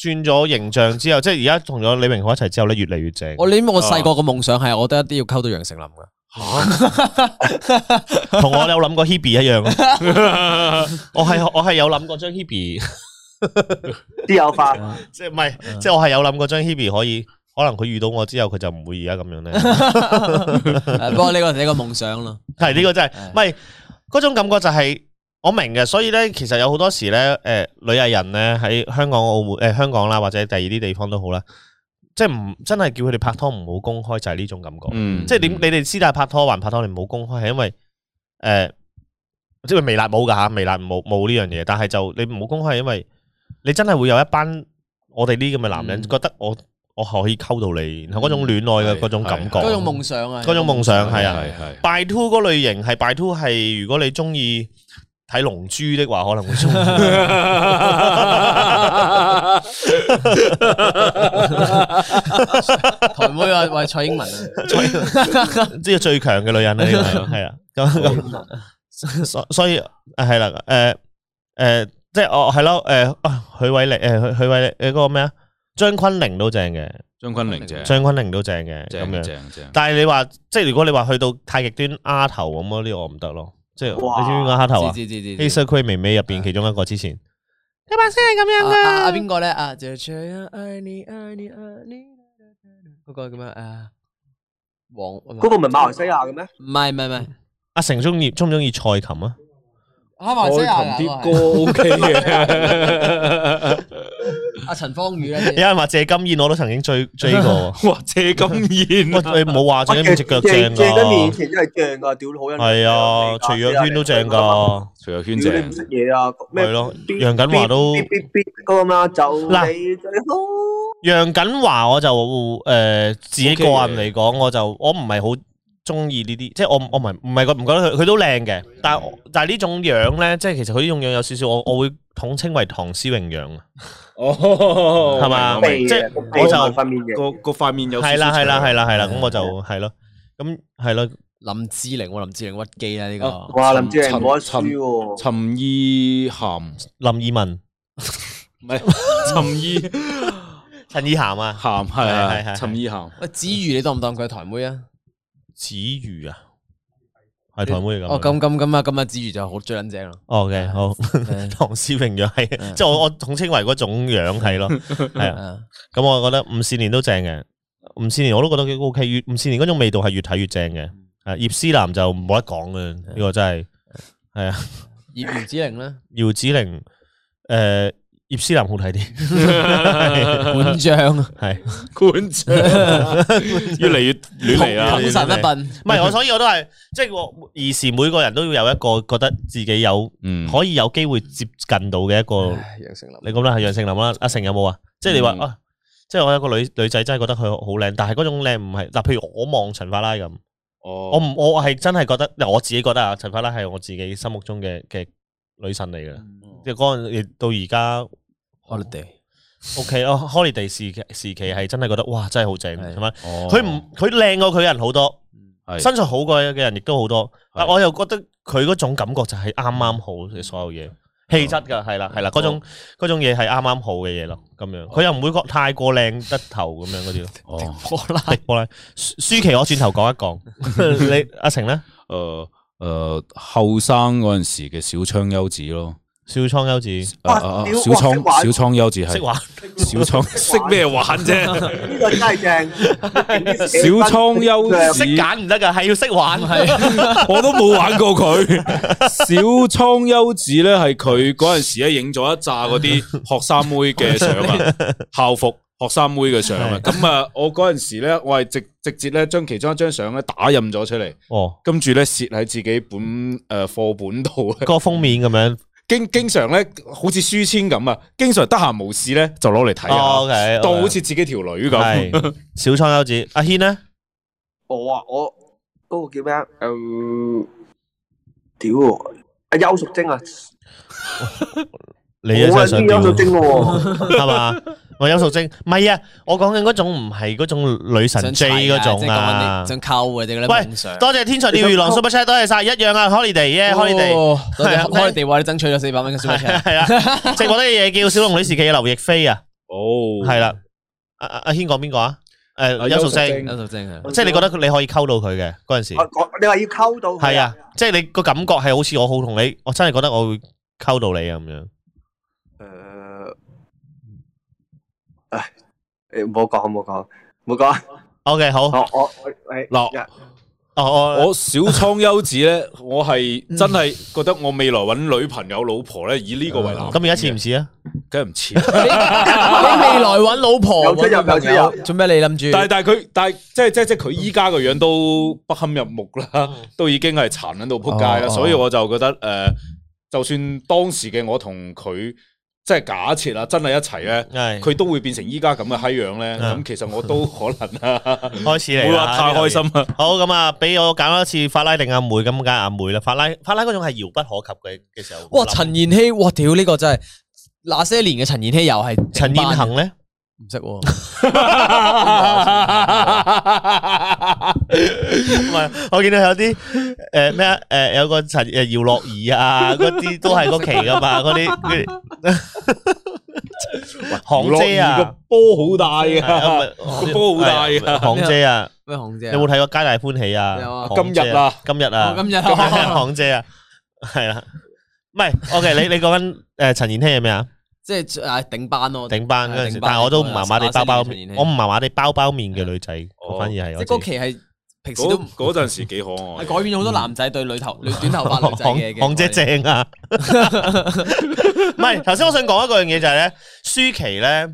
[SPEAKER 1] 轉咗形象之後，即係而家同咗李明浩一齊之後咧，越嚟越正。
[SPEAKER 3] 我諗我細個個夢想係，我覺得一定要溝到楊丞琳嘅。
[SPEAKER 1] 同我有諗過 Hebe 一樣， 我係我係有諗過將 Hebe，
[SPEAKER 4] 私有化，
[SPEAKER 1] 即係唔係，
[SPEAKER 2] 嗯
[SPEAKER 1] 即係我係有諗過將 Hebe 可以，可能佢遇到我之後，佢就唔會而家咁樣咧。
[SPEAKER 3] 誒不過呢個係一個夢想咯。
[SPEAKER 1] 係呢個真係，唔係嗰種感覺就係我明嘅，所以咧其實有好多呃時咧，诶、女藝人咧喺香港、澳門、诶、香港啦，或者第二啲地方都好啦，即係唔真係叫佢哋拍拖唔好公開，就係呢種感覺。
[SPEAKER 2] 嗯，
[SPEAKER 1] 即係點？你哋私底下拍拖還拍拖，你唔好公開，係因為诶、呃即係微辣冇噶吓，微辣冇冇呢樣嘢，但係就你唔好公開，係因為你真係會有一班我哋呢咁嘅男人
[SPEAKER 5] 嗯
[SPEAKER 1] 覺得我我可以溝到你，然後嗰種戀愛嘅
[SPEAKER 2] 係
[SPEAKER 1] 嗰種感覺，
[SPEAKER 5] 嗰種夢想 啊，
[SPEAKER 1] 嗰種夢想係啊。
[SPEAKER 2] 係係
[SPEAKER 1] by two 嗰類型係 by two 係，如果你中意睇龍珠的話，可能會中意。
[SPEAKER 5] 台妹啊，喂蔡英文啊，
[SPEAKER 1] 即系最強嘅女人啦，系啊，咁咁，所所以係啦，诶诶，誒即係我係咯，诶，啊許偉力，诶許許偉力，诶嗰個咩啊，張坤寧都正嘅，
[SPEAKER 2] 張坤寧正，
[SPEAKER 1] 張坤寧都正嘅，咁
[SPEAKER 2] 正
[SPEAKER 1] 樣。
[SPEAKER 2] 正正，
[SPEAKER 1] 但係你話，即係如果你話去到太極端丫頭咁咯，呢個我唔得咯，即係
[SPEAKER 4] 哇
[SPEAKER 1] 你知唔知丫頭啊
[SPEAKER 3] 知知知知知。
[SPEAKER 1] ？Acer 佢微微入邊其中一個之前，你把聲係咁樣
[SPEAKER 5] 啊啊啊
[SPEAKER 1] 噶，
[SPEAKER 5] 邊個咧啊？就這樣愛你愛你愛你，嗰個叫咩啊？黃
[SPEAKER 4] 嗰個唔係馬來西亞嘅咩？
[SPEAKER 3] 唔係唔係唔係，
[SPEAKER 1] 阿成中意中唔中意蔡琴啊？
[SPEAKER 5] 啊
[SPEAKER 3] 哦
[SPEAKER 5] 馬來西亞
[SPEAKER 2] 琴
[SPEAKER 5] 㗎
[SPEAKER 2] 啲歌 OK 嘅，
[SPEAKER 5] 阿啊陳芳宇咧，
[SPEAKER 1] 有人話謝金燕我都曾經追追過喎。
[SPEAKER 2] 哇！謝金 燕，
[SPEAKER 1] 喂，你冇話謝金燕只腳正
[SPEAKER 4] 借得面以
[SPEAKER 1] 㗎。
[SPEAKER 4] 前真係正㗎，屌好人
[SPEAKER 1] 系啊，徐若瑄都正噶，
[SPEAKER 2] 徐若瑄
[SPEAKER 4] 屌你唔
[SPEAKER 2] 正，
[SPEAKER 4] 識嘢啊！咩
[SPEAKER 1] 係咯楊謹華都
[SPEAKER 4] 必必必嗰個嘛，就
[SPEAKER 1] 嗱
[SPEAKER 4] 你最好。
[SPEAKER 1] 楊謹華我就诶、呃自己個人嚟講，我就我唔係好中意呢啲，即係我我唔係唔係個唔覺得佢佢都靚嘅，但係但系呢種樣咧，即係其實佢呢種樣有少少我我會統稱為唐詩詠樣啊，
[SPEAKER 2] 哦
[SPEAKER 1] 係嘛
[SPEAKER 2] 我明
[SPEAKER 1] 即係我就
[SPEAKER 4] 訓練嘅，
[SPEAKER 2] 個個塊面有
[SPEAKER 1] 係啦係啦係
[SPEAKER 2] 啦，
[SPEAKER 1] 啦係啦，咁我就係咯，咁係咯，
[SPEAKER 5] 林志玲喎，林志玲屈機啦呢
[SPEAKER 2] 啊
[SPEAKER 5] 個，
[SPEAKER 4] 哇！林志玲
[SPEAKER 2] 沉
[SPEAKER 4] 冇得輸喎，
[SPEAKER 2] 沉意涵唔
[SPEAKER 1] 林以文、
[SPEAKER 2] 係沉意
[SPEAKER 1] 陳意涵啊、
[SPEAKER 2] 涵 係
[SPEAKER 1] 係係
[SPEAKER 2] 啊，
[SPEAKER 1] 係
[SPEAKER 2] 沉意涵
[SPEAKER 5] 喂子瑜你當唔當佢係台妹啊？
[SPEAKER 1] 子瑜啊，係台妹嚟㗎
[SPEAKER 5] 哦咁咁咁啊，咁啊子瑜就好最撚 正啦。
[SPEAKER 1] ，OK 好，
[SPEAKER 5] 係
[SPEAKER 1] 唐詩詠樣係，即係我我統稱為嗰種樣係咯，係啊。
[SPEAKER 5] 啊
[SPEAKER 1] 咁我覺得五四年都正嘅，五四年我都覺得佢 O K，越五四年嗰種味道係越睇越正嘅。啊，葉詩楠就冇得講嘅，呢個真係係啊。
[SPEAKER 5] 葉姚子玲咧，
[SPEAKER 1] 姚子玲誒葉詩楠好睇 啲，
[SPEAKER 5] 本 將啊
[SPEAKER 1] 係
[SPEAKER 2] 館長，越嚟越
[SPEAKER 3] 啊
[SPEAKER 2] 亂嚟啦
[SPEAKER 1] 好。
[SPEAKER 5] 捧神一笨，
[SPEAKER 1] 唔係我？所以我都係即係我兒時每個人都要有一個覺得自己有
[SPEAKER 2] 嗯
[SPEAKER 1] 可以有機會接近到嘅一個。
[SPEAKER 5] 唉楊丞琳
[SPEAKER 1] 你咁啦，係楊丞琳啦，阿成有冇啊？即係你話
[SPEAKER 2] 嗯
[SPEAKER 1] 啊，即係我有個女女仔真係覺得佢好靚，但係嗰種靚唔係嗱，譬如我望陳法拉咁。我
[SPEAKER 2] 哦，
[SPEAKER 1] 唔我係真係覺得，嗱我自己覺得啊，陳法拉係我自己心目中嘅嘅女神嚟嘅，
[SPEAKER 2] 嗯
[SPEAKER 1] 即係嗰陣到而家
[SPEAKER 5] holiday
[SPEAKER 1] OK 咯。Holiday 時期時期係真係覺得哇，真係好正，
[SPEAKER 5] 係
[SPEAKER 1] 係咪？
[SPEAKER 2] 哦
[SPEAKER 1] 佢唔佢靚過佢嘅人好多，
[SPEAKER 2] 係
[SPEAKER 1] 身材好過嘅人亦都好多，但
[SPEAKER 2] 係
[SPEAKER 1] 我又覺得佢嗰種感覺就係啱啱好嘅所有嘢。氣質㗎，係啦，係啦，嗰種嗰種嘢係啱啱好嘅嘢咯，咁樣佢又唔會覺太過靚得頭咁樣嗰 啲咯。
[SPEAKER 2] 哦。
[SPEAKER 5] 波拉
[SPEAKER 1] 係好啦，舒舒淇我轉頭講一講， 你阿成咧，
[SPEAKER 2] 诶诶，后生嗰阵时嘅小窗优子咯，
[SPEAKER 1] 小倉優子。
[SPEAKER 2] 啊
[SPEAKER 4] 哇
[SPEAKER 2] 啊啊
[SPEAKER 4] 屌
[SPEAKER 2] 小
[SPEAKER 4] 哇識
[SPEAKER 2] 窗
[SPEAKER 4] 玩
[SPEAKER 2] 小窗优子
[SPEAKER 1] 识
[SPEAKER 2] 系
[SPEAKER 1] 玩，
[SPEAKER 2] 小窗识咩玩啫？
[SPEAKER 4] 呢個真 係正。
[SPEAKER 2] 小倉優子
[SPEAKER 1] 识拣唔得噶，系要 识玩。
[SPEAKER 2] 我都冇玩过佢。小窗优子咧系佢嗰阵时咧影咗一扎 嗰啲学生妹嘅相啊，校服。学生妹嘅相啊，咁啊，我嗰阵时咧，我系直直接咧将其中一张相咧打印咗出嚟，
[SPEAKER 1] 哦，
[SPEAKER 2] 跟住咧摄喺自己本诶课本度啊
[SPEAKER 1] 个封面咁样。
[SPEAKER 2] 经经常咧，好似書签咁啊，經常得閒無事咧就攞嚟睇
[SPEAKER 1] 哦
[SPEAKER 2] 下，
[SPEAKER 1] ，OK，
[SPEAKER 2] 當好似自己條女咁。
[SPEAKER 1] 系小倉優子。阿軒咧，
[SPEAKER 4] 我啊，我嗰個叫咩啊？嗯，屌喎阿邱淑貞啊，
[SPEAKER 1] 你啊真
[SPEAKER 4] 我啊
[SPEAKER 1] 系想
[SPEAKER 4] 知
[SPEAKER 1] 屌
[SPEAKER 4] 邱淑貞喎。
[SPEAKER 1] 係嘛？我邱淑貞，唔係啊，我講緊嗰種唔係嗰種女神 J 嗰種啊。
[SPEAKER 5] 想溝嘅啫，嗰啲
[SPEAKER 1] 喂
[SPEAKER 5] 夢想。
[SPEAKER 1] 多謝天才釣魚郎 Super Chat，多謝晒，一樣啊，Holiday 耶，Holiday。
[SPEAKER 5] 哦多謝
[SPEAKER 1] 係啊
[SPEAKER 5] holiday 話你爭取咗四百蚊嘅 super
[SPEAKER 1] 係
[SPEAKER 5] chat
[SPEAKER 1] 啊。係啦，直播啲嘢叫小龍女時期嘅劉亦菲啊，
[SPEAKER 2] 哦，
[SPEAKER 1] 係啦。阿阿阿軒講邊個啊？诶，
[SPEAKER 2] 啊
[SPEAKER 1] 邱淑
[SPEAKER 2] 邱淑貞
[SPEAKER 1] 貞，
[SPEAKER 5] 邱淑貞係
[SPEAKER 1] 即係你覺得你可以溝到佢嘅嗰阵时。
[SPEAKER 4] 我我你話要溝到佢
[SPEAKER 1] 系啊，，即系你个感觉系好似我好同你，我真系觉得我会沟到你啊咁样。
[SPEAKER 4] 诶，唉，誒唔好講，唔好講，唔好講。
[SPEAKER 1] 哦 OK，好，
[SPEAKER 4] 哎我我我誒
[SPEAKER 2] 嗱，
[SPEAKER 1] 哦哦，
[SPEAKER 2] 我小倉優子咧，我係
[SPEAKER 1] 嗯
[SPEAKER 2] 真係覺得我未來揾女朋友、老婆咧，以呢個為藍。
[SPEAKER 1] 咁而家似唔似啊？
[SPEAKER 2] 梗係唔 似，
[SPEAKER 5] 你未來揾老婆，
[SPEAKER 4] 有出入
[SPEAKER 5] 揾女朋友
[SPEAKER 4] 有出入
[SPEAKER 5] 做咩？你諗
[SPEAKER 2] 但
[SPEAKER 5] 住
[SPEAKER 2] 係但係佢但係即係即係即係佢依家個樣都不堪入目
[SPEAKER 1] 嗯
[SPEAKER 2] 啦，都已經係殘忍到撲街啦，
[SPEAKER 5] 哦
[SPEAKER 2] 所以我就覺得诶、呃就算當時嘅我同佢即係假設啦，真係一齊咧，
[SPEAKER 1] 係
[SPEAKER 2] 佢都會變成依家咁嘅閪樣咧，
[SPEAKER 1] 嗯
[SPEAKER 2] 咁其實我都可能啊，
[SPEAKER 1] 開始嚟
[SPEAKER 2] 冇
[SPEAKER 1] 啦，
[SPEAKER 2] 話太開心啊，
[SPEAKER 1] 好咁啊，俾我揀一次法拉定阿妹，咁梗係阿妹啦。法拉法拉嗰種係遙不可及嘅嘅時候。
[SPEAKER 5] 哇陳妍希，哇屌呢個真係那些年嘅陳妍希又係
[SPEAKER 1] 陳
[SPEAKER 5] 頂
[SPEAKER 1] 燕
[SPEAKER 5] 班
[SPEAKER 1] 恒咧，
[SPEAKER 5] 唔識 喎，
[SPEAKER 1] 唔係我見到有啲誒咩啊誒有個陳誒姚樂 兒啊，嗰啲都係嗰期噶嘛，嗰啲嗰啲行姐
[SPEAKER 2] 娛樂
[SPEAKER 1] 啊
[SPEAKER 2] 二個，波 好大
[SPEAKER 1] 係啊
[SPEAKER 2] 嘅，
[SPEAKER 1] 咪
[SPEAKER 2] 個波好大嘅
[SPEAKER 1] 係啊行 姐啊，
[SPEAKER 5] 咩行姐
[SPEAKER 1] 你
[SPEAKER 5] 啊？
[SPEAKER 1] 有冇睇過《皆大歡喜》啊？
[SPEAKER 5] 有啊
[SPEAKER 1] 行姐
[SPEAKER 2] 今日啊，
[SPEAKER 1] 今日啊，
[SPEAKER 5] 哦今日
[SPEAKER 1] 今日行姐啊，係啦，唔係 OK，你你講緊誒陳燕希係咩啊？
[SPEAKER 5] 即係啊頂班咯，
[SPEAKER 1] 頂班嗰陣時，
[SPEAKER 5] 頂班
[SPEAKER 1] 但係我都唔麻麻地包包面
[SPEAKER 5] 那，些
[SPEAKER 1] 我唔麻麻地包包面嘅女仔，
[SPEAKER 2] 哦
[SPEAKER 1] 我反而係
[SPEAKER 5] 即係
[SPEAKER 1] 我自
[SPEAKER 5] 嗰
[SPEAKER 1] 己。
[SPEAKER 5] 期係平時都
[SPEAKER 2] 嗰嗰陣時幾可愛
[SPEAKER 5] 係。 改變咗好
[SPEAKER 1] 嗯
[SPEAKER 5] 多男仔對女頭女短頭髮女仔嘅嘅
[SPEAKER 1] 行姐
[SPEAKER 5] 概念
[SPEAKER 1] 正啊！唔係，頭先我想講一個樣嘢就係咧，舒淇咧，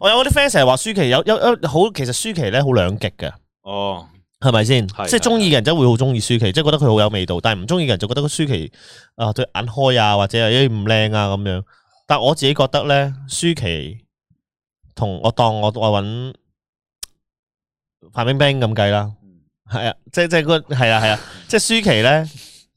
[SPEAKER 1] 我有啲 friend 成日話舒淇有有有好，其實舒淇咧好兩極嘅，
[SPEAKER 2] 哦，
[SPEAKER 1] 係咪先？
[SPEAKER 2] 係
[SPEAKER 1] 即係中意嘅人真係會好中意舒淇，即係覺得佢好有味道，但係唔中意嘅人就覺得個舒淇啊對眼開啊，或者係咦唔靚啊咁樣。但我自己覺得咧，舒淇同我當我我揾范冰冰咁計啦，
[SPEAKER 2] 嗯
[SPEAKER 1] 係啊，即即係嗰係啊係啊，即係舒淇咧，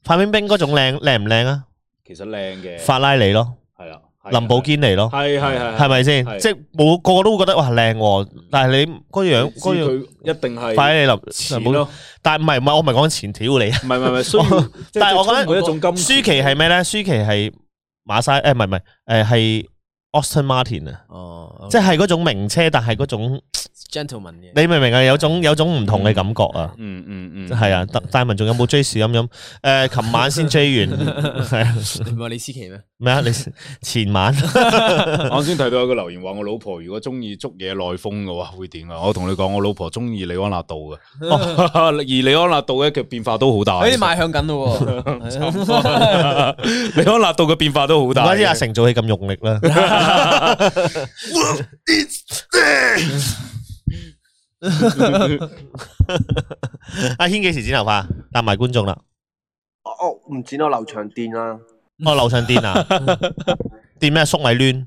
[SPEAKER 1] 范冰冰嗰種靚靚唔靚啊？
[SPEAKER 2] 其實靚嘅，
[SPEAKER 1] 法拉利咯，
[SPEAKER 2] 係啦，
[SPEAKER 1] 林寶堅尼咯，
[SPEAKER 2] 係係係
[SPEAKER 1] 係咪先？
[SPEAKER 2] 係
[SPEAKER 1] 即係冇個個都會覺得哇靚喎，但係你嗰樣
[SPEAKER 2] 知
[SPEAKER 1] 嗰樣
[SPEAKER 2] 佢一定係
[SPEAKER 1] 法拉利林
[SPEAKER 2] 錢
[SPEAKER 1] 林寶
[SPEAKER 2] 咯，
[SPEAKER 1] 但係唔係唔係，我唔係講錢屌你。
[SPEAKER 2] 唔係唔係唔係，需要即係
[SPEAKER 1] 但係我覺得
[SPEAKER 2] 充滿一種金
[SPEAKER 1] 舒淇係咩咧？舒淇係馬莎，誒唔係唔係，誒係 Austin Martin 啊，
[SPEAKER 5] 哦，
[SPEAKER 1] 即係嗰種名車，但係嗰種
[SPEAKER 5] gentleman 嘅。
[SPEAKER 1] 你明唔明啊？有種有種唔同嘅感覺啊！
[SPEAKER 2] 嗯嗯嗯，
[SPEAKER 1] 係啊，戴戴文仲有冇 J 士咁咁？誒，琴晚先 J 完，係啊
[SPEAKER 5] 你唔係李思琪 咩？
[SPEAKER 1] 咩啊？你前 晚
[SPEAKER 2] 我先睇到有個留言話，我老婆如果中意捉嘢內風嘅話，會點啊？我同你講，我老婆中意李安納度嘅，
[SPEAKER 1] 哦
[SPEAKER 2] 而李安納度咧嘅變化都好大。
[SPEAKER 1] 哎
[SPEAKER 5] 佢哋邁向緊咯喎，
[SPEAKER 2] 差唔多 李安納度嘅變化都好
[SPEAKER 1] 唔
[SPEAKER 2] 大
[SPEAKER 1] 怪之阿成啊做戲咁用力 啦。阿軒幾時剪頭髮？答埋觀眾啦。
[SPEAKER 4] 我我唔剪我留長電啊，
[SPEAKER 1] 哦，樓上 電啊，電咩粟米攣、
[SPEAKER 4] 唔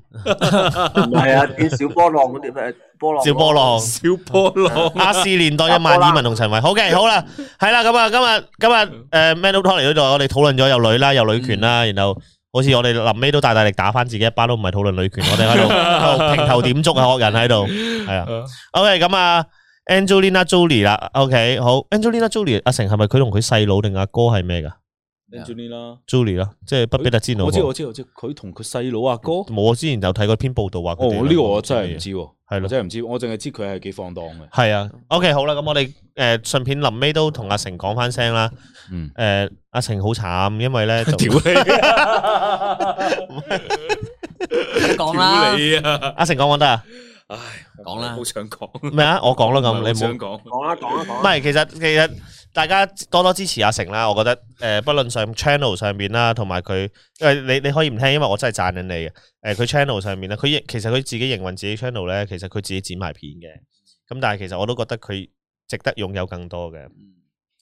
[SPEAKER 4] 係啊，剪小波浪嗰啲咩波浪，
[SPEAKER 1] 小波浪。
[SPEAKER 2] 小波浪。
[SPEAKER 1] 亞視年代嘅萬綺雯同陳偉，好嘅，好啦，係啦，咁啊，今日今日诶 m a n o Talk 嚟呢度，我哋討論咗有女啦，有女權啦，然後好似我哋臨尾都大大力打翻自己一巴，都唔係討論女權，我 哋喺度喺度平頭點足啊，學人喺度，係啊，OK，咁啊，Angelina Jolie 啦，OK，好，Angelina Jolie，阿成係咪佢同佢細佬定阿哥係咩噶
[SPEAKER 2] Angelina 啦，
[SPEAKER 1] ？Jolie 啦，即係不比特之奴
[SPEAKER 2] 我知我
[SPEAKER 1] 喎。
[SPEAKER 2] 知我知，佢同佢細佬阿哥。
[SPEAKER 1] 冇， 我之前有睇過篇報道話
[SPEAKER 2] 哦，
[SPEAKER 1] 佢哋兩
[SPEAKER 2] 呢
[SPEAKER 1] 個
[SPEAKER 2] 個我真係唔知
[SPEAKER 1] 係
[SPEAKER 2] 喎，
[SPEAKER 1] 咯
[SPEAKER 2] 我真係唔知，我淨係知佢係幾放蕩嘅。
[SPEAKER 1] 係啊，OK 好啦，咁我哋誒順便臨尾都同阿成講翻聲啦。
[SPEAKER 2] 嗯，
[SPEAKER 1] 誒阿成好慘，因為咧就
[SPEAKER 5] 你講啦，
[SPEAKER 2] 你 啊！
[SPEAKER 1] 阿成講講得啊？
[SPEAKER 2] 唉，
[SPEAKER 5] 講啦
[SPEAKER 2] 好想講，
[SPEAKER 1] 咩啊？我講啦咁，你
[SPEAKER 2] 好
[SPEAKER 1] 冇
[SPEAKER 2] 想講。
[SPEAKER 4] 講啦講啦講
[SPEAKER 1] 唔
[SPEAKER 4] 啦，
[SPEAKER 1] 係其實其實大家多多支持阿成啦，我覺得誒，不論上 channel 上面啦，同埋佢因為你你可以唔聽，因為我真係讚緊你嘅。誒佢 channel 上面咧，佢亦其實佢自己營運自己 channel 咧，其實佢自己剪埋片嘅。咁但係其實我都覺得佢值得擁有更多嘅。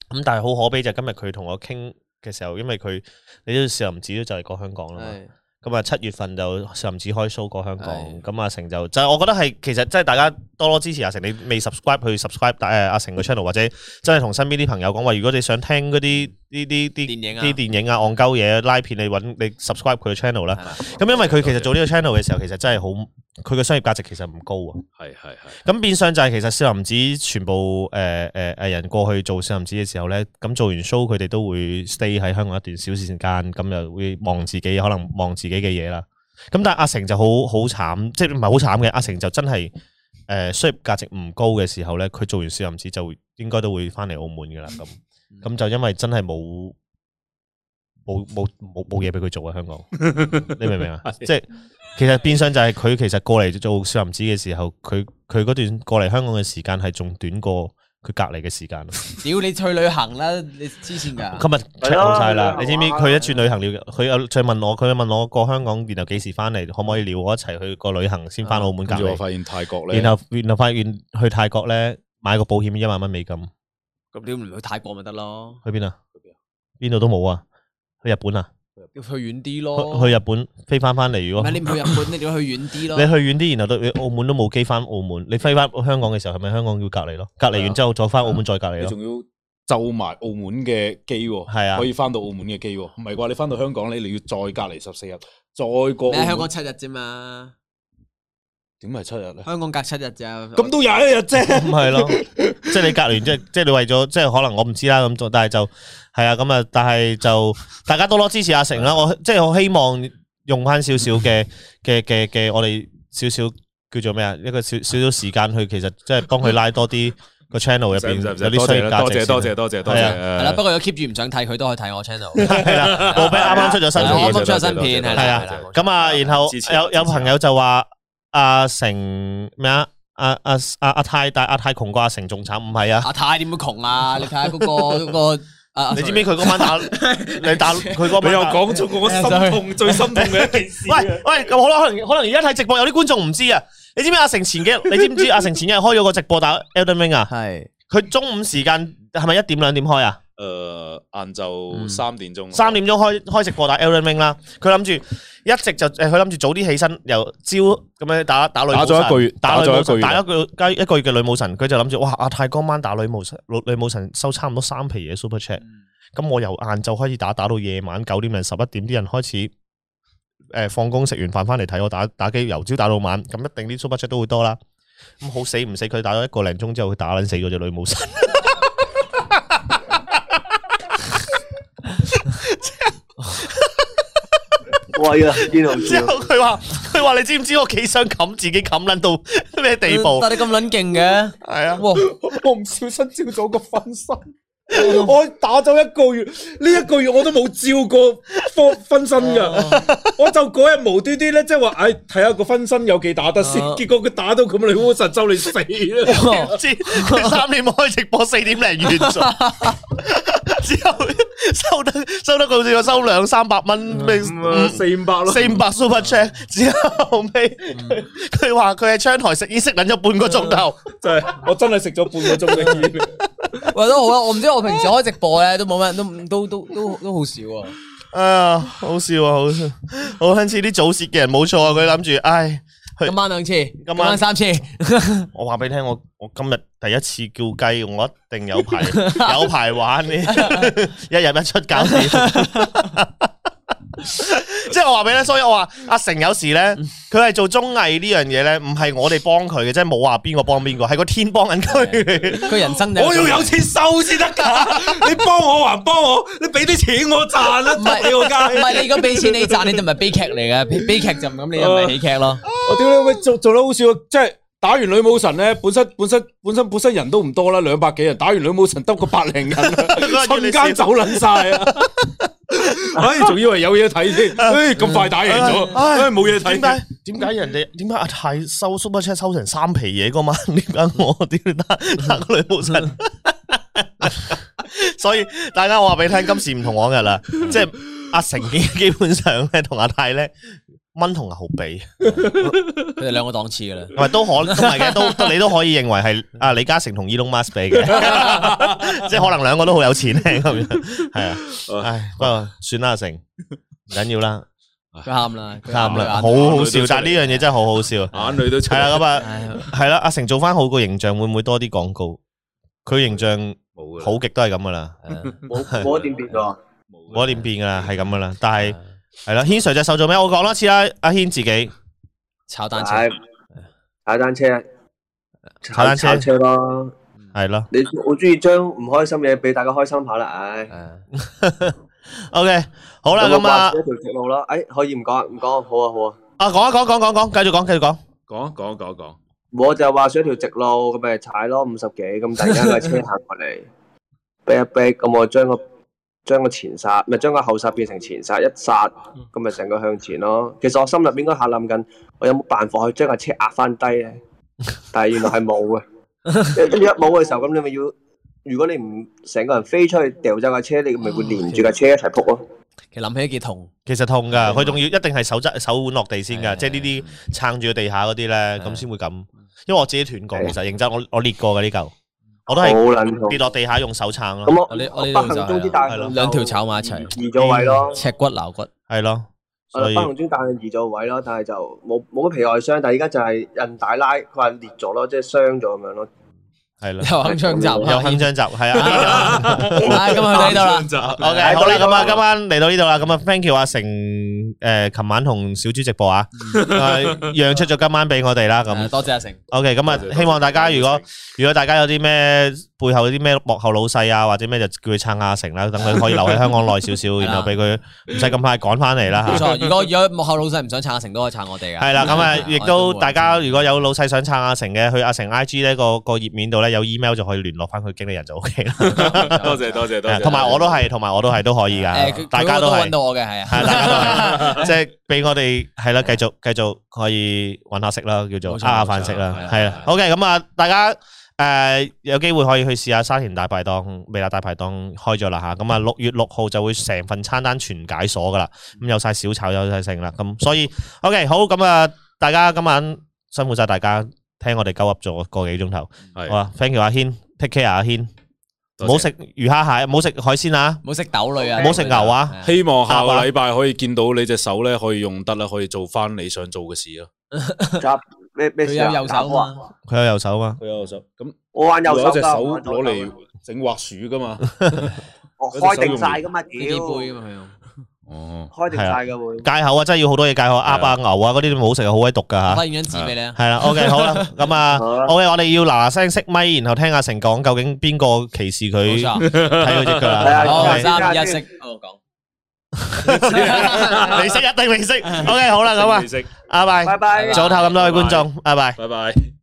[SPEAKER 1] 咁但係好可悲就係今日佢同我傾嘅時候，因為佢你都少林寺都就嚟過香港啦嘛。
[SPEAKER 5] 係
[SPEAKER 1] 咁啊，七月份就甚至開 show 過香港，
[SPEAKER 5] 係
[SPEAKER 1] 咁阿成就就係我覺得係其實真係大家多多支持阿成，你未 subscribe 去 subscribe 誒阿成嘅 channel，或者真係同身邊啲朋友講話，如果你想聽嗰啲呢啲啲
[SPEAKER 5] 電影啊
[SPEAKER 1] 啲電影啊、戇鳩嘢拉片，你揾你 subscribe 佢嘅 channel 啦。
[SPEAKER 5] 係啦
[SPEAKER 1] 咁因為佢其實做呢個 channel 嘅時候，其實真係好，佢嘅商業價值其實唔高啊。
[SPEAKER 2] 係係係。
[SPEAKER 1] 咁變相就係其實少林寺呃全部誒誒誒人過去做少林寺嘅時候咧，咁做完 show 佢哋都會 stay 喺香港一段小時間，咁又會望自己可能望自己嘅嘢啦。咁但係阿成就好好慘，即係唔係好慘嘅？阿成就真係誒商業價值唔高嘅時候咧，佢做完少林寺就應該都會翻嚟澳門噶啦。咁咁就因為真係冇冇冇冇冇嘢俾佢做啊！香港，你明唔明啊？即係其實變相就係佢其實過嚟做少林寺嘅時候，佢佢嗰段過嚟香港嘅時間係仲短過佢隔離嘅時間。
[SPEAKER 5] 屌你去旅行啦，你黐線
[SPEAKER 3] 啊
[SPEAKER 5] 㗎！
[SPEAKER 1] 今日 check 好晒啦，
[SPEAKER 4] 係咯
[SPEAKER 1] 你知唔知佢一轉旅行了？佢有再問我，佢問我過香港，然後幾時翻嚟，可唔可以撩我一齊去個旅行先翻澳門隔
[SPEAKER 2] 跟住我
[SPEAKER 1] 離？
[SPEAKER 2] 發現泰國咧，
[SPEAKER 1] 然後然後發現去泰國咧買個保險一萬蚊美金，
[SPEAKER 5] 咁屌唔去泰國咪得咯，
[SPEAKER 1] 去邊啊？邊度都冇啊？去日本啊？
[SPEAKER 5] 要去遠啲
[SPEAKER 1] 去
[SPEAKER 3] 哦
[SPEAKER 5] 咯。
[SPEAKER 1] 去日本飛翻翻嚟如
[SPEAKER 3] 唔
[SPEAKER 1] 果
[SPEAKER 3] 係你唔去日本，你點去遠 啲
[SPEAKER 1] 你
[SPEAKER 3] 咯？
[SPEAKER 1] 去遠啲，然後到澳門都冇機翻澳門，你飛翻香港嘅時候，係咪香港要隔離咯？
[SPEAKER 2] 啊
[SPEAKER 1] 隔離完之後再翻澳門再隔離
[SPEAKER 2] 你
[SPEAKER 1] 咯？
[SPEAKER 2] 仲要就埋澳門嘅機喎，
[SPEAKER 1] 係啊
[SPEAKER 2] 可以翻到澳門嘅機喎，唔係啩？你翻到香港咧，你要再隔離十四日，再過
[SPEAKER 3] 你喺
[SPEAKER 2] 澳
[SPEAKER 3] 啊香
[SPEAKER 2] 門
[SPEAKER 3] 港七日啫嘛，
[SPEAKER 2] 點係七日咧？
[SPEAKER 3] 香港隔七日咋？
[SPEAKER 2] 咁都有一日啫，
[SPEAKER 1] 咁係 咯，即係你隔完，即係即係你為咗，即係可能我唔知啦咁做，但係就係啊咁啊，但係就大家多多支持阿成啦。我即係我希望用翻少少嘅嘅嘅嘅，我哋少少叫做咩啊，一個少少少時間去，其實即係幫佢拉多啲個 channel 入邊有啲
[SPEAKER 2] 多
[SPEAKER 1] 商
[SPEAKER 2] 謝
[SPEAKER 1] 業
[SPEAKER 2] 啦
[SPEAKER 1] 價
[SPEAKER 2] 多
[SPEAKER 1] 值
[SPEAKER 2] 謝
[SPEAKER 1] 先。
[SPEAKER 2] 多謝多謝多
[SPEAKER 1] 係
[SPEAKER 2] 謝
[SPEAKER 1] 啊。
[SPEAKER 2] 誒
[SPEAKER 3] 係啦，不過有 keep 住唔想睇佢都可以睇我 channel。
[SPEAKER 5] 啊
[SPEAKER 1] 係啦，老餅啱啱出咗
[SPEAKER 2] 啊
[SPEAKER 1] 新
[SPEAKER 3] 我
[SPEAKER 1] 片
[SPEAKER 3] 啱。啱出咗新片，係啦
[SPEAKER 1] 係啊
[SPEAKER 3] 係啦。
[SPEAKER 1] 咁啊，然後
[SPEAKER 2] 支持
[SPEAKER 1] 有有
[SPEAKER 2] 支持
[SPEAKER 1] 朋友就話阿成咩啊？阿阿阿阿泰大阿泰窮過阿成仲慘，唔 係啊？
[SPEAKER 3] 阿太點會窮啊？你睇下嗰 個嗰個啊，
[SPEAKER 1] 你知唔知佢嗰晚 打你打佢嗰晚
[SPEAKER 2] 你又
[SPEAKER 1] 打
[SPEAKER 2] 講出我心痛最心痛嘅 一件事啊。
[SPEAKER 1] 喂喂咁好啦，可能可能而家睇直播有啲觀眾唔知啊。你知唔知阿成前 幾日？你知唔知阿成前幾日開咗個直播打 Elden Ring 啊？
[SPEAKER 5] 係
[SPEAKER 1] 佢中午時間係咪一點兩點開啊？
[SPEAKER 2] 誒，晏晝
[SPEAKER 5] 嗯
[SPEAKER 2] 三點鐘，
[SPEAKER 1] 三點鐘開開直播打 Elden Ring 啦。佢諗住一直就誒，佢諗住早啲起身，由朝咁樣打打女
[SPEAKER 2] 打咗一個
[SPEAKER 1] 句，
[SPEAKER 2] 月，
[SPEAKER 1] 打女
[SPEAKER 2] 咗
[SPEAKER 1] 武
[SPEAKER 2] 一個
[SPEAKER 1] 神，
[SPEAKER 2] 月啊
[SPEAKER 1] 打一個加一個月嘅女武神，佢就諗住哇！阿泰嗰晚打女武神，女女武神收差唔多三皮嘢 super chat。咁我由晏晝開始打，打到夜晚九點零十一點，啲人開始誒放工食完飯翻嚟睇我打打機，由朝打到晚，咁一定啲 super chat 都會多啦。咁好死唔死，佢打咗一個零鐘之後，佢打撚死咗只女武 神。
[SPEAKER 4] 喂啊，邊度
[SPEAKER 1] 之後
[SPEAKER 4] 笑？
[SPEAKER 1] 佢話：佢話你知唔知我幾想冚自己冚撚到咩地 步？
[SPEAKER 5] 但你咁撚勁嘅，
[SPEAKER 1] 係啊，
[SPEAKER 5] 哇！
[SPEAKER 2] 我唔小心照咗個分身，我打咗一個月，呢一個月我都冇照過分分身噶，我就嗰日無端端咧，即係話，唉，睇下個分身有幾打得先，
[SPEAKER 5] 哦
[SPEAKER 2] 結果佢打到咁，你烏實周你死啦！
[SPEAKER 1] 知佢三點開直播，四點零完 咗，之後收得收得佢好似我收兩三百蚊咩五
[SPEAKER 2] 嗯啊四五百咯，嗯
[SPEAKER 1] 四五百 super check 之後尾，佢佢話佢喺窗台食煙食撚咗半個鐘頭，
[SPEAKER 2] 就係我真係食咗半個鐘嘅煙，
[SPEAKER 5] 喂都好啦，我唔知我平時開直播咧都冇乜，都都都都都好少啊。
[SPEAKER 2] 嗯
[SPEAKER 1] 啊好笑啊好笑，好撚似啲早泄嘅人冇錯啊！佢諗住，唉，
[SPEAKER 5] 今晚兩次，今
[SPEAKER 1] 晚
[SPEAKER 5] 晚三次，
[SPEAKER 1] 我話俾你聽，我我今日第一次叫雞，我一定有排有排玩嘅，一日一出搞掂。 即係我話俾你聽，所以我話阿成有時咧，佢係做綜藝呢樣嘢咧，唔係我哋幫佢嘅，即係冇話邊個幫邊個，係個天幫緊佢。
[SPEAKER 5] 佢人生就係
[SPEAKER 2] 我要有錢收先得噶，你幫我還幫我，你俾啲錢我賺啦，
[SPEAKER 5] 唔係
[SPEAKER 2] 你個
[SPEAKER 5] 唔係
[SPEAKER 2] 街。
[SPEAKER 5] 你如果俾錢你賺，你就唔係悲劇嚟嘅，悲悲劇就唔咁，你就唔係喜劇咯。
[SPEAKER 2] 我屌你喂，做做得好笑，即係打完女武神咧，本身本身本身本身人都唔多啦，兩百幾人，打完女武神得個百零 人，啊瞬間走撚晒 啊！唉，仲以為有嘢睇 添，唉，咁快打贏咗，
[SPEAKER 1] 唉
[SPEAKER 2] 唉，冇嘢
[SPEAKER 1] 點
[SPEAKER 2] 睇
[SPEAKER 1] 解。點解人哋點解阿泰收 super chat 收成三皮嘢嗰晚，點解我點 解打打個女冇神？ 所以大家我話俾你聽，今時唔同往日啦，即係阿成 基本上咧同阿泰咧。蚊同牛比，
[SPEAKER 5] 佢哋兩個檔次噶啦。
[SPEAKER 1] 唔係都可都唔係嘅，都都你都可以認為係阿李嘉誠同 Elon Musk 比嘅，即係可能兩個都好有錢咧咁樣， 係啊，唉，不過算啦，阿成唔緊 要啦，
[SPEAKER 5] 佢喊啦，佢
[SPEAKER 1] 啱啦，好
[SPEAKER 5] 佢
[SPEAKER 1] 好笑，但係呢樣嘢真係好好 笑。
[SPEAKER 2] 眼淚都出
[SPEAKER 1] 系啦，咁啊，
[SPEAKER 5] 唉
[SPEAKER 1] 系啦，阿成做翻好個形象，會唔會多啲廣告？佢形象
[SPEAKER 2] 冇
[SPEAKER 1] 好極都係咁噶啦，
[SPEAKER 4] 冇冇一點變喎，
[SPEAKER 1] 冇一點變噶啦，係咁噶啦。但係係啦，軒 Sir 隻手做咩？我講多次啦，阿軒自己
[SPEAKER 5] 炒單車
[SPEAKER 4] 係，踩單車，
[SPEAKER 1] 踩單車
[SPEAKER 4] 踩車咯。
[SPEAKER 1] 係咯。
[SPEAKER 4] 你好中意將唔開心嘢俾大家開心下啦，唉。
[SPEAKER 5] 係
[SPEAKER 1] OK，好啦，咁啊，
[SPEAKER 4] 一條直路啦，誒可以唔講唔講，好啊好啊。
[SPEAKER 1] 啊講一講講講講，繼續講繼續講。
[SPEAKER 2] 講講講講，
[SPEAKER 4] 我就話上一條直路，咁咪踩咯五十幾，咁突然間架車行過嚟， 逼一逼，咁我將個將個前剎，咪將個後剎變成前剎，一剎，
[SPEAKER 5] 嗯
[SPEAKER 4] 咁咪成個向前咯。其實我 心入邊嗰下諗緊，我有冇辦法去將架車壓翻低咧？但係原來係冇嘅，跟住一冇嘅時候，咁你咪要，如果你唔成個人飛出去掉走架車，你咪會連住架車一齊仆咯。
[SPEAKER 5] 其實諗起都幾痛，
[SPEAKER 1] 其實痛噶，佢仲要一定係手執手腕落地先噶，
[SPEAKER 5] 係
[SPEAKER 1] 即係呢啲撐住個地下嗰啲咧，咁先會咁。因為我自己斷過，
[SPEAKER 4] 係
[SPEAKER 1] 其實認真，我我裂過嘅呢嚿，我都
[SPEAKER 4] 好
[SPEAKER 1] 係
[SPEAKER 4] 撚痛
[SPEAKER 1] 跌。落地下用手撐咯，
[SPEAKER 4] 咁我
[SPEAKER 5] 我呢
[SPEAKER 4] 我
[SPEAKER 5] 我呢
[SPEAKER 4] 不
[SPEAKER 5] 度就
[SPEAKER 4] 幸中之
[SPEAKER 5] 係
[SPEAKER 4] 大
[SPEAKER 1] 係咯
[SPEAKER 4] 幸
[SPEAKER 5] 兩條
[SPEAKER 4] 就
[SPEAKER 5] 炒埋一齊，
[SPEAKER 4] 移咗位咯。
[SPEAKER 5] 赤骨流骨，
[SPEAKER 1] 係咯，
[SPEAKER 4] 我
[SPEAKER 1] 所以
[SPEAKER 4] 不幸中大幸移咗位咯，但係就冇冇乜皮外傷，但係而家就係韌帶拉，佢話裂咗咯，即係傷咗咁樣 咯。
[SPEAKER 1] 係啦，
[SPEAKER 5] 又鏗槍集，
[SPEAKER 1] 有鏗張集係啊。
[SPEAKER 5] 唉，咁去到 呢度啦，
[SPEAKER 1] O K，好啦，咁啊，今晚嚟到呢度啦，咁啊，thank you 阿成，诶，琴晚同小豬直 播啊，誒讓出咗今晚俾我哋啦，咁
[SPEAKER 5] 咁多謝阿成，
[SPEAKER 1] O K，咁
[SPEAKER 2] 多謝
[SPEAKER 1] 啊，希望大家如果如果大家有啲咩背後有啲咩幕後老細啊，或者咩就叫佢撐阿成啦，等佢可以留喺香港耐少少，
[SPEAKER 5] 啦
[SPEAKER 1] 然後俾佢唔使咁快趕翻嚟啦
[SPEAKER 5] 冇
[SPEAKER 1] 吓。
[SPEAKER 5] 錯。如果如果幕後老細唔想撐阿成，都可以撐我哋噶。
[SPEAKER 1] 系啦，咁啊，
[SPEAKER 5] 我哋
[SPEAKER 1] 亦都
[SPEAKER 5] 會
[SPEAKER 1] 大家如果有老細想撐阿成嘅，去阿成 I G 呢個個頁面度咧有 email 就可以聯絡翻佢經理人就 O K 啦。
[SPEAKER 2] 多謝多謝多謝，
[SPEAKER 1] 同埋我都啊係，同埋我都係都可以
[SPEAKER 5] 誒佢
[SPEAKER 1] 噶，啊大
[SPEAKER 5] 佢
[SPEAKER 1] 家
[SPEAKER 5] 嗰個
[SPEAKER 1] 都
[SPEAKER 5] 都
[SPEAKER 1] 係
[SPEAKER 5] 揾。到我嘅，係啊，
[SPEAKER 1] 系啦，即系俾我哋系啦，继续继续可以揾下食啦，叫做
[SPEAKER 5] 冇
[SPEAKER 1] 呃
[SPEAKER 5] 錯
[SPEAKER 1] 下饭食啦
[SPEAKER 5] 冇，錯
[SPEAKER 1] 系啦。OK，咁啊，大家诶有機會可以去試下沙田大排檔、未辣大排檔開咗啦吓，咁啊六月六號就會成份餐單全解鎖噶啦，咁有晒小炒有晒剩啦，咁所以 OK 好，咁啊大家今晚辛苦晒大家聽我哋鳩噏咗個幾鐘頭，
[SPEAKER 2] 係
[SPEAKER 1] 好啊，thank you 阿軒，take care 阿軒，唔好
[SPEAKER 2] 多謝
[SPEAKER 1] 食魚蝦蟹，唔好食海鮮啊，
[SPEAKER 5] 唔好食豆類啊，
[SPEAKER 1] 唔好食牛啊
[SPEAKER 5] 係
[SPEAKER 2] 希望下個禮拜可以見到你隻手咧，可以用得啦，可以做翻你想做嘅事咯。
[SPEAKER 4] 揸咩咩
[SPEAKER 5] 佢
[SPEAKER 4] 事啊
[SPEAKER 5] 有右手啊嘛，
[SPEAKER 1] 佢有右手嘛，
[SPEAKER 2] 佢有手咁，
[SPEAKER 4] 我玩右
[SPEAKER 2] 有
[SPEAKER 4] 手
[SPEAKER 2] 隻
[SPEAKER 4] 㗎
[SPEAKER 2] 手
[SPEAKER 4] 我玩左
[SPEAKER 2] 攞
[SPEAKER 4] 手
[SPEAKER 2] 嚟
[SPEAKER 4] 㗎
[SPEAKER 2] 整滑鼠噶嘛。
[SPEAKER 4] 我
[SPEAKER 2] 嗰隻手
[SPEAKER 4] 開定
[SPEAKER 2] 用
[SPEAKER 4] 晒㗎嘛，
[SPEAKER 5] 飛機杯啊
[SPEAKER 4] 屌，
[SPEAKER 5] 嘛，佢用
[SPEAKER 2] 哦，
[SPEAKER 4] 開定晒㗎會。
[SPEAKER 1] 戒口啊，真係要好多嘢戒口，鴨啊、牛啊嗰啲都唔好食啊，好鬼毒噶吓
[SPEAKER 5] 我。發現張紙俾你啊。
[SPEAKER 1] 系啦，OK，好啦， 咁啊
[SPEAKER 4] 好啦
[SPEAKER 1] ，OK，我哋要嗱嗱聲熄咪，然後聽阿成講究竟邊個歧視
[SPEAKER 5] 冇
[SPEAKER 1] 佢
[SPEAKER 5] 錯，
[SPEAKER 1] 睇佢只腳
[SPEAKER 4] 係
[SPEAKER 1] 啦。
[SPEAKER 4] 啊
[SPEAKER 5] 好
[SPEAKER 4] 好
[SPEAKER 1] OK，
[SPEAKER 5] 三二一識，我講。
[SPEAKER 1] 你識一定你識。OK，好啦，咁啊，
[SPEAKER 2] 識，
[SPEAKER 1] 拜
[SPEAKER 4] 拜
[SPEAKER 1] 拜，
[SPEAKER 4] 拜。
[SPEAKER 1] 早唞咁多位觀眾，拜拜。
[SPEAKER 2] 拜拜。